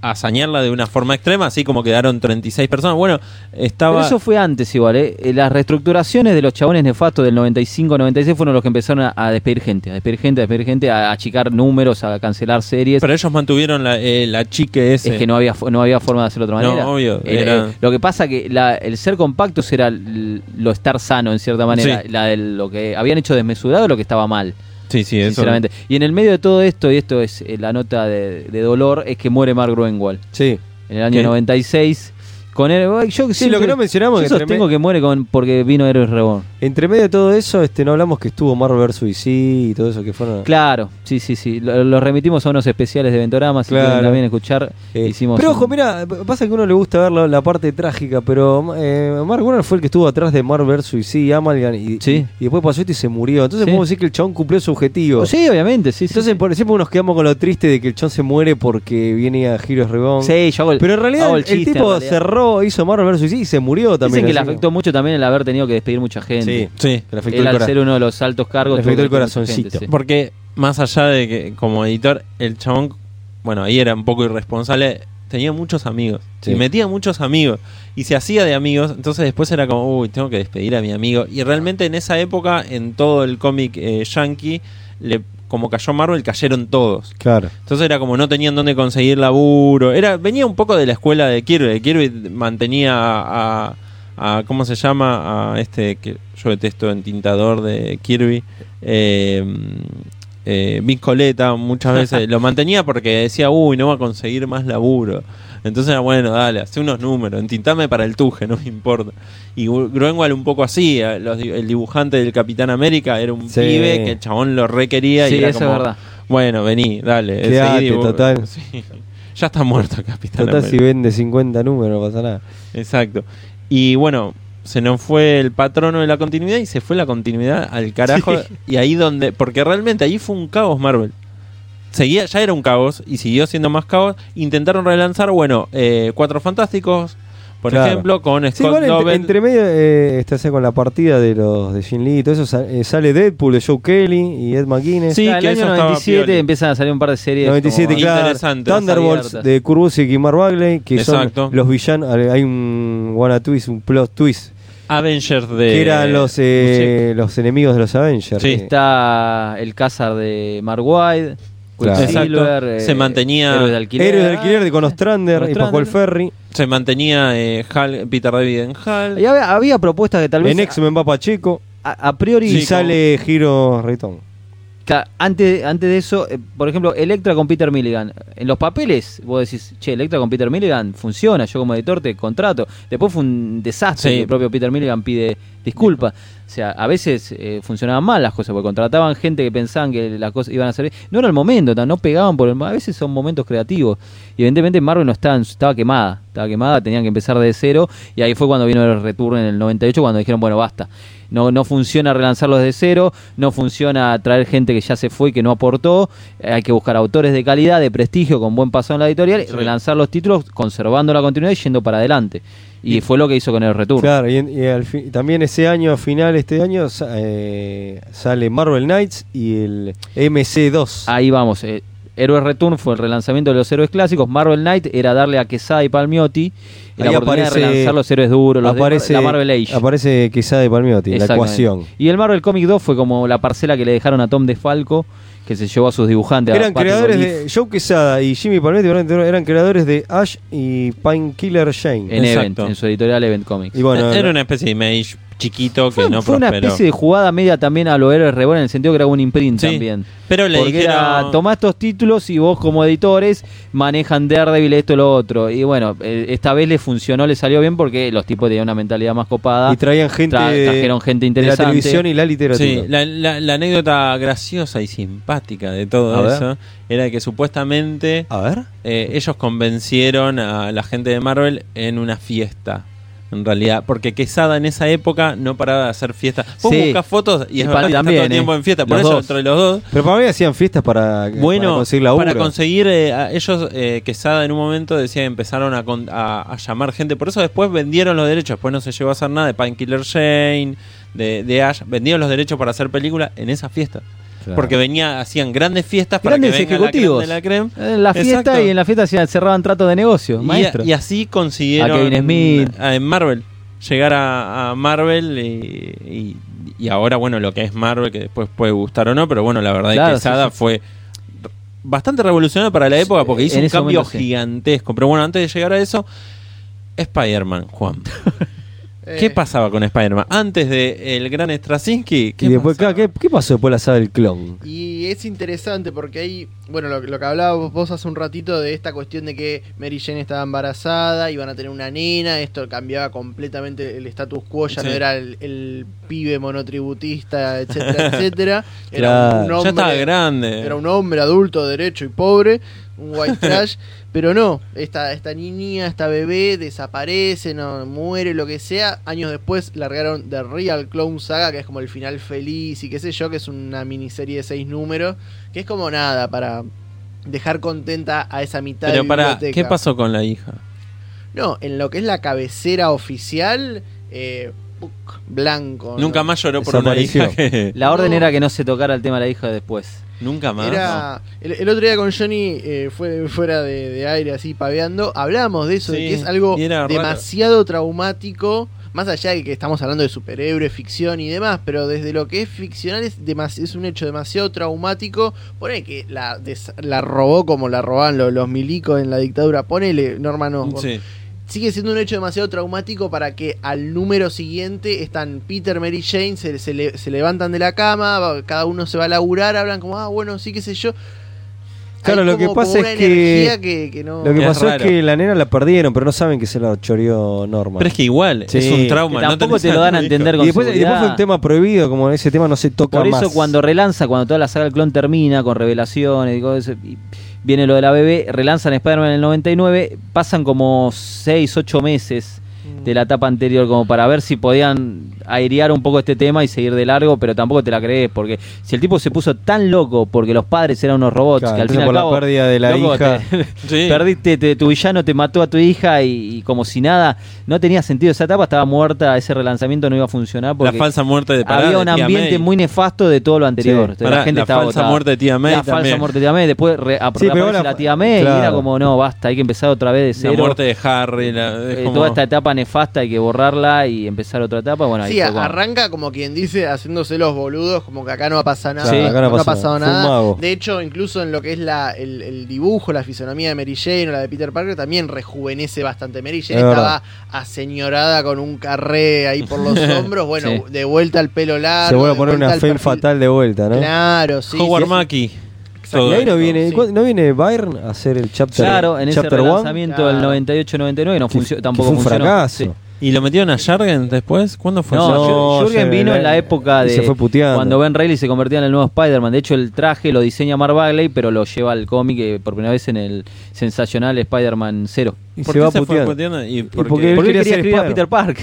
a sañarla de una forma extrema, así como quedaron 36 personas. Bueno, Pero estaba... eso fue antes igual, ¿eh? Eh, Las reestructuraciones de los chabones nefastos del 95-96 fueron los que empezaron a, a despedir gente, a despedir gente, a despedir gente, a achicar números, a cancelar series. Pero ellos mantuvieron la, eh, la chique ese. Es que no había, fo- no había forma de hacerlo de otra No, manera. obvio, Eh, era- eh, lo que pasa que la- el ser compactos era l- lo estar sano, en cierta manera. Sí. La del- lo que habían hecho desmesurado lo que estaba mal, Sí, sí, eso. sinceramente. Y en el medio de todo esto, y esto es eh, la nota de, de dolor, es que muere Mark Groenwald Sí. en el año ¿Qué? 96. Con él, yo Sí, lo que no mencionamos yo es que Ah. entre sostengo me- que muere con, porque vino Héroes Reborn. Entre medio de todo eso, este, no hablamos que estuvo Marvel vs. DC y todo eso que fueron. Claro, sí, sí, sí. Lo, lo remitimos a unos especiales de Ventorama, si Claro. quieren también escuchar. Eh, Hicimos pero ojo, un- mira, pasa que a uno le gusta ver la, la parte trágica, pero eh, Mark Warner fue el que estuvo atrás de Marvel vs. DC y Amalgam y, Sí. y después pasó esto y se murió. Entonces Sí. podemos decir que el chabón cumplió su objetivo. Sí, obviamente, sí, sí, Entonces sí. por siempre nos quedamos con lo triste de que el chabón se muere porque viene a Giros Rebón. Sí, yo hago el- Pero en realidad hago el, chiste, en tipo realidad. cerró, hizo Marvel vs. DC y se murió también. Dicen que le así afectó mucho también el haber tenido que despedir mucha gente. Sí. que le afectó Él el al corazón. ser uno de los altos cargos. Le afectó tuvo el que despedir mucha corazoncito. gente, sí. Porque más allá de que como editor, el chabón, bueno, ahí era un poco irresponsable, tenía muchos amigos. Sí. Y metía muchos amigos. Y se hacía de amigos, entonces después era como, uy, tengo que despedir a mi amigo. Y realmente en esa época, en todo el cómic eh, yankee, le, como cayó Marvel, cayeron todos. Claro. Entonces era como no tenían dónde conseguir laburo. Era, venía un poco de la escuela de Kirby. Kirby mantenía a, a- a- ¿cómo se llama? a este que yo detesto en tintador de Kirby. Eh, eh, Vince Coletta muchas veces lo mantenía porque decía, uy, no va a conseguir más laburo. Entonces era bueno, dale, hace unos números, entintame para el tuje, no me importa. Y Gru- Gruenwald un poco así, eh, los di- el dibujante del Capitán América era un Sí. pibe que el chabón lo requería Sí, y era eso es como, verdad. bueno, vení, dale. eh, Quedate, seguí, vos- total. Sí. Ya está muerto el Capitán Total, si América. vende 50 números, no pasa nada. Exacto. Y bueno, se nos fue el patrono de la continuidad y se fue la continuidad al carajo. Y ahí donde. Porque realmente ahí fue un caos Marvel. Seguía, ya era un caos y siguió siendo más caos. Intentaron relanzar, bueno, eh, Cuatro Fantásticos, por Claro. ejemplo, con Sí, Scott igual ent- Lobel. entre medio, eh, está sea, con la partida de los de Jin Lee y todo eso, sa- eh, sale Deadpool de Joe Kelly y Ed McGuinness. Sí, Ya, el que año eso estaba 97 piola. empiezan a salir un par de series. 97, como- claro. claro. Interesante. Thunderbolts Abiertas. de Kurusic y Mark Bagley, que Exacto. son los villanos. Hay un wanna twist, un plot twist, Avengers de. que eran los, eh, los enemigos de los Avengers. Sí. Eh, Está el Cázar de Mark White. Claro. Quicksilver, Exacto. Se mantenía- Héroes de alquiler. Héroes de alquiler de con Ostrander y Ostrander. Pascual Ferry. Se mantenía eh, Hal- Peter David en Hal. Y había, había propuestas que tal vez. En X-Men va Pacheco. a, a priori. Y sale Giro Retón. Claro, antes, antes de eso, eh, por ejemplo, Electra con Peter Milligan. En los papeles, vos decís, che, Electra con Peter Milligan funciona, yo como editor te contrato. Después fue un desastre Sí. que el propio Peter Milligan pide disculpas. O sea, a veces eh, funcionaban mal las cosas, porque contrataban gente que pensaban que las cosas iban a ser. No era el momento, no pegaban por el. A veces son momentos creativos. Y evidentemente Marvel no estaba, en- estaba quemada. Estaba quemada, tenían que empezar de cero. Y ahí fue cuando vino el return en el 98, cuando dijeron, bueno, basta. No, no funciona relanzarlos de cero, no funciona traer gente que ya se fue y que no aportó. Eh, Hay que buscar autores de calidad, de prestigio, con buen pasado en la editorial, y relanzar los títulos conservando la continuidad y yendo para adelante. Y, fue lo que hizo con el return. Claro, y, en- y al fin- también ese año, a final este año, sa- eh, sale Marvel Knights y el MC2. Ahí vamos. eh, Héroes Return fue el relanzamiento de los héroes clásicos. Marvel Knight era darle a Quesada y Palmiotti eh, la Ahí oportunidad aparece- de relanzar los héroes duros, los de Mar- aparece, la Marvel Age. Aparece quizá de Palmiotti, la Exactamente. ecuación. Y el Marvel Comic 2 fue como la parcela que le dejaron a Tom DeFalco, que se llevó a sus dibujantes. a Eran Patrick creadores O'Leary. de. Joe Quesada y Jimmy Palmiotti eran creadores de Ash y Painkiller Shane. En Exacto. Event, en su editorial Event Comics. Y bueno, Era una especie de image chiquito que fue no fue una prosperó. especie de jugada media también a los héroes Reborn en el sentido que era un imprint Sí, también. Pero le Porque dijeron... era, tomá estos títulos y vos como editores manejan Daredevil esto lo otro. Y bueno, eh, esta vez les funcionó, les salió bien porque los tipos tenían una mentalidad más copada. y traían gente. Ah, Tra- trajeron gente de la interesante. televisión y la literatura. Sí, la, la- la anécdota graciosa y simpática de A todo ver. eso era que supuestamente A ver. eh, ellos convencieron a la gente de Marvel en una fiesta. En realidad, porque Quesada en esa época no paraba de hacer fiestas. Vos Sí. buscas fotos y Y es Patty verdad que está también, todo el tiempo eh. en fiesta. Por Los eso, dos. entre los dos, Pero para mí hacían fiestas para, Bueno, para para conseguir conseguir, laburo. eh, a- ellos, eh, Quesada en un momento decía que empezaron a, con- a- a llamar gente, por eso después vendieron los derechos, después no se llegó a hacer nada de Painkiller Shane, de, de Ash, vendieron los derechos para hacer películas en esa fiesta. Claro. Porque venía, hacían grandes fiestas para Grandes que venga la creme ejecutivos. de la creme. En la fiesta Exacto. y en la fiesta se cerraban tratos de negocio, maestro. Y, y así consiguieron A Kevin Smith. a- en Marvel llegar a, a Marvel eh, y, y- y ahora bueno lo que es Marvel que después puede gustar o no pero bueno la verdad Claro, es que Sada sí, sí. fue bastante revolucionario para la época porque hizo En un ese cambio momento, sí. gigantesco pero bueno antes de llegar a eso Spider-Man Juan ¿qué Eh, pasaba con Spider-Man? antes de el gran Straczynski ¿qué Y después, pasaba? acá, ¿qué, ¿qué pasó después de la saga del clon? Y es interesante porque ahí, bueno, lo, lo que hablabas vos hace un ratito de esta cuestión de que Mary Jane estaba embarazada, iban a tener una nena, esto cambiaba completamente el status quo, ya Sí. no era el, el pibe monotributista, etcétera, etcétera. Claro. Era un ya estaba hombre, grande era un hombre adulto, derecho y pobre, un white trash, pero no, esta, esta niña, esta bebé desaparece, no muere, lo que sea. Años después largaron The Real Clown Saga, que es como el final feliz y qué sé yo, que es una miniserie de seis números, que es como nada para dejar contenta a esa mitad de pero para biblioteca. ¿qué pasó con la hija? No, en lo que es la cabecera oficial, eh, puc, blanco. nunca ¿no? más lloró por una Desapareció. hija que- La orden No. era que no se tocara el tema de la hija después. nunca más ¿no? Era, el, el otro día con Johnny eh, fue, fuera de, de aire así paveando, hablábamos de eso, de Sí, que es algo y era raro. demasiado traumático, más allá de que estamos hablando de superhéroes, ficción y demás, pero desde lo que es ficcional es, demas- es un hecho demasiado traumático, pone que la, des- la robó como la roban los, los milicos en la dictadura, ponele, Norman Osborn Sí. sigue siendo un hecho demasiado traumático para que al número siguiente están Peter, Mary Jane, se, se le- se levantan de la cama, va- cada uno se va a laburar, hablan como, ah, bueno, sí, qué sé yo. Claro, lo que pasa es que- energía que, que no... Lo que Es pasó raro. es que la nena la perdieron, pero no saben que se la choreó Norman. Pero es que igual, Sí. es un Que trauma. no tampoco tenés te lo dan a nadie. entender y con después, y después seguridad. fue un tema prohibido, como ese tema no se toca Por eso más. cuando relanza, cuando toda la saga del clon termina con revelaciones y cosas, y viene lo de la bebé, relanzan Spider-Man en el 99, pasan como 6, 8 meses de la etapa anterior como para ver si podían airear un poco este tema y seguir de largo, pero tampoco te la crees porque si el tipo se puso tan loco porque los padres eran unos robots Claro, que al entonces final por la pérdida de la hija. Sí. Perdiste, te- tu villano te mató a tu hija y, y como si nada, no tenía sentido esa etapa, estaba muerta, ese relanzamiento no iba a funcionar La porque falsa muerte de Pará, había de un tía ambiente May. muy nefasto de todo lo anterior. Sí. Entonces, Pará, la gente la estaba falsa agotada. muerte de tía May La falsa también. muerte de tía May, después re- ap- Sí, pero aparece la- la tía May y era claro. como, no, basta, hay que empezar otra vez de La cero. muerte de Harry. la- es Eh, como- Toda esta etapa nefasta hay que borrarla y empezar otra etapa. Bueno, ahí Sí, fue como- arranca como quien dice, haciéndose los boludos, como que acá no va a pasar nada, Sí, acá no no, ha pasa pasado nada, fue un nada. mago. De hecho, incluso en lo que es la, el, el dibujo, la fisonomía de Mary Jane o la de Peter Parker, también rejuvenece bastante. Mary Jane Es estaba aseñorada con un carré ahí por los hombros, bueno, Sí. de vuelta al pelo largo. se vuelve a de poner vuelta una al fe perfil- fatal de vuelta, ¿no? Claro, sí. Howard sí, Mackey. Y ahí no Todo viene, sí. ¿cu- ¿no viene Byron a hacer el chapter Claro, en ese chapter one? relanzamiento Claro. del 98-99 no funcionó, Que tampoco fue un funcionó. fracaso. Sí. esto. ¿Y lo metieron a Jargen después? ¿Cuándo fue No, eso? Jur- Jürgen se- vino en la época y de se fue puteando. cuando Ben Reilly se convertía en el nuevo Spider-Man. De hecho, el traje lo diseña Mark Bagley, pero lo lleva al cómic eh, por primera vez en el sensacional Spider-Man 0. Y ¿Por se qué va se fue puteando. puteando? ¿Y por porque qué? él Porque él quería quería ser escribir a Peter Spider-Man. Park.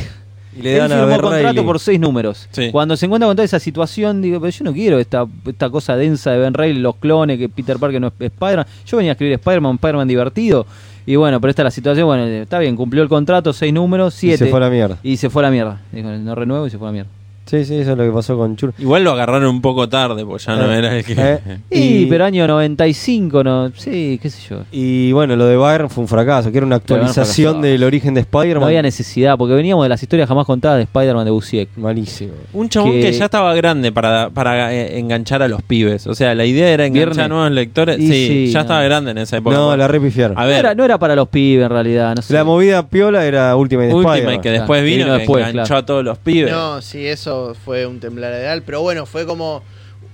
Y le él dan a firmó Ben contrato Reilly. por seis números. Sí. Cuando se encuentra con toda esa situación, digo, pero yo no quiero esta, esta cosa densa de Ben Reilly, los clones, que Peter Parker no es Spider-Man. Yo venía a escribir Spider-Man, Spider-Man divertido. Y bueno, pero esta es la situación. Bueno, eh, está bien, cumplió el contrato, seis números, Y siete. se fue a la mierda. Y se fue a la mierda. Dijo, no renuevo y se fue a la mierda. Sí, sí, eso es lo que pasó con Chur. Igual lo agarraron un poco tarde, porque ya no Eh, era el que... eh. Y, Y- pero año 95, no, sí, qué sé yo. Y bueno, lo de Bayern fue un fracaso, que era una Pero Byron actualización fracasó. del origen de Spider-Man. No había necesidad, porque veníamos de las historias jamás contadas de Spider-Man de Busiek. Malísimo. Un chabón que, que- ya estaba grande para, para eh, enganchar a los pibes. O sea, la idea era enganchar Viernes. a nuevos lectores. Y sí, sí, ya no. estaba grande en esa época. pues. No, Bueno, la repifiaron. A No ver, era, no era para los pibes en realidad, no sé. La movida piola era Ultimate, última y Spider-Man. que después vino, Claro, que vino que después, enganchó claro. a todos los pibes. No, sí, eso fue un temblar ideal, pero bueno, fue como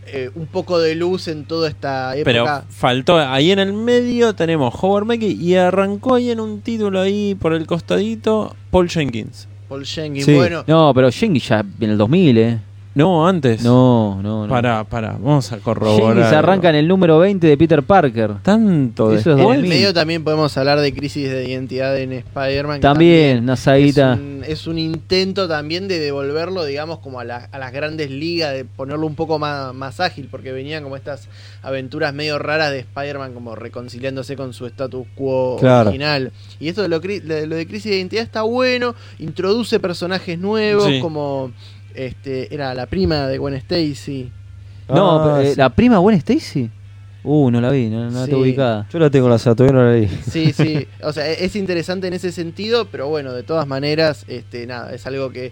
eh, un poco de luz en toda esta Pero época. faltó, ahí en el medio tenemos Howard Mackey y arrancó ahí en un título ahí por el costadito Paul Jenkins. Paul Jenkins, Sí. bueno, No, pero Jenkins ya en el 2000, ¿eh? No, antes. No, no, no. Pará, pará, vamos a corroborar. Jenkins algo. arranca en el número 20 de Peter Parker. Tanto Eso es después. en 2000. el medio también podemos hablar de crisis de identidad en Spider-Man. que También, Es Nazaita. un, es un intento también de devolverlo, digamos, como a, la- a las grandes ligas, de ponerlo un poco más, más ágil, porque venían como estas aventuras medio raras de Spider-Man, como reconciliándose con su status quo Claro. original. Y esto de lo, cri- de lo de crisis de identidad está bueno, introduce personajes nuevos, Sí. como este era la prima de Gwen Stacy. No, Ah, pero, eh, sí. la prima Gwen Stacy. Uh, no la vi, no, no la Sí. tengo ubicada. Yo la tengo la todavía no la leí. Sí, sí. O sea, e-, es interesante en ese sentido, pero bueno, de todas maneras, este, nada, es algo que.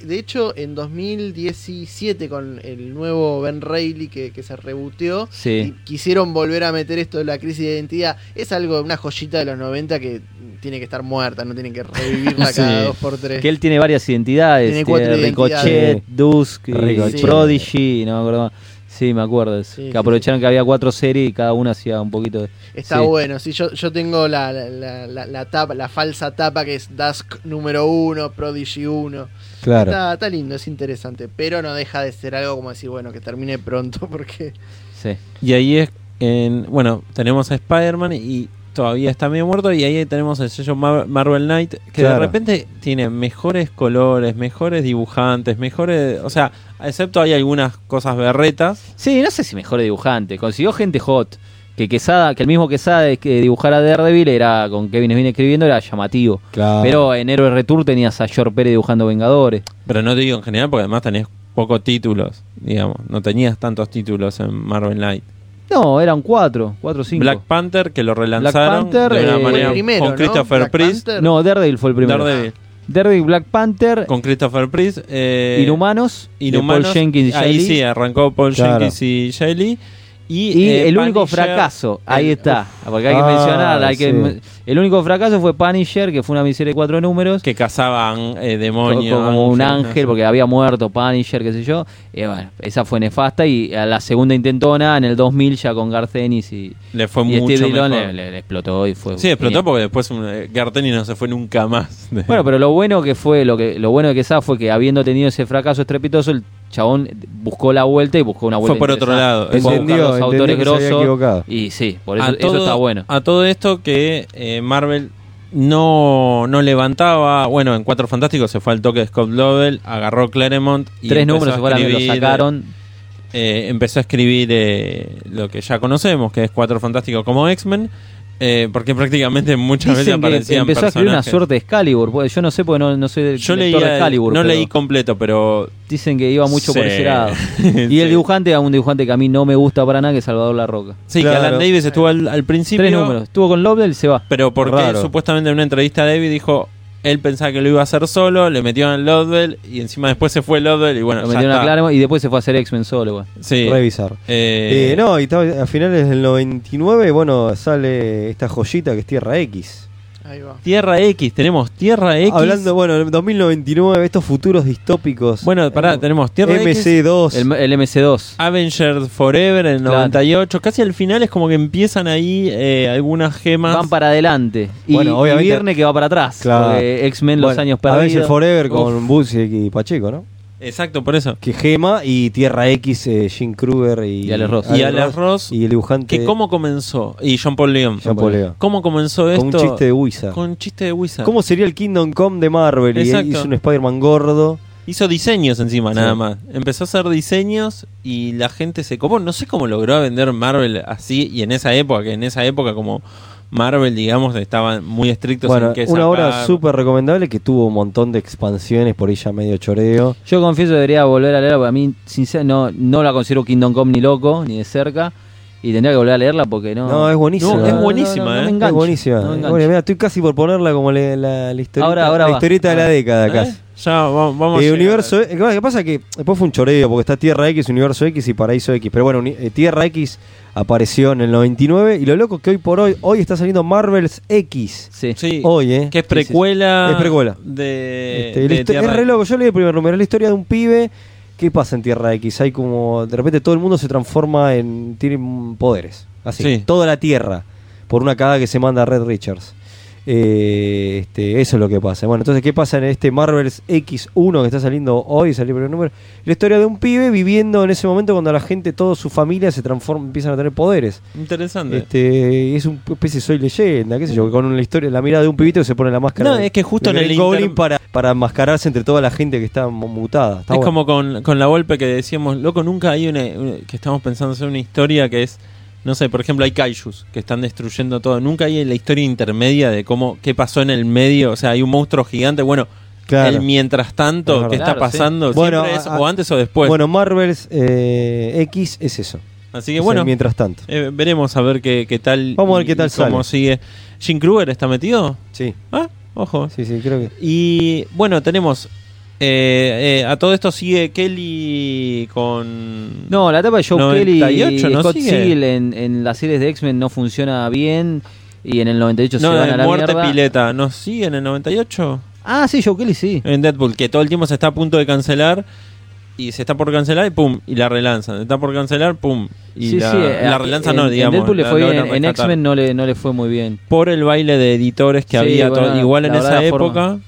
De hecho, en 2017, con el nuevo Ben Reilly que, que se reboteó, y Sí. quisieron volver a meter esto de la crisis de identidad. Es algo, una joyita de los 90 que tiene que estar muerta, no tienen que revivirla cada Sí. dos por tres. Que él tiene varias identidades. Tiene Tiene cuatro Ricochet, identidades. Dusk, y Ricochet. Prodigy, no me acuerdo más. Sí, me acuerdo. de eso. Sí, sí, que aprovecharon que había cuatro series y cada una hacía un poquito de... Está sí. bueno, sí, yo, yo tengo la, la, la- la- la tapa, la falsa tapa que es Dusk número uno, Prodigy 1. Claro. Está, está lindo, es interesante, pero no deja de ser algo como decir, bueno, que termine pronto porque... Sí. Y ahí es, en, bueno, tenemos a Spider-Man y todavía está medio muerto y ahí tenemos el sello Mar- Marvel Knight que de Claro. repente tiene mejores colores, mejores dibujantes, mejores, o sea, excepto hay algunas cosas berretas. Sí, no sé si mejor dibujante. Consiguió gente hot. Que Quesada, que el mismo Quesada de- que dibujara Daredevil era con Kevin Smith escribiendo era llamativo. Claro. Pero en Héroe Retour tenías a George Pérez dibujando Vengadores. Pero no te digo en general porque además tenés pocos títulos, digamos, no tenías tantos títulos en Marvel Knight. No, eran cuatro, cuatro o cinco. Black Panther que lo relanzaron Panther, de una eh, fue manera el primero, con ¿no? Christopher Black Priest, Panther. no, Daredevil fue el primero. Daredevil, Daredevil, Black Panther, con Christopher Priest, eh, Inhumanos, de Inhumanos, Paul Jenkins ahí y Jay Lee. sí, arrancó Paul Claro. Jenkins y Shelley. Y, Y eh, el único Punisher, fracaso, el- ahí está, porque hay que Ah, mencionar, hay que- sí. el único fracaso fue Punisher, que fue una miseria de cuatro números, que cazaban eh, co- demonios. como un ángeles, ángel, porque había muerto Punisher, qué sé yo, y bueno, esa fue nefasta, y a la segunda intentona en el 2000 ya con Garth Ennis y, Le fue y mucho Steve Dillon mejor. le, le- le explotó y fue... sí, explotó genial. porque después eh, Garteni no se fue nunca más. de- Bueno, pero lo bueno que fue, lo que lo bueno de Quesada fue que habiendo tenido ese fracaso estrepitoso, el chabón buscó la vuelta y buscó una Fue vuelta. por otro interesante. lado. Fue a buscar Entendió, los entendió autores que se había equivocado. grosos. Y sí, por eso, a eso está bueno. A todo esto que eh, Marvel no, no levantaba. Bueno, en Cuatro Fantásticos se fue al toque de Scott Lovell, agarró Claremont. Y Tres empezó números a se fueron, lo escribir, sacaron. eh, empezó a escribir eh, lo que ya conocemos, que es Cuatro Fantásticos como X-Men, eh, porque prácticamente muchas veces Dicen que aparecían empezó a escribir una personajes. suerte de Excalibur. pues, Yo no sé porque no, no soy del Yo leía, lector de Excalibur. no pero leí completo, pero Dicen que iba mucho por Sí. ese lado. Y Sí. el dibujante era un dibujante que a mí no me gusta para nada, que es Salvador La Roca. sí, Claro. que Alan Davis estuvo al, al principio, Tres números. Estuvo con Lovell y se va. pero porque Raro. supuestamente en una entrevista a David dijo él pensaba que lo iba a hacer solo, le metieron a Lodwell y encima después se fue Lodwell y bueno, Lo Ah, ya metieron a está. Claremont y después se fue a hacer X-Men solo. güey. Sí. Revisar. Eh, Eh, no, y estaba- a finales del 99, bueno, sale esta joyita que es Tierra X. Ahí va. Tierra X, tenemos Tierra X. Hablando, bueno, en 2099, estos futuros distópicos. Eh, bueno, pará, tenemos Tierra X, MC2. El, el MC2. Avengers Forever en Claro. 98. Casi al final es como que empiezan ahí eh, algunas gemas. Van para adelante. Y, Bueno, y obviamente- Viernes que va para atrás. Claro. porque X-Men los Bueno, años Avengers perdidos. Forever con Busiek y Pacheco, ¿no? Exacto, por eso. Que Gema y Tierra X, eh, Jim Kruger y, Y Alex Ross. Y Alex Ross, Y el dibujante. ¿Que ¿Cómo comenzó? Y John Paul Leon. Jean Paul Leon. ¿Cómo comenzó Con esto? un chiste de Wizard. Con chiste de Wizard. ¿Cómo sería el Kingdom Come de Marvel? Y Exacto. hizo un Spider-Man gordo. Hizo diseños encima, Sí. nada más. Empezó a hacer diseños y la gente se copó. No sé cómo logró vender Marvel así y en esa época, que en esa época como Marvel, digamos, estaban muy estrictos Bueno, en que una obra sacar. súper recomendable que tuvo un montón de expansiones por ella medio choreo. Yo confieso que debería volver a leerla, porque a mí, sinceramente, no, no la considero Kingdom Come ni loco, ni de cerca. Y tendría que volver a leerla porque no. No, es buenísima. No, es No, buenísima, no, no, no eh. me Es engancha, es buenísima. no me engancha. Bueno, mira, estoy casi por ponerla como le- la, la historieta, Ahora- ahora la va. historieta de la Ahora. década ¿Eh? casi. Ya, va- vamos. a Eh, llegar. universo X, lo que pasa es que después fue un choreo, porque está Tierra X, Universo X y Paraíso X. Pero bueno, uni- eh, Tierra X apareció en el 99 y lo loco que hoy por hoy, hoy está saliendo Marvel's X. Sí. Sí. Hoy, ¿eh? Que es precuela. Es precuela. De. Este, la de histo- Tierra es re X. loco, yo leí el primer número, es la historia de un pibe. ¿Qué pasa en Tierra X? Hay como, de repente todo el mundo se transforma en, tiene mm, poderes. Así, Sí. toda la Tierra, por una cagada que se manda a Red Richards. Eh, este, eso es lo que pasa. Bueno, entonces, ¿qué pasa en este Marvel's X1 que está saliendo hoy? Salió el primer número. La historia de un pibe viviendo en ese momento cuando la gente, toda su familia se transforma, empiezan a tener poderes. Interesante. Este, es un especie de soy leyenda, qué sé yo, con una historia, la mirada de un pibito que se pone la máscara. No, de- es que justo de en el Green Goblin inter- para, para enmascararse entre toda la gente que está mu- mutada. Está es bueno. como con, con la golpe que decíamos, loco, nunca hay una, una- que estamos pensando hacer una historia que es, no sé, por ejemplo, hay kaijus que están destruyendo todo, nunca hay la historia intermedia de cómo qué pasó en el medio, o sea, hay un monstruo gigante, bueno, Claro. el mientras tanto Es que está verdad. Claro, sí. pasando, Bueno, siempre es a- o antes o después. Bueno, Marvel's eh, X es eso. Así que O sea, bueno, mientras tanto. eh, veremos a ver qué, qué tal Vamos a ver y- qué tal y cómo sale. sigue. Jim Kruger está metido? Sí, Ah, ojo. sí, sí, creo que. Y bueno, tenemos eh, eh, a todo esto sigue Kelly con No, la etapa de Joe 98 Kelly y no Scott sigue. Siegel en, en las series de X-Men no funciona bien. Y en el 98 No, se van a en la Muerte mierda. Pileta. ¿Nos sigue en el 98? Ah, sí, Joe Kelly sí. En Deadpool, que todo el tiempo se está a punto de cancelar. Y se está por cancelar y pum, y la relanzan. Se está por cancelar, pum. Y sí, la, sí, la eh, relanzan, en- no, digamos. En Deadpool le la fue bien, logran en- en rescatar. X-Men no le, no le fue muy bien. Por el baile de editores que Sí, había. bueno, todo- igual en la esa verdad, época. forma.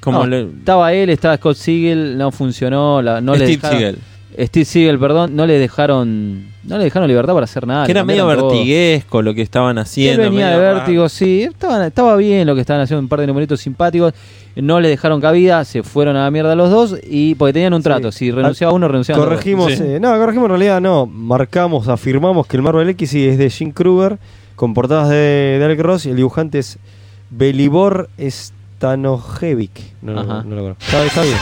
Como No, le- Estaba él, estaba Scott Siegel, no funcionó. la- no le Steve dejaron- Siegel. Steve Siegel, perdón, no le dejaron no le dejaron libertad para hacer nada. que Ah, le era medio cambiaron todo. vertiguesco lo que estaban Él haciendo. venía de medio raro. vértigo, sí. Estaban, estaba bien lo que estaban haciendo, un par de numeritos simpáticos. No le dejaron cabida, se fueron a la mierda los dos. y Porque tenían un trato, si renunciaba uno, renunciaba otro. Corregimos, Sí. eh, no, corregimos en realidad no. Marcamos, afirmamos que el Marvel X sí, es de Jim Kruger, con portadas de, de Alex Ross y el dibujante es Belibor Stanojevic. No, no, Ajá. no lo conozco. Está, está bien.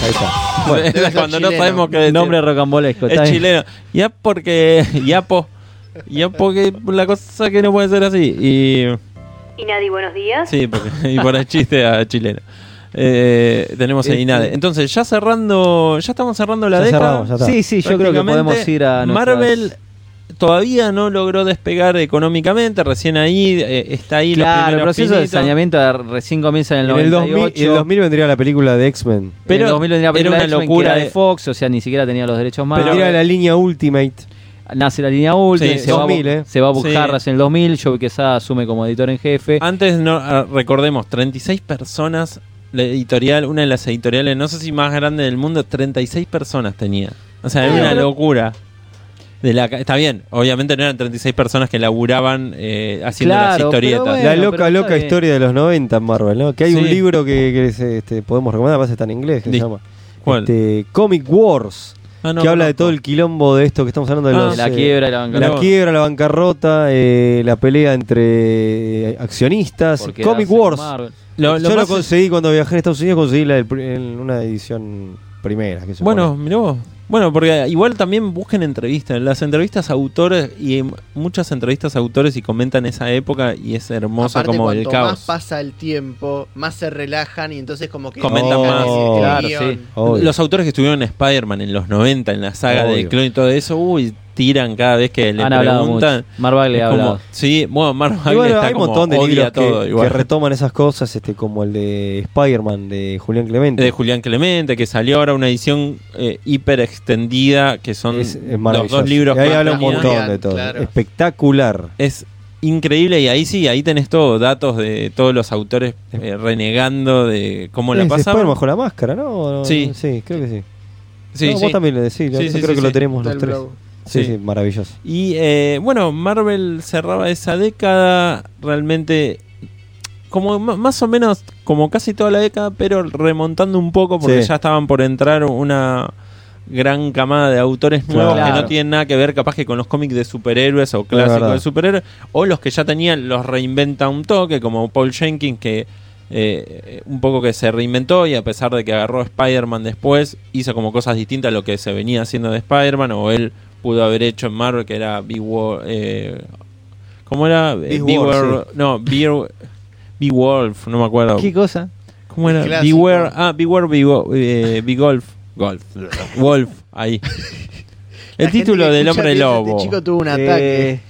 Ahí está. Bueno, Es Cuando no chileno. sabemos qué decir. Nombre rocambolesco. Es chileno. Ya porque. Ya po. Ya porque la cosa que no puede ser así. Y. Y nadie, buenos días. Sí, porque- y por el chiste a chileno. Eh, tenemos el Este- INADE. Entonces, ya cerrando, ya estamos cerrando la Ya década. cerramos, ya está. Sí, sí, yo creo que Prácticamente, podemos ir a nuestras- Marvel todavía no logró despegar económicamente, recién ahí eh, está ahí los Claro, el primeros proceso de pinitos. saneamiento de- recién comienza en el En el 98. 2000, en el 2000 vendría la película de X-Men. en Pero el 2000 tenía la era película una de X-Men, que locura era de- de Fox, o sea, ni siquiera tenía los derechos más. Pero era la línea Ultimate. Nace la línea Ultimate, Sí, se, va a bu- 2000, eh. se va a Sí. buscar en el 2000, Joe Quesada asume como editor en jefe. Antes, no, ah, recordemos, 36 personas, la editorial, una de las editoriales, no sé si más grande del mundo, 36 personas tenía. O sea, era Bueno, una pero- locura. De la, ca- está bien, obviamente no eran 36 personas que laburaban eh, haciendo las Claro, pero historietas. bueno. la loca, pero está loca bien. historia de los 90 en Marvel, ¿no? Que hay un Sí. libro que, que es, este, podemos recomendar, además está en inglés, que Di- se llama ¿Cuál? este, Comic Wars, Ah, no, que habla de conozco. todo el quilombo de esto que estamos hablando de Ah. De los, la eh, quiebra y la bancarrota. La quiebra, la bancarrota, eh, la pelea entre eh, accionistas. Porque Comic era Wars. Marvel. Lo- lo Yo lo más- conseguí cuando viajé a Estados Unidos, conseguí la del pri- en una edición primera. que se Bueno, mirá vos. Bueno, porque igual también busquen entrevistas. Las entrevistas a autores y em, muchas entrevistas a autores y comentan esa época y es hermosa Aparte, como el cuanto caos. más pasa el tiempo, más se relajan y entonces como que... Comentan Oh, más. el Claro, guión. sí. pone. Obvio. Los autores que estuvieron en Spider-Man en los 90, en la saga Obvio. de Clone y todo eso, uy, tiran cada vez que le Han hablado preguntan. mucho. Marvel le Es ha como- hablado. sí, bueno, Marvel Y bueno, está hay un como montón de odia libros que, todo, que igual. retoman esas cosas, este, como el de Spider-Man de Julián Clemente. de Julián Clemente, que salió ahora una edición eh, hiper extendida, que son Es- es los maravilloso. dos libros Y ahí que habla un tenía. montón de todo. Claro. Espectacular. Es increíble y ahí sí, ahí tenés todo, datos de todos los autores eh, renegando de cómo la Es pasaban. Spider-Man bajo la máscara, ¿no? No, Sí. Sí, creo que sí. Sí, No, sí. Vos también lo decís, lo- Sí, sí, yo creo sí, que sí. lo tenemos los Del tres. Bravo. Sí, Sí. sí, maravilloso. Y eh, bueno, Marvel cerraba esa década realmente como ma- más o menos como casi toda la década, pero remontando un poco porque Sí. ya estaban por entrar una gran camada de autores Claro. nuevos que Claro. no tienen nada que ver capaz que con los cómics de superhéroes o verdad. clásicos de superhéroes o los que ya tenían los reinventa un toque como Paul Jenkins que eh, un poco que se reinventó y a pesar de que agarró Spider-Man después, hizo como cosas distintas a lo que se venía haciendo de Spider-Man o él pudo haber hecho en Marvel que era Big War, eh, ¿cómo era? Eh, Big Big War, War- no, Beer- Big Wolf, no me acuerdo. ¿Qué cosa? ¿Cómo era? Clásico. Beware, ah, Beware, Big, Wo- eh, Big Golf. Golf. Wolf, ahí. La El gente título que del escucha hombre piensa, lobo. Este chico tuvo un ataque. Eh,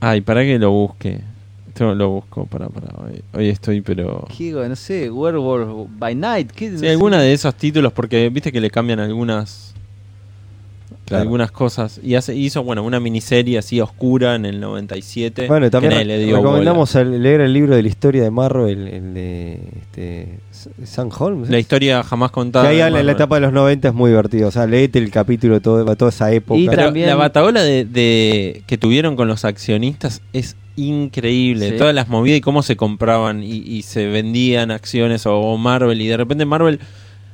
Ay, para que lo busque. Esto lo busco, para, para. Hoy, hoy estoy, pero. ¿Qué, no sé, Werewolf by Night. ¿qué, no Sí, sé? alguna de esos títulos, porque viste que le cambian algunas. Claro. Algunas cosas. Y hace, hizo, bueno, una miniserie así oscura en el 97. Bueno, y también que nadie le dio recomendamos al- leer el libro de la historia de Marvel, el de este, San Holmes. bola. La historia jamás que contada. ahí de habla en la Marvel. etapa de los 90 es muy divertido. O sea, leete el capítulo, todo, toda esa época. Y Pero también- la bataola de, de- que tuvieron con los accionistas es increíble. Sí. Todas las movidas y cómo se compraban y, y se vendían acciones o, o Marvel. Y de repente Marvel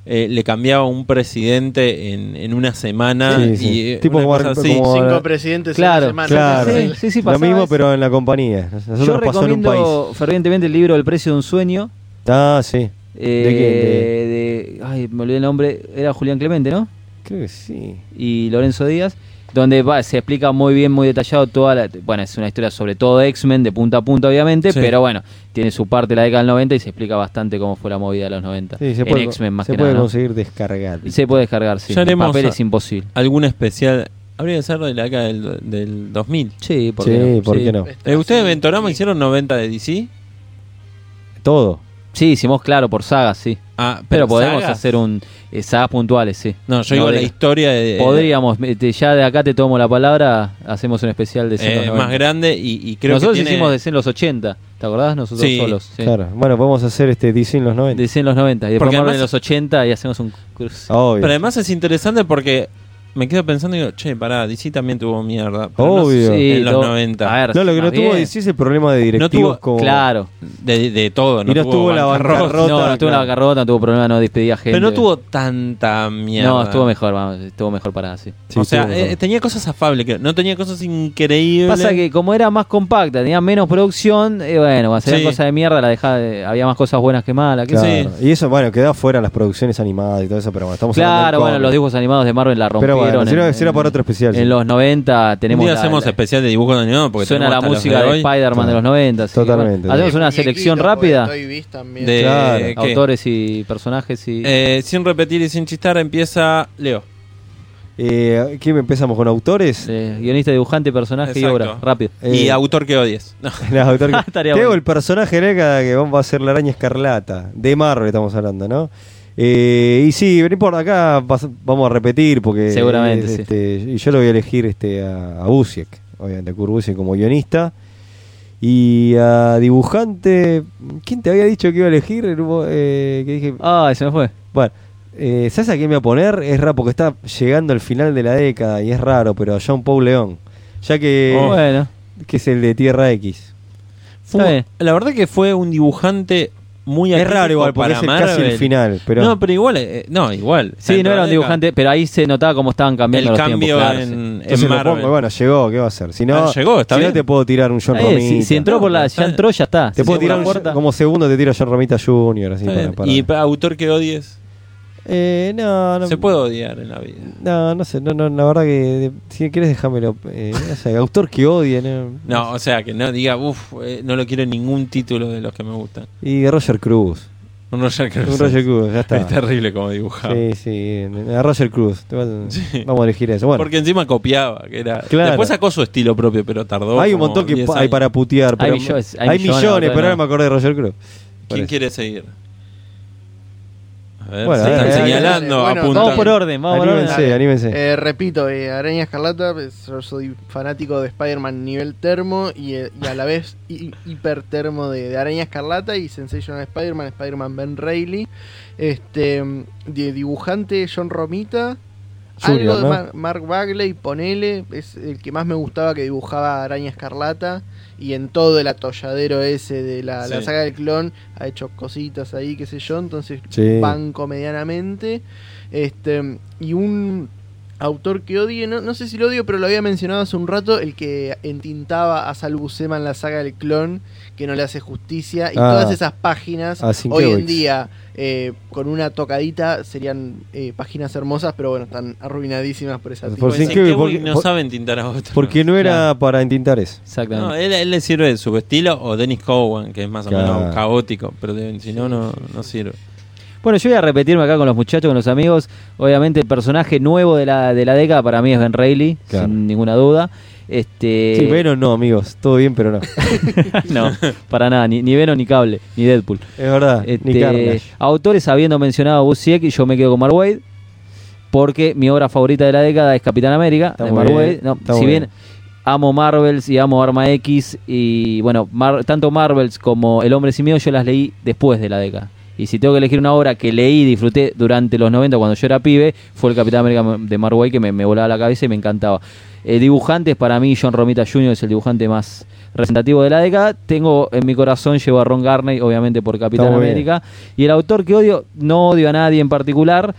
eh, le cambiaba un presidente en, en una semana. Sí, y, sí. eh, Tipo una cosa como- así. como- Cinco presidentes Claro, en una semana. Claro, Sí, sí, sí, lo pasaba mismo eso. pero en la compañía. Nosotros Yo nos pasó en un país. recomiendo fervientemente el libro El precio de un sueño. Ah, sí. eh, ¿De quién? De- de- ay, me olvidé el nombre. Era Julián Clemente, ¿no? Creo que sí. y Lorenzo Díaz, donde va, se explica muy bien, muy detallado toda la... Bueno, es una historia sobre todo de X-Men, de punta a punta obviamente, Sí. pero bueno, tiene su parte la década del 90 y se explica bastante cómo fue la movida de los 90. Sí, se en puede, X-Men más se que puede nada. ¿no? conseguir descargar. Se puede descargar, sí. Ya En haremos papel a- es imposible. Algún especial. Habría que ser de la década del, del 2000. Sí, ¿por sí, qué no? ¿por Sí. qué no? Eh, ¿Ustedes de Ventorama Sí. hicieron 90 de DC? Todo. Sí, hicimos claro por sagas, sí. Ah, Pero podemos sagas. hacer un eh, sagas puntuales, sí. No, yo No, digo la de- historia de. Podríamos, eh, te- ya de acá te tomo la palabra, hacemos un especial de eh, 190. más grande y, y creo Nosotros que. tiene- hicimos de en los 80, ¿te acordás? Nosotros Sí, solos. sí. Claro. Bueno, podemos hacer este DC en los 90. Decían los 90 y después Porque Marvel en además- los 80 y hacemos un cruce. Obvio. Pero además es interesante porque me quedo pensando y digo, che, pará, DC también tuvo mierda. Pero no Obvio. sé, en los todo- 90. a ver, no, lo que no más tuvo bien. DC es el problema de directivos tuvo- como... Claro. de, de todo, no, Y no tuvo, estuvo la bancarrota. no, bancarrota. no tuvo claro. la bancarrota, no tuvo problema, no despedía gente. Pero no tuvo tanta mierda. No, estuvo mejor, vamos, estuvo mejor parada, sí. Sí, o sea, tuvo- eh, este, tenía cosas afables, creo. No tenía cosas increíbles. Pasa que como era más compacta, tenía menos producción, eh, bueno, hacían Sí. cosas de mierda, la dejaba de- había más cosas buenas que malas. qué sé yo. Claro. Y eso, bueno, quedó fuera las producciones animadas y todo eso, pero bueno, estamos hablando Claro, del bueno, cómic. los dibujos animados de Marvel la Pero rompieron. bueno, será- en- será para otro especial, En sí. los 90 Un tenemos día la- hacemos la- especial de dibujos animados porque suena la tenemos hasta los música de, hoy. Spider-Man de los 90. así que, bueno, Totalmente. hacemos una Muñequito, selección porque rápida. Toy Biz también. de- Claro. ¿qué? autores y personajes y Eh, sin repetir y sin chistar, empieza Leo. Eh, ¿Qué empezamos con autores? eh, guionista, dibujante, personaje y Exacto. obra. Rápido. Y Eh, autor que odies. No. Las autor- Estaría Te hago bueno. el personaje de la década que va a ser la araña escarlata. De Marvel estamos hablando, ¿no? Eh, y sí, no importa, acá pas- vamos a repetir porque... Seguramente, eh, sí. este, Y yo lo voy a elegir este, a, a Busiek, obviamente, a Kurt Busiek como guionista. Y a dibujante... ¿Quién te había dicho que iba a elegir? Eh, que dije, Ay, Ah, se me fue. Bueno, eh, ¿sabes a quién me voy a poner? Es raro porque está llegando al final de la década y es raro, pero a John Paul León, ya que, Oh. Bueno, que es el de Tierra X. Fue- Está bien. la verdad que fue un dibujante muy es raro acrítico igual porque para es el- casi el Marvel. final, pero No, pero igual, eh, no, igual. sí, no era un dibujante, pero ahí se notaba cómo estaban cambiando El los cambio tiempos. claro, sí. en, en entonces lo Marvel. pongo, y bueno, llegó, ¿qué va a hacer? Si no, Ah, llegó, está si no bien. te puedo tirar un John Eh, Romita. si, si entró por la ya entró, ya está. te Si puedo entró tirar por la un- puerta. como segundo te tiro a John Romita Jr. Así Está para, bien. para- Y pa- autor que odies, Eh, no, no, se puede odiar en la vida. No, no sé, no, no, la verdad que de- si quieres déjamelo. eh, no sé, autor que odie. No, No, eh, o sea, que no diga, uff, no lo quiero en ningún título de los que me gustan. Y Roger Cruz. Un Roger Cruz. Un Roger Cruz, ya está. Es terrible como dibujaba. Sí, sí, a Roger Cruz. te vas- Sí. Vamos a elegir eso. Bueno, Porque encima copiaba. Que era... Claro. Después sacó su estilo propio, pero tardó. hay un como montón que 10 pa- hay años. para putear. Pero Hay millones, hay hay millones, millones, otra pero no. ahora me acordé de Roger Cruz. Por ¿Quién eso. quiere seguir? A ver, Bueno, se a ver, están a ver, señalando, bueno, apuntan. Vamos por orden, vamos por orden. Anímense, anímense. Eh, repito, eh, Araña Escarlata, pues, yo soy fanático de Spider-Man nivel termo y, eh, y a la vez hi- hiper termo de, de Araña Escarlata y Sensational Spider-Man, Spider-Man Ben Reilly, este, mm, de dibujante John Romita, algo Junior, de ¿no? Mar- Mark Bagley, ponele, es el que más me gustaba que dibujaba Araña Escarlata y en todo el atolladero ese de la, la Sí. saga del clon ha hecho cositas ahí, qué sé yo, entonces Sí. banco medianamente. Este, y un autor que odie, no, no sé si lo odio, pero lo había mencionado hace un rato, el que entintaba a Sal Buscema en la saga del clon, que no le hace justicia, y Ah. todas esas páginas Ah, Sienkiewicz. hoy en día, eh, con una tocadita, serían eh, páginas hermosas, pero bueno, están arruinadísimas por esa Por tipo de- Dicen Sin que que- Bowie por- no por- saben tintar a otro. Porque no era para entintar eso. Exactamente. No, él, él le sirve de su estilo o Dennis Cowan, que es más o Claro. menos caótico, pero de- si no, no, no sirve. Bueno, yo voy a repetirme acá con los muchachos, con los amigos. Obviamente el personaje nuevo de la, de la década para mí es Ben Reilly, Claro. sin ninguna duda. Este, Eh, Sí, pero no, amigos. Todo bien, pero no. Es no, para nada, ni, ni Venom ni Cable, ni Deadpool. verdad. Este, Ah, Ni Carnage. autores habiendo mencionado a Busiek, yo me quedo con Mark Waid, porque mi obra favorita de la década es Capitán América, Está de muy Mark bien, Waid. No, está si muy bien, bien. amo Marvels y amo Arma X, y bueno, Mar- tanto Marvels como El Hombre Sin Miedo yo las leí después de la década. Y si tengo que elegir una obra que leí y disfruté durante los 90 cuando yo era pibe, fue el Capitán América de Mark Waid que me, me volaba la cabeza y me encantaba. Eh, dibujantes, para mí John Romita Jr. es el dibujante más representativo de la década. Tengo en mi corazón, llevo a Ron Garney, obviamente por Capitán Está muy bien. América. Y el autor que odio, no odio a nadie en particular,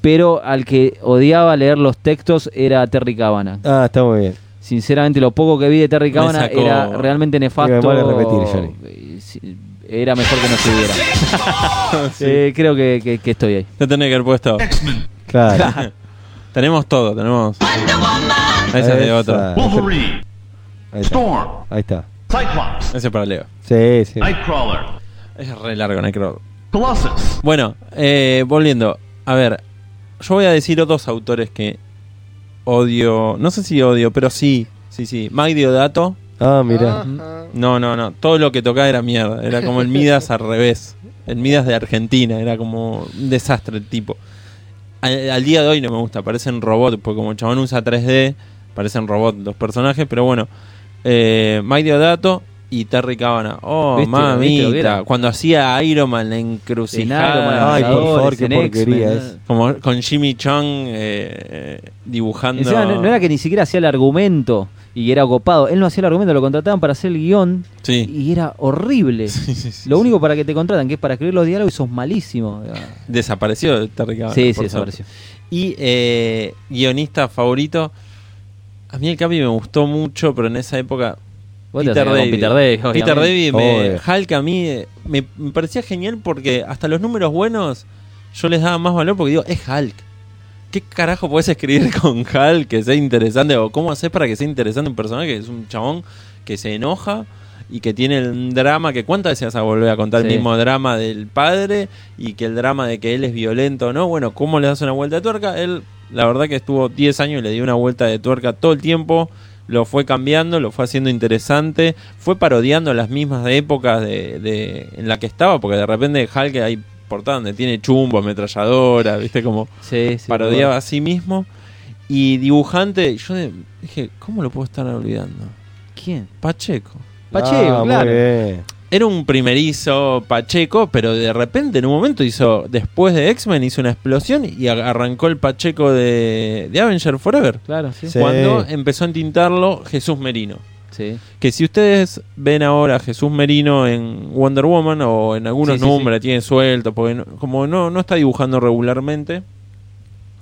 pero al que odiaba leer los textos era Terry Cabana. Ah, está muy bien. Sinceramente, lo poco que vi de Terry Me Cabana sacó- era realmente nefasto. Iba mal a repetir, Johnny. Eh, sí, Era mejor que no estuviera. Eh, creo que, que- que estoy ahí. Te tenés que haber puesto. Claro. tenemos todo, tenemos. Esa es de Esa. otra. Wolverine, Ahí está. Storm, Ahí está. Cyclops, Ese es para Leo. Sí, sí. Nightcrawler, Es re largo, Necro. Colossus, Bueno, eh, volviendo. A ver, yo voy a decir otros autores que odio. No sé si odio, pero sí. Sí, sí. Mike Diodato. Ah, mirá. Ajá. No, no, no. Todo lo que tocaba era mierda. Era como el Midas al revés. El Midas de Argentina. Era como un desastre el tipo. Al, al día de hoy no me gusta. Parecen robots. Porque como el chabón usa 3D, parecen robots los personajes. Pero bueno. Eh, Mike Deodato y Terry Cabana. Oh, ¿Viste? ¿Viste lo que mamita. era? Cuando hacía Iron Man la Iron Man, encrucijada. Ay, por Vengadores, favor, qué en X-Men, porquería ¿no? es. Como con Jimmy Chung eh, eh, dibujando. Encima, no, no era que ni siquiera hacía el argumento y era copado. Él no hacía el argumento, lo contrataban para hacer el guión Sí. y era horrible. Sí, sí, sí, lo sí. único para que te contratan, que es para escribir los diálogos, y sos malísimo. Desapareció Terry Cabana. sí, sí, por suerte. desapareció. Y eh, guionista favorito. A mí el Capi me gustó mucho, pero en esa época. Vos te vas a quedar con Peter David, Peter obviamente. Davis me. Obvio. Hulk a mí eh, me, me parecía genial porque hasta los números buenos yo les daba más valor porque digo, es Hulk. ¿Qué carajo podés escribir con Hulk que sea interesante? ¿O cómo haces para que sea interesante un personaje que es un chabón que se enoja y que tiene un drama que cuántas veces vas a volver a contar Sí. el mismo drama del padre y que el drama de que él es violento o no? Bueno, ¿cómo le das una vuelta de tuerca? Él, la verdad que estuvo 10 años y le dio una vuelta de tuerca todo el tiempo. Lo fue cambiando, lo fue haciendo interesante, fue parodiando las mismas épocas de, de- en la que estaba, porque de repente Hulk hay portadas donde tiene chumbo, ametralladora, viste como Sí, sí, parodiaba a sí mismo. Y dibujante, yo de- dije, ¿cómo lo puedo estar olvidando? ¿Quién? Pacheco. Pacheco, Ah, muy claro. bien. Era un primerizo Pacheco, pero de repente en un momento hizo, después de X-Men, hizo una explosión y a- arrancó el Pacheco de, de Avenger Forever. Claro, sí. Sí. Cuando empezó a entintarlo Jesús Merino. Sí. Que si ustedes ven ahora a Jesús Merino en Wonder Woman o en algunos Sí, sí, números, la tiene suelto, porque no- como no, no está dibujando regularmente,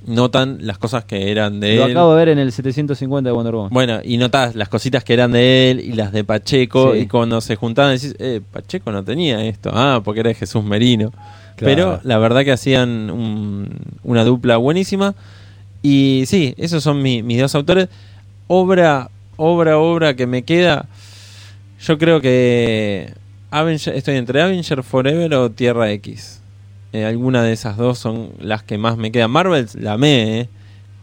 notan las cosas que eran de Lo él. acabo de ver en el 750 de Wonder Woman. Bueno, y notas las cositas que eran de él y las de Pacheco, Sí. y cuando se juntaban decís, eh, Pacheco no tenía esto, ah, porque era de Jesús Merino. Pero Claro. la verdad que hacían un- una dupla buenísima. Y sí, esos son mi- mis dos autores. Obra, obra, obra que me queda. Yo creo que Avenger- estoy entre Avenger Forever o Tierra X. eh, alguna de esas dos son las que más me quedan. Marvel la amé, eh,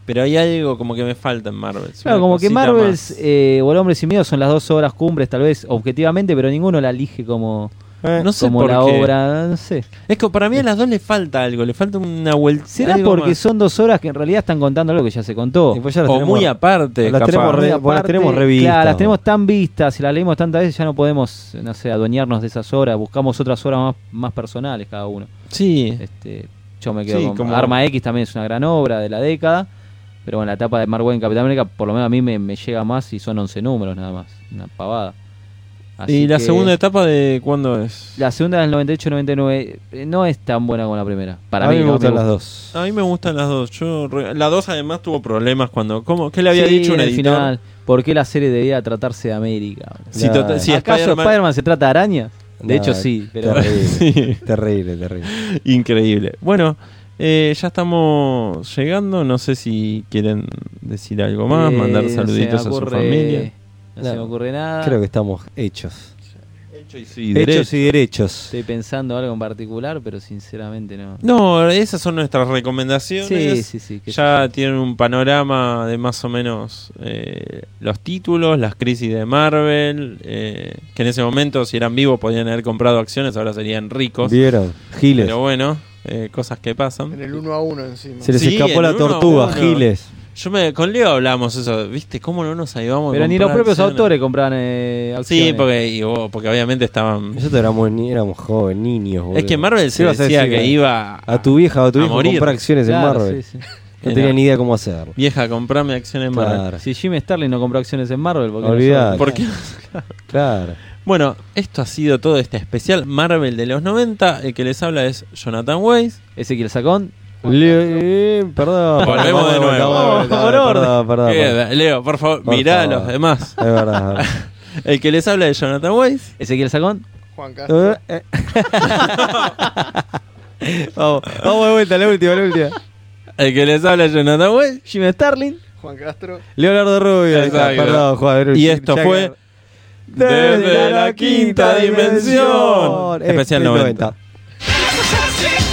pero hay algo como que me falta en Marvel. Claro, como que Marvels eh, o El Hombre Sin Miedo son las dos obras cumbres, tal vez, objetivamente, pero ninguno la elige como, Eh, no sé como por la qué. obra, no sé. Es que para mí a las dos le falta algo, le falta una vuelta. ¿Será porque son dos horas que en realidad están contando algo que ya se contó? Y pues ya las o tenemos- muy aparte, las capaz. tenemos re- Aparte, bueno, las tenemos revistas, Claro, las bueno. tenemos tan vistas y las leímos tantas veces, ya no podemos, no sé, adueñarnos de esas horas, buscamos otras horas más, más personales cada uno. Sí, Este, yo me quedo Sí, con como- Arma X también es una gran obra de la década, pero bueno, la etapa de Mark Wayne en Capitán América por lo menos a mí me, me llega más y son 11 números nada más, una pavada. Así ¿Y la que- segunda etapa de cuándo es? La segunda del 98-99 eh, no es tan buena como la primera. Para a mí, me no, gustan las gusta. dos. A mí me gustan las dos. Yo re- La dos además tuvo problemas cuando... ¿cómo? ¿Qué le había Sí, dicho un en el editor? final, ¿por qué la serie debía tratarse de América? Si, Claro. total- si ¿Acaso Spider-Man... Spider-Man- se trata de araña? De No, hecho sí, pero Ah, terrible, Sí. terrible, terrible. Increíble. Bueno, eh, ya estamos llegando. No sé si quieren decir algo más, Eh, mandar no se me saluditos a su ocurre- familia. No, se No, me ocurre nada. Creo que estamos hechos. Hechos y Hechos y derechos. Estoy pensando algo en particular, pero sinceramente no. No, esas son nuestras recomendaciones. Sí, sí, sí. que- Ya tienen un panorama de más o menos eh, los títulos, las crisis de Marvel, eh, que en ese momento si eran vivos podían haber comprado acciones, ahora serían ricos. ¿Vieron? Giles. Pero bueno, eh, cosas que En pasan. el 1 a 1 encima. Se les Sí, escapó el la uno, tortuga, uno. Giles. Yo me, con Leo hablamos eso, ¿viste? ¿Cómo no nos ayudamos? a Pero ni comprar los propios acciones? autores compraban eh, acciones. Sí, porque, y, oh, porque obviamente estaban... Nosotros éramos, ni- éramos jóvenes, niños. boludo. Es que Marvel ¿Qué se vas a decía decir que a- iba A tu vieja o a tu a hijo morir. comprar acciones Claro, en Marvel. sí, sí. No Era- tenían ni idea cómo hacerlo. Vieja, comprame acciones en Marvel. Claro, Si Jim Starlin no compró acciones en Marvel, porque Olvidate. ¿Por qué? claro. Bueno, esto ha sido todo este especial Marvel de los 90. El que les habla es Jonathan Weiss. Ezequiel Sacón. Le- eh, perdón. Volvemos perdón, de perdón, nuevo. Oh, perdón, Por perdón, orden. perdón, perdón, Eh, perdón. Leo, por favor, Por mirá favor. a los demás. Es verdad. es verdad. El que les habla es Jonathan Weiss. Ezequiel Sacón. Juan Castro. Eh, eh. vamos, vamos de vuelta, la última, la última. El que les habla es Jonathan Weiss. Jim Starlin. Juan Castro. Leonardo Rubio. ahí está, Exacto. Perdón, Juan. Y esto Ya fue Desde la Quinta Dimensión. Especial 90. This is how sick